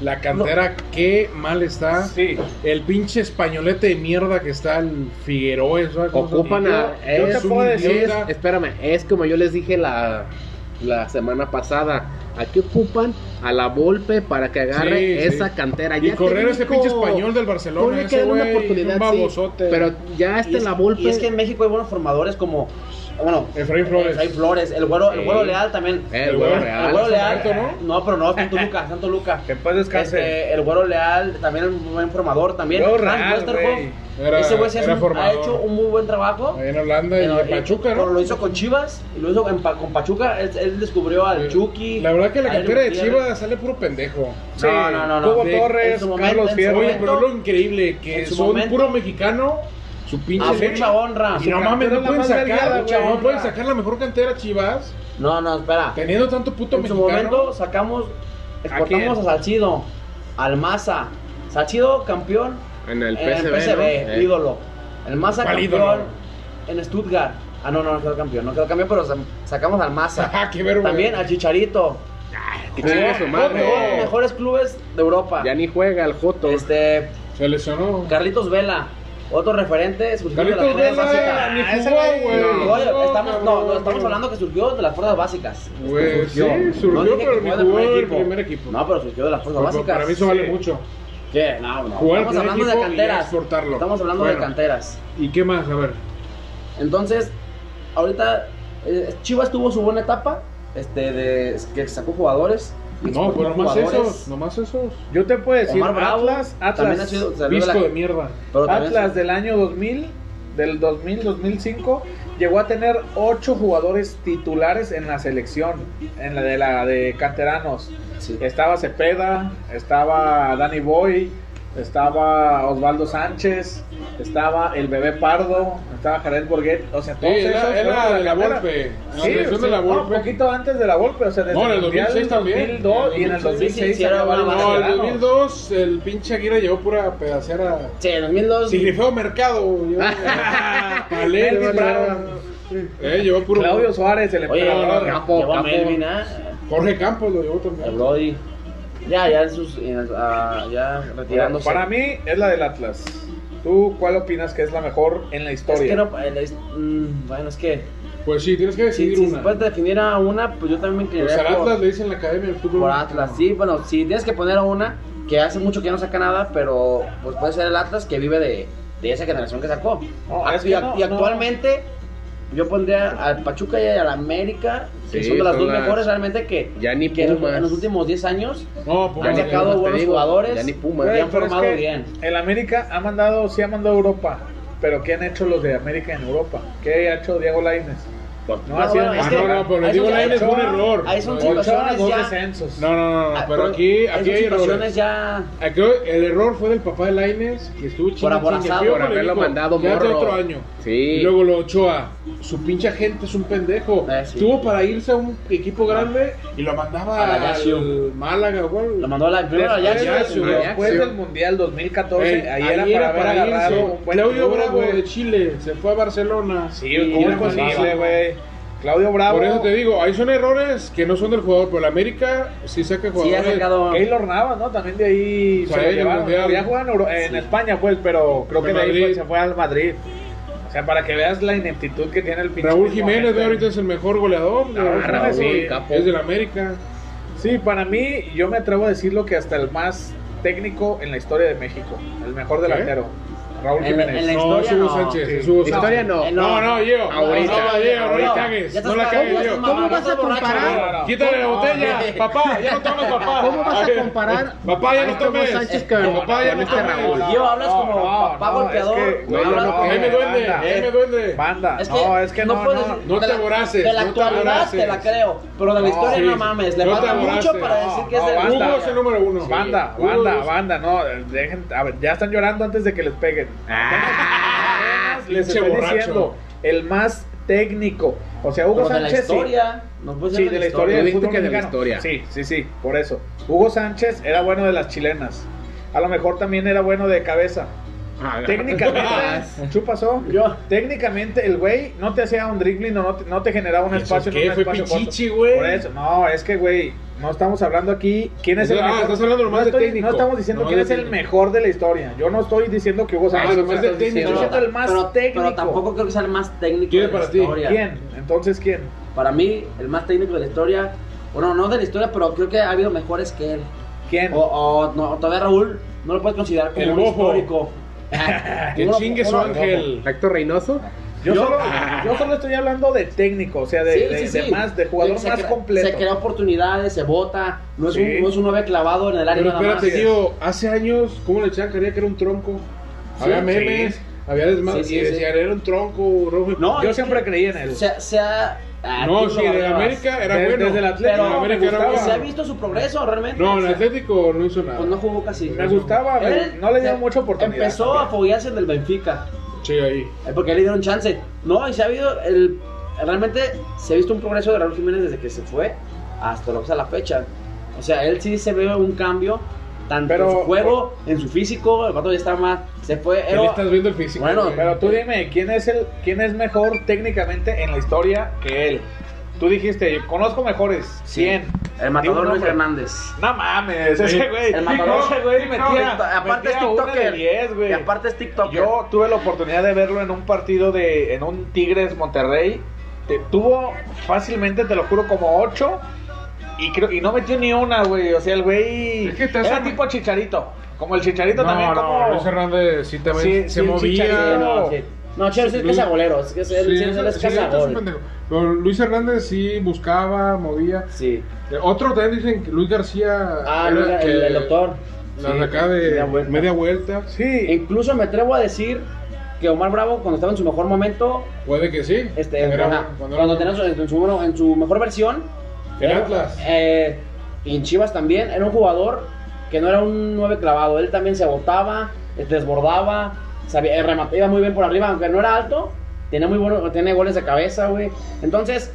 Speaker 6: la cantera, qué mal está.
Speaker 4: Sí.
Speaker 6: El pinche españolete de mierda que está el Figueroa, eso.
Speaker 5: Ocupan a.
Speaker 4: yo te
Speaker 5: es
Speaker 4: puedo
Speaker 5: un-
Speaker 4: decir-
Speaker 5: es- espérame, es como yo les dije la, la semana pasada. Aquí ocupan a la Volpe para que agarre
Speaker 6: Sí, sí.
Speaker 5: esa cantera.
Speaker 6: Y
Speaker 5: Ya
Speaker 6: correr a ese
Speaker 5: técnico,
Speaker 6: pinche español del Barcelona,
Speaker 5: ponle que
Speaker 6: ese
Speaker 5: darle una
Speaker 6: güey, es un
Speaker 5: oportunidad, sí.
Speaker 6: babosote.
Speaker 5: Pero ya
Speaker 3: Y
Speaker 5: este
Speaker 3: es-
Speaker 5: la Volpe.
Speaker 3: Y es que en México hay buenos formadores como. Bueno,
Speaker 6: Efraín Flores.
Speaker 3: Efraín Flores, el güero, el
Speaker 5: Sí.
Speaker 3: güero leal también.
Speaker 5: Eh, el
Speaker 6: güey,
Speaker 5: huevo
Speaker 3: El güero
Speaker 5: real.
Speaker 3: leal.
Speaker 6: Santo,
Speaker 3: ¿no? pero no, Santo Luca, Santo Luca.
Speaker 4: Que en paz descanse.
Speaker 3: Este, el güero leal, también es un buen formador también.
Speaker 4: Güero
Speaker 3: Frank
Speaker 4: Real,
Speaker 3: Westerhoff,
Speaker 4: güey.
Speaker 6: Era-
Speaker 3: ese güey se hace
Speaker 6: era
Speaker 3: un- ha
Speaker 6: formador.
Speaker 3: hecho un muy buen trabajo.
Speaker 6: Ahí en Holanda y
Speaker 3: Pero, eh,
Speaker 6: en Pachuca,
Speaker 3: pero
Speaker 6: ¿no?
Speaker 3: Lo hizo con Chivas, y lo hizo en Pa- con Pachuca, él, él descubrió al Chucky.
Speaker 6: Eh, La verdad que la
Speaker 3: a Eric
Speaker 6: cantera de
Speaker 3: Gutiérrez.
Speaker 6: Chivas sale puro pendejo.
Speaker 4: Sí,
Speaker 3: No, no, no, no.
Speaker 4: Hugo
Speaker 6: De-
Speaker 3: en
Speaker 4: Torres,
Speaker 3: su momento,
Speaker 4: Carlos
Speaker 3: en su
Speaker 4: Fierro.
Speaker 6: Oye,
Speaker 3: momento.
Speaker 6: pero lo increíble que
Speaker 3: En su
Speaker 6: son
Speaker 3: momento.
Speaker 6: puro mexicano, su pinche
Speaker 3: A
Speaker 6: leche.
Speaker 3: mucha honra.
Speaker 6: Y no
Speaker 4: Su
Speaker 6: mames,
Speaker 4: cantera
Speaker 6: no
Speaker 4: es la
Speaker 6: pueden
Speaker 4: más
Speaker 6: sacar,
Speaker 4: delgada,
Speaker 6: mucha
Speaker 4: güey.
Speaker 6: honra. no pueden sacar la mejor cantera Chivas
Speaker 3: No, no, espera.
Speaker 6: teniendo tanto puto
Speaker 3: En su
Speaker 6: mexicano.
Speaker 3: momento sacamos, exportamos a,
Speaker 4: quién?
Speaker 3: Salcido, al Maza. Salcido campeón
Speaker 5: En el
Speaker 3: en
Speaker 5: PSV.
Speaker 3: el PSV,
Speaker 5: ¿no? Eh.
Speaker 3: ídolo. El Maza
Speaker 6: ¿Cuál
Speaker 3: campeón
Speaker 6: ídolo?
Speaker 3: en Stuttgart. Ah, no, no, no quedó campeón, no quedó campeón, pero sa- sacamos al Maza.
Speaker 6: Ah, qué vergüenza.
Speaker 3: También al Chicharito.
Speaker 5: Que chingue su madre.
Speaker 3: Todos los mejores clubes de Europa.
Speaker 5: Ya ni juega el Joto.
Speaker 3: Este,
Speaker 6: Se lesionó.
Speaker 3: Carlitos Vela, otro referente, surgió de
Speaker 6: Carlitos
Speaker 3: las fuerzas
Speaker 6: Vela
Speaker 3: básicas.
Speaker 6: ni
Speaker 4: Ah, ese
Speaker 6: jugó,
Speaker 4: güey.
Speaker 6: güey.
Speaker 4: No,
Speaker 3: Oye, estamos, no, no,
Speaker 6: cabrón.
Speaker 3: estamos hablando que surgió de las fuerzas básicas.
Speaker 6: Güey, Pues, sí,
Speaker 3: Pues, No
Speaker 6: surgió,
Speaker 3: dije que
Speaker 6: pero ni
Speaker 3: jugó del
Speaker 6: jugó
Speaker 3: primer
Speaker 6: el
Speaker 3: equipo.
Speaker 6: primer equipo.
Speaker 3: No, pero surgió de las fuerzas
Speaker 6: Por- por-
Speaker 3: básicas.
Speaker 6: Para mí eso vale
Speaker 4: sí.
Speaker 6: mucho.
Speaker 3: ¿Qué? No, no.
Speaker 6: Jugar
Speaker 3: Estamos
Speaker 6: con
Speaker 3: hablando de
Speaker 6: equipo y ya
Speaker 3: canteras.
Speaker 6: exportarlo.
Speaker 3: Estamos hablando de
Speaker 6: Bueno.
Speaker 3: canteras.
Speaker 6: ¿Y qué más? A ver.
Speaker 3: Entonces, ahorita eh, Chivas tuvo su buena etapa, este, de que sacó jugadores.
Speaker 6: No,
Speaker 3: exportó
Speaker 6: pero nomás
Speaker 3: jugadores.
Speaker 6: esos. Nomás esos.
Speaker 4: Yo te puedo decir,
Speaker 3: Omar Bravo
Speaker 4: Atlas,
Speaker 3: también ha
Speaker 4: Atlas,
Speaker 3: sido salió de
Speaker 6: Visco
Speaker 3: la-
Speaker 6: de mierda.
Speaker 3: pero también-
Speaker 4: Atlas del año 2000, del 2000, 2005, llegó a tener ocho jugadores titulares en la selección, en la de la de canteranos.
Speaker 3: sí.
Speaker 4: Estaba Cepeda, estaba Danny Boy, estaba Osvaldo Sánchez, estaba el bebé Pardo, estaba Jared Borguet, o sea,
Speaker 6: Sí,
Speaker 4: todos esos
Speaker 6: era,
Speaker 4: fueron
Speaker 6: era de la
Speaker 4: cantera.
Speaker 6: Volpe. La
Speaker 4: Sí,
Speaker 6: selección de
Speaker 4: sí,
Speaker 6: la
Speaker 4: no, un
Speaker 6: Volpe.
Speaker 4: poquito antes de la Volpe, o sea, desde
Speaker 6: No, en el
Speaker 4: Mundial
Speaker 6: 2006 también.
Speaker 4: 2002 y en el
Speaker 6: Sí, sí,
Speaker 4: 2006
Speaker 3: sí, era
Speaker 4: había
Speaker 3: una
Speaker 4: varios
Speaker 6: No, el
Speaker 4: veteranos.
Speaker 6: 2002 el pinche Aguirre llegó pura pedacera.
Speaker 3: Sí, en 2002.
Speaker 6: Sigrifeo Mercado. yo- Palermo.
Speaker 4: Melvin Brown.
Speaker 6: Eh, llevó puro.
Speaker 4: Claudio Suárez, el
Speaker 3: Oye,
Speaker 4: emperador.
Speaker 3: Campo, llevó a Melvin,
Speaker 6: ¿eh?
Speaker 3: ¿ah?
Speaker 6: Jorge Campos lo llevó
Speaker 3: El
Speaker 6: también.
Speaker 3: Brody. Ya, ya en sus. en- ah, ya
Speaker 4: Para,
Speaker 3: retirándose.
Speaker 4: para mí es la del Atlas. ¿Tú cuál opinas que es la mejor en la
Speaker 3: Es
Speaker 4: historia?
Speaker 3: que no. eh, es- mm, bueno, es que.
Speaker 6: Pues sí, tienes que
Speaker 3: Si,
Speaker 6: decidir
Speaker 3: si
Speaker 6: una.
Speaker 3: puedes definir a una, pues yo también me
Speaker 6: Pues
Speaker 3: inclinaría
Speaker 6: al
Speaker 3: por-
Speaker 6: Atlas le dicen la academia del fútbol.
Speaker 3: Por Atlas, sí, bueno, si tienes que poner a una que hace mucho que ya no saca nada, pero pues puede ser el Atlas que vive de, de esa generación que sacó.
Speaker 4: No,
Speaker 3: Ah,
Speaker 4: es
Speaker 3: y,
Speaker 4: que
Speaker 3: ac-
Speaker 4: no,
Speaker 3: y
Speaker 4: no.
Speaker 3: actualmente yo pondría al Pachuca y al América, que
Speaker 5: Sí,
Speaker 3: son de las
Speaker 5: son
Speaker 3: dos
Speaker 5: las-
Speaker 3: mejores realmente que,
Speaker 5: Ya ni
Speaker 3: que en, los,
Speaker 5: Pumas.
Speaker 3: en los últimos 10 años
Speaker 6: No, pues,
Speaker 3: han
Speaker 5: ni
Speaker 3: sacado
Speaker 5: Pumas, te
Speaker 3: buenos
Speaker 5: digo,
Speaker 3: jugadores.
Speaker 5: ya ni Pumas.
Speaker 4: Güey,
Speaker 3: Habían
Speaker 4: pero es
Speaker 3: pues, formado
Speaker 4: que
Speaker 3: bien.
Speaker 4: El América ha mandado, sí ha mandado a Europa. Pero ¿qué han hecho los de América en Europa? ¿Qué ha hecho Diego Lainez?
Speaker 3: No,
Speaker 4: ha sido
Speaker 3: bueno,
Speaker 6: Ah,
Speaker 3: es que-
Speaker 6: no, no, pero les
Speaker 3: ahí
Speaker 6: digo
Speaker 3: son-
Speaker 6: la N es un
Speaker 4: Ochoa,
Speaker 6: error.
Speaker 3: ahí son
Speaker 6: No,
Speaker 3: cinco.
Speaker 4: Ochoa,
Speaker 3: situaciones
Speaker 4: dos
Speaker 3: ya-
Speaker 4: descensos.
Speaker 6: No, no, no, no,
Speaker 3: ah,
Speaker 6: pero aquí,
Speaker 3: esas
Speaker 6: aquí hay
Speaker 3: situaciones
Speaker 6: errores.
Speaker 3: ya
Speaker 6: Aquí Ah, el error fue del papá de Laines, que estuvo chingue,
Speaker 3: aborazado.
Speaker 6: chingue, fío
Speaker 3: Por
Speaker 6: con el
Speaker 5: haberlo
Speaker 6: hijo.
Speaker 5: mandado
Speaker 6: Quédate
Speaker 5: morro.
Speaker 6: otro año.
Speaker 5: Sí.
Speaker 6: Y luego lo Ochoa, su pinche agente es un pendejo.
Speaker 3: Eh, sí.
Speaker 6: Tuvo para irse a un equipo grande y lo mandaba
Speaker 3: A la Lazio.
Speaker 6: al Málaga, güey.
Speaker 3: lo mandó a la primero a la
Speaker 4: Después,
Speaker 3: Ajax,
Speaker 6: Ajax, güey.
Speaker 4: después
Speaker 5: Ajax.
Speaker 4: del Mundial 2014,
Speaker 6: Ey,
Speaker 4: ahí, era para, haber agarrado
Speaker 6: irse.
Speaker 4: un buen
Speaker 6: Claudio
Speaker 4: club,
Speaker 6: Bravo
Speaker 4: güey.
Speaker 6: de Chile se fue a Barcelona.
Speaker 4: Sí,
Speaker 6: Y
Speaker 4: ¿cómo
Speaker 6: la
Speaker 4: es posible,
Speaker 6: mandaba.
Speaker 4: güey? Claudio Bravo.
Speaker 6: Por eso te digo, ahí son errores que no son del jugador, pero el América sí saca
Speaker 3: sí ha
Speaker 6: jugadores.
Speaker 3: sacado
Speaker 4: Keylor Navas, ¿no? También de ahí
Speaker 6: Sí,
Speaker 4: se lo
Speaker 6: el
Speaker 4: llevaron.
Speaker 6: Mundial.
Speaker 4: Ya juegan en, Euro- en España, pues, pero creo
Speaker 6: Fue
Speaker 4: que de ahí
Speaker 6: Madrid.
Speaker 4: pues, se fue al Madrid. O sea, para que veas la ineptitud que tiene el pinche.
Speaker 6: Raúl
Speaker 4: Timo
Speaker 6: Jiménez,
Speaker 4: Werner.
Speaker 6: güey, ahorita es el mejor goleador. de-
Speaker 4: Ah, Raúl, sí.
Speaker 5: capo.
Speaker 6: Es del América.
Speaker 4: Sí, para mí, yo me atrevo a decirlo que hasta el más técnico en la historia de México. El mejor
Speaker 6: ¿Qué?
Speaker 4: delantero. Raúl
Speaker 3: En-
Speaker 4: Jiménez.
Speaker 3: en la
Speaker 6: No,
Speaker 3: historia
Speaker 6: es Hugo
Speaker 3: no.
Speaker 6: Sánchez. es
Speaker 4: Sí.
Speaker 6: Hugo
Speaker 5: Historia
Speaker 6: Sánchez.
Speaker 5: no.
Speaker 3: Eh,
Speaker 6: No, no, Diego. No,
Speaker 5: Ahorita.
Speaker 6: no, Diego, no
Speaker 3: Ahorita.
Speaker 6: la
Speaker 3: Ya
Speaker 6: cagues.
Speaker 3: estás
Speaker 6: No la cagues,
Speaker 3: cagando,
Speaker 6: Diego.
Speaker 3: estás mamando,
Speaker 8: vas a
Speaker 3: estás borracho,
Speaker 8: comparar?
Speaker 3: güey.
Speaker 6: Quítale la botella, papá, ya no tomes papá.
Speaker 8: ¿Cómo vas a comparar
Speaker 6: Papá, ya
Speaker 8: a
Speaker 6: no
Speaker 8: este Hugo
Speaker 6: tomes.
Speaker 8: Sánchez que-
Speaker 6: Papá, ya no
Speaker 5: con este
Speaker 6: tomes.
Speaker 5: Raúl?
Speaker 3: Yo hablas como papá golpeador.
Speaker 4: no,
Speaker 5: No,
Speaker 4: no,
Speaker 5: no,
Speaker 6: Ahí me duele,
Speaker 4: banda.
Speaker 6: ahí me duele.
Speaker 4: Banda,
Speaker 3: Es que
Speaker 4: no, es que no,
Speaker 3: puedes
Speaker 4: no.
Speaker 3: decir-
Speaker 6: No
Speaker 3: de
Speaker 6: te
Speaker 3: la-
Speaker 6: aboraces,
Speaker 3: De la
Speaker 6: no te
Speaker 3: actualidad
Speaker 6: aboraces.
Speaker 3: te la creo, pero de la
Speaker 4: No,
Speaker 3: historia
Speaker 6: sí.
Speaker 3: no mames. Le
Speaker 6: No te
Speaker 3: falta
Speaker 6: aboraces.
Speaker 3: mucho para
Speaker 4: No,
Speaker 3: decir que es
Speaker 4: no,
Speaker 3: de
Speaker 4: basta.
Speaker 6: Hugo es el número uno.
Speaker 4: Banda,
Speaker 6: Hugo
Speaker 4: banda,
Speaker 6: es-
Speaker 4: banda, no, dejen, a ver, ya están llorando antes de que les peguen.
Speaker 5: Ah,
Speaker 4: Apenas les
Speaker 6: pinche
Speaker 4: estoy
Speaker 6: borracho.
Speaker 4: diciendo, el más técnico. O sea, Hugo
Speaker 3: Pero de la
Speaker 4: Sánchez. sí.
Speaker 3: historia. No puede ser
Speaker 4: Sí, de la historia del
Speaker 5: Dijiste
Speaker 4: fútbol
Speaker 5: que de la
Speaker 4: mexicano.
Speaker 5: historia.
Speaker 4: Sí, sí, sí, por eso. Hugo Sánchez era bueno de las chilenas. A lo mejor también era bueno de cabeza. Técnicamente, ¿qué pasó?
Speaker 3: Yo.
Speaker 4: Técnicamente, el güey no te hacía un dribbling o no te, no te generaba un
Speaker 6: ¿Eso
Speaker 4: espacio. en
Speaker 6: qué?
Speaker 4: un
Speaker 6: Fue
Speaker 4: espacio corto.
Speaker 6: Pichichi, güey.
Speaker 4: Por eso, no, es que, güey, no estamos hablando aquí. ¿Quién es el
Speaker 6: Ah,
Speaker 4: mejor?
Speaker 6: estás hablando nomás
Speaker 4: no,
Speaker 6: de
Speaker 4: estoy-
Speaker 6: técnico.
Speaker 4: no estamos diciendo
Speaker 6: Nomás
Speaker 4: quién
Speaker 6: de
Speaker 4: es el
Speaker 6: técnico.
Speaker 4: mejor de la historia. Yo no estoy diciendo que Hugo
Speaker 6: Ah,
Speaker 4: Sánchez.
Speaker 6: nomás de
Speaker 4: Estoy
Speaker 6: técnico.
Speaker 4: diciendo el más
Speaker 3: pero,
Speaker 4: técnico.
Speaker 3: pero tampoco creo que sea el más técnico
Speaker 6: ¿Quién
Speaker 3: de la
Speaker 6: para ti?
Speaker 3: historia.
Speaker 4: ¿Quién? Entonces, ¿quién?
Speaker 3: Para mí, el más técnico de la historia. Bueno, no de la historia, pero creo que ha habido mejores que él.
Speaker 4: ¿Quién?
Speaker 3: O, o no, todavía Raúl no lo puedes considerar como
Speaker 6: El
Speaker 3: un
Speaker 6: bofo.
Speaker 3: histórico.
Speaker 6: Que
Speaker 3: Uno-
Speaker 6: chingue su
Speaker 3: uno-
Speaker 6: ángel.
Speaker 5: Héctor Reynoso.
Speaker 4: Yo, solo,
Speaker 6: Ah.
Speaker 4: yo solo estoy hablando de técnico, o sea, de,
Speaker 3: Sí,
Speaker 4: de-
Speaker 3: sí,
Speaker 4: de
Speaker 3: sí.
Speaker 4: más, de jugador
Speaker 3: Se
Speaker 4: más
Speaker 3: crea-
Speaker 4: completo.
Speaker 3: Se crea oportunidades, se vota. No es,
Speaker 4: Sí.
Speaker 3: un, no es un 9 clavado en el área
Speaker 6: Pero
Speaker 3: nada más.
Speaker 6: espérate, Guido, hace años, ¿cómo le echaban carrera que era un tronco? Había
Speaker 4: Sí.
Speaker 6: memes, había desmadre,
Speaker 3: Sí, sí,
Speaker 6: y decían, era un tronco, rojo.
Speaker 3: No,
Speaker 4: yo
Speaker 3: es
Speaker 4: siempre
Speaker 3: que
Speaker 4: creí en él.
Speaker 3: Se, se ha. ah,
Speaker 6: No,
Speaker 3: tú
Speaker 6: sí,
Speaker 3: lo
Speaker 6: en el
Speaker 3: hablabas.
Speaker 6: América era
Speaker 4: Desde-
Speaker 6: bueno.
Speaker 4: desde el Atlético,
Speaker 6: En el
Speaker 3: Pero
Speaker 6: América era
Speaker 4: me
Speaker 3: se ha
Speaker 6: bueno.
Speaker 3: visto su progreso realmente.
Speaker 6: No, en
Speaker 3: Se-
Speaker 6: el Atlético no hizo nada.
Speaker 3: Pues no jugó casi.
Speaker 4: me gustaba, me-
Speaker 3: Él-
Speaker 4: no le dieron
Speaker 3: se-
Speaker 4: mucha oportunidad.
Speaker 3: Empezó a foguearse en el Benfica.
Speaker 6: Sí, ahí.
Speaker 3: eh, Porque le dieron chance. No, y se ha habido. El, realmente se ha visto un progreso de Raúl Jiménez desde que se fue hasta lo que es a la fecha. O sea, él sí se ve un cambio. Tanto
Speaker 4: Pero-
Speaker 3: en su juego, en su físico. El vato ya está más. Se fue.
Speaker 6: Ahí
Speaker 3: era-
Speaker 6: le estás viendo el físico.
Speaker 3: Bueno,
Speaker 6: güey.
Speaker 4: Pero tú dime, ¿quién es el quién es mejor técnicamente en la historia que él? Tú dijiste, yo conozco mejores, 100.
Speaker 7: El
Speaker 4: Digo,
Speaker 7: matador
Speaker 4: no,
Speaker 7: Luis
Speaker 4: hombre.
Speaker 7: Hernández.
Speaker 4: No mames, ese güey.
Speaker 7: El matador.
Speaker 4: Ese güey metía,
Speaker 7: aparte es
Speaker 4: metía una de
Speaker 7: TikToker.
Speaker 4: 10, güey.
Speaker 7: y aparte es TikToker.
Speaker 4: Yo tuve la oportunidad de verlo en un partido de. en un Tigres Monterrey. Te- tuvo fácilmente, te lo juro, como 8. Y, creo, y no metió ni una, güey. O sea, el güey.
Speaker 6: Es que te
Speaker 4: era
Speaker 6: hace-
Speaker 4: tipo chicharito. Como el chicharito
Speaker 6: No,
Speaker 4: también,
Speaker 6: no,
Speaker 4: como.
Speaker 6: Luis Hernández sí también
Speaker 4: Sí, sí,
Speaker 6: se
Speaker 4: el
Speaker 6: movía.
Speaker 4: Chicharito.
Speaker 3: No, sí. No, Chivas es cazagolero. Es que es, él-
Speaker 6: Sí,
Speaker 3: sí, él
Speaker 6: ese-
Speaker 3: es
Speaker 6: sí, este es un
Speaker 3: cazagol.
Speaker 6: pendejo. Pero Luis Hernández sí buscaba, movía.
Speaker 3: Sí.
Speaker 6: Eh, Otro también dicen que Luis García.
Speaker 3: Ah,
Speaker 6: era
Speaker 3: el, el-
Speaker 6: que-
Speaker 3: el doctor.
Speaker 6: La
Speaker 3: Sí,
Speaker 6: de acá de
Speaker 3: media vuelta.
Speaker 6: media vuelta.
Speaker 4: Sí.
Speaker 3: Incluso me atrevo a decir que Omar Bravo, cuando estaba en su mejor momento,
Speaker 6: Puede que sí.
Speaker 3: este,
Speaker 6: Era-
Speaker 3: ajá, cuando, tenía su- en, su, en su mejor versión,
Speaker 6: En
Speaker 3: era-
Speaker 6: Atlas.
Speaker 3: eh, y en Chivas también, era un jugador que no era un 9 clavado. Él también se botaba, eh, desbordaba, sabía, eh, remate- iba muy bien por arriba, aunque no era alto. Tenía muy bueno, tiene goles de cabeza, güey. Entonces,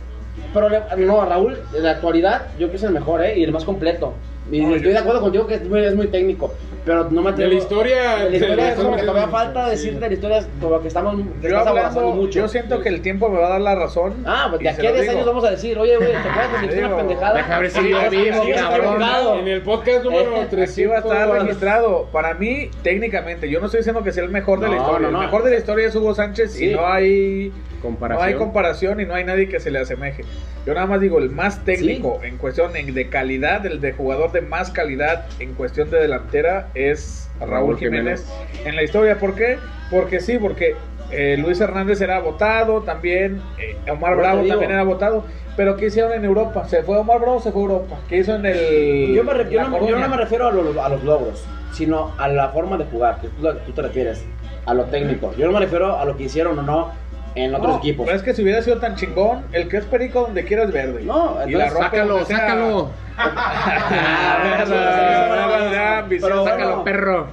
Speaker 3: pero le- no, Raúl, en la actualidad, yo creo que es el mejor, ¿eh? Y el más completo. Y
Speaker 4: Oye.
Speaker 3: estoy de acuerdo contigo que es muy, es muy técnico, pero no me
Speaker 6: De
Speaker 3: atrevo.
Speaker 6: la historia.
Speaker 3: De la
Speaker 6: de- de-
Speaker 3: historia es como que
Speaker 6: de-
Speaker 3: todavía
Speaker 6: de-
Speaker 3: falta
Speaker 6: sí.
Speaker 3: decir de la historia, como que estamos, te
Speaker 4: Yo,
Speaker 3: estás abrazando
Speaker 4: hablando,
Speaker 3: mucho.
Speaker 4: yo siento que el tiempo me va a dar la razón.
Speaker 3: Ah, pues de
Speaker 4: y se
Speaker 3: aquí a
Speaker 4: lo
Speaker 3: 10
Speaker 4: digo.
Speaker 3: años vamos a decir, oye, güey, ¿te acuerdas cuando hiciste una
Speaker 4: digo,
Speaker 3: pendejada?
Speaker 5: deja ver si
Speaker 3: Sí,
Speaker 5: yo
Speaker 3: sí,
Speaker 5: vivo,
Speaker 3: sí, está
Speaker 5: cabrón.
Speaker 3: equivocado.
Speaker 6: En el podcast número
Speaker 3: Este,
Speaker 4: Así va a
Speaker 6: 300.
Speaker 4: estar registrado. Para mí, técnicamente, yo no estoy diciendo que sea el mejor de la
Speaker 3: No,
Speaker 4: historia.
Speaker 3: no, no.
Speaker 4: El mejor de la historia es Hugo Sánchez
Speaker 3: Sí.
Speaker 4: y no hay, no hay
Speaker 5: Comparación.
Speaker 4: comparación y no hay nadie que se le asemeje. Yo nada más digo, el más técnico en cuestión en- de calidad, el de jugador de más calidad en cuestión de delantera es Raúl,
Speaker 5: Raúl
Speaker 4: Jiménez. en la historia. ¿Por qué? Porque sí, porque eh, Luis Hernández era votado, también eh,
Speaker 3: Por
Speaker 4: Omar
Speaker 3: eso
Speaker 4: Bravo
Speaker 3: digo.
Speaker 4: también era votado. Pero ¿qué hicieron en Europa? ¿Se fue Omar Bravo o se fue a Europa? ¿Qué hizo en el...
Speaker 3: Yo, me re- yo
Speaker 4: La
Speaker 3: no, yo
Speaker 4: Coruña?
Speaker 3: no me refiero a los, a los logros, sino a la forma de jugar, que tú, tú te refieres, a lo técnico. Yo no me refiero a lo que hicieron o no en otros
Speaker 4: No,
Speaker 3: equipos.
Speaker 4: Pero es que si hubiera sido tan chingón, el que es perico donde quieras verde.
Speaker 3: No,
Speaker 4: y la
Speaker 3: entonces,
Speaker 4: rompe
Speaker 5: Sácalo,
Speaker 4: donde sea.
Speaker 5: sácalo.
Speaker 4: Ah, verga,
Speaker 3: Sí, sí, sí, sí, sí.
Speaker 4: verga, ambición,
Speaker 3: Pero bueno,
Speaker 4: sácalo,
Speaker 5: Sácalo, perro.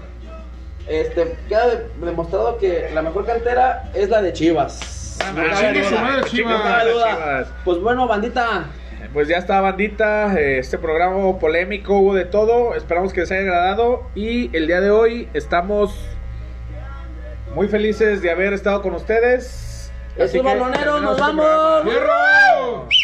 Speaker 3: Este, queda de- demostrado que la mejor cantera es la de Chivas.
Speaker 4: Ah,
Speaker 3: No
Speaker 4: madre,
Speaker 3: cabe
Speaker 6: chingue su
Speaker 3: duda.
Speaker 6: madre,
Speaker 4: Chivas,
Speaker 3: No cabe duda.
Speaker 4: Chivas.
Speaker 3: Pues bueno, bandita,
Speaker 4: Pues ya está, bandita. eh, Este programa polémico hubo de todo. Esperamos que les haya agradado. Y el día de hoy estamos muy felices de haber estado con ustedes.
Speaker 3: es
Speaker 4: Así
Speaker 3: un
Speaker 4: que
Speaker 3: balonero,
Speaker 4: terminamos
Speaker 3: nos
Speaker 4: este
Speaker 3: vamos.
Speaker 4: programa.
Speaker 6: ¡Fierro!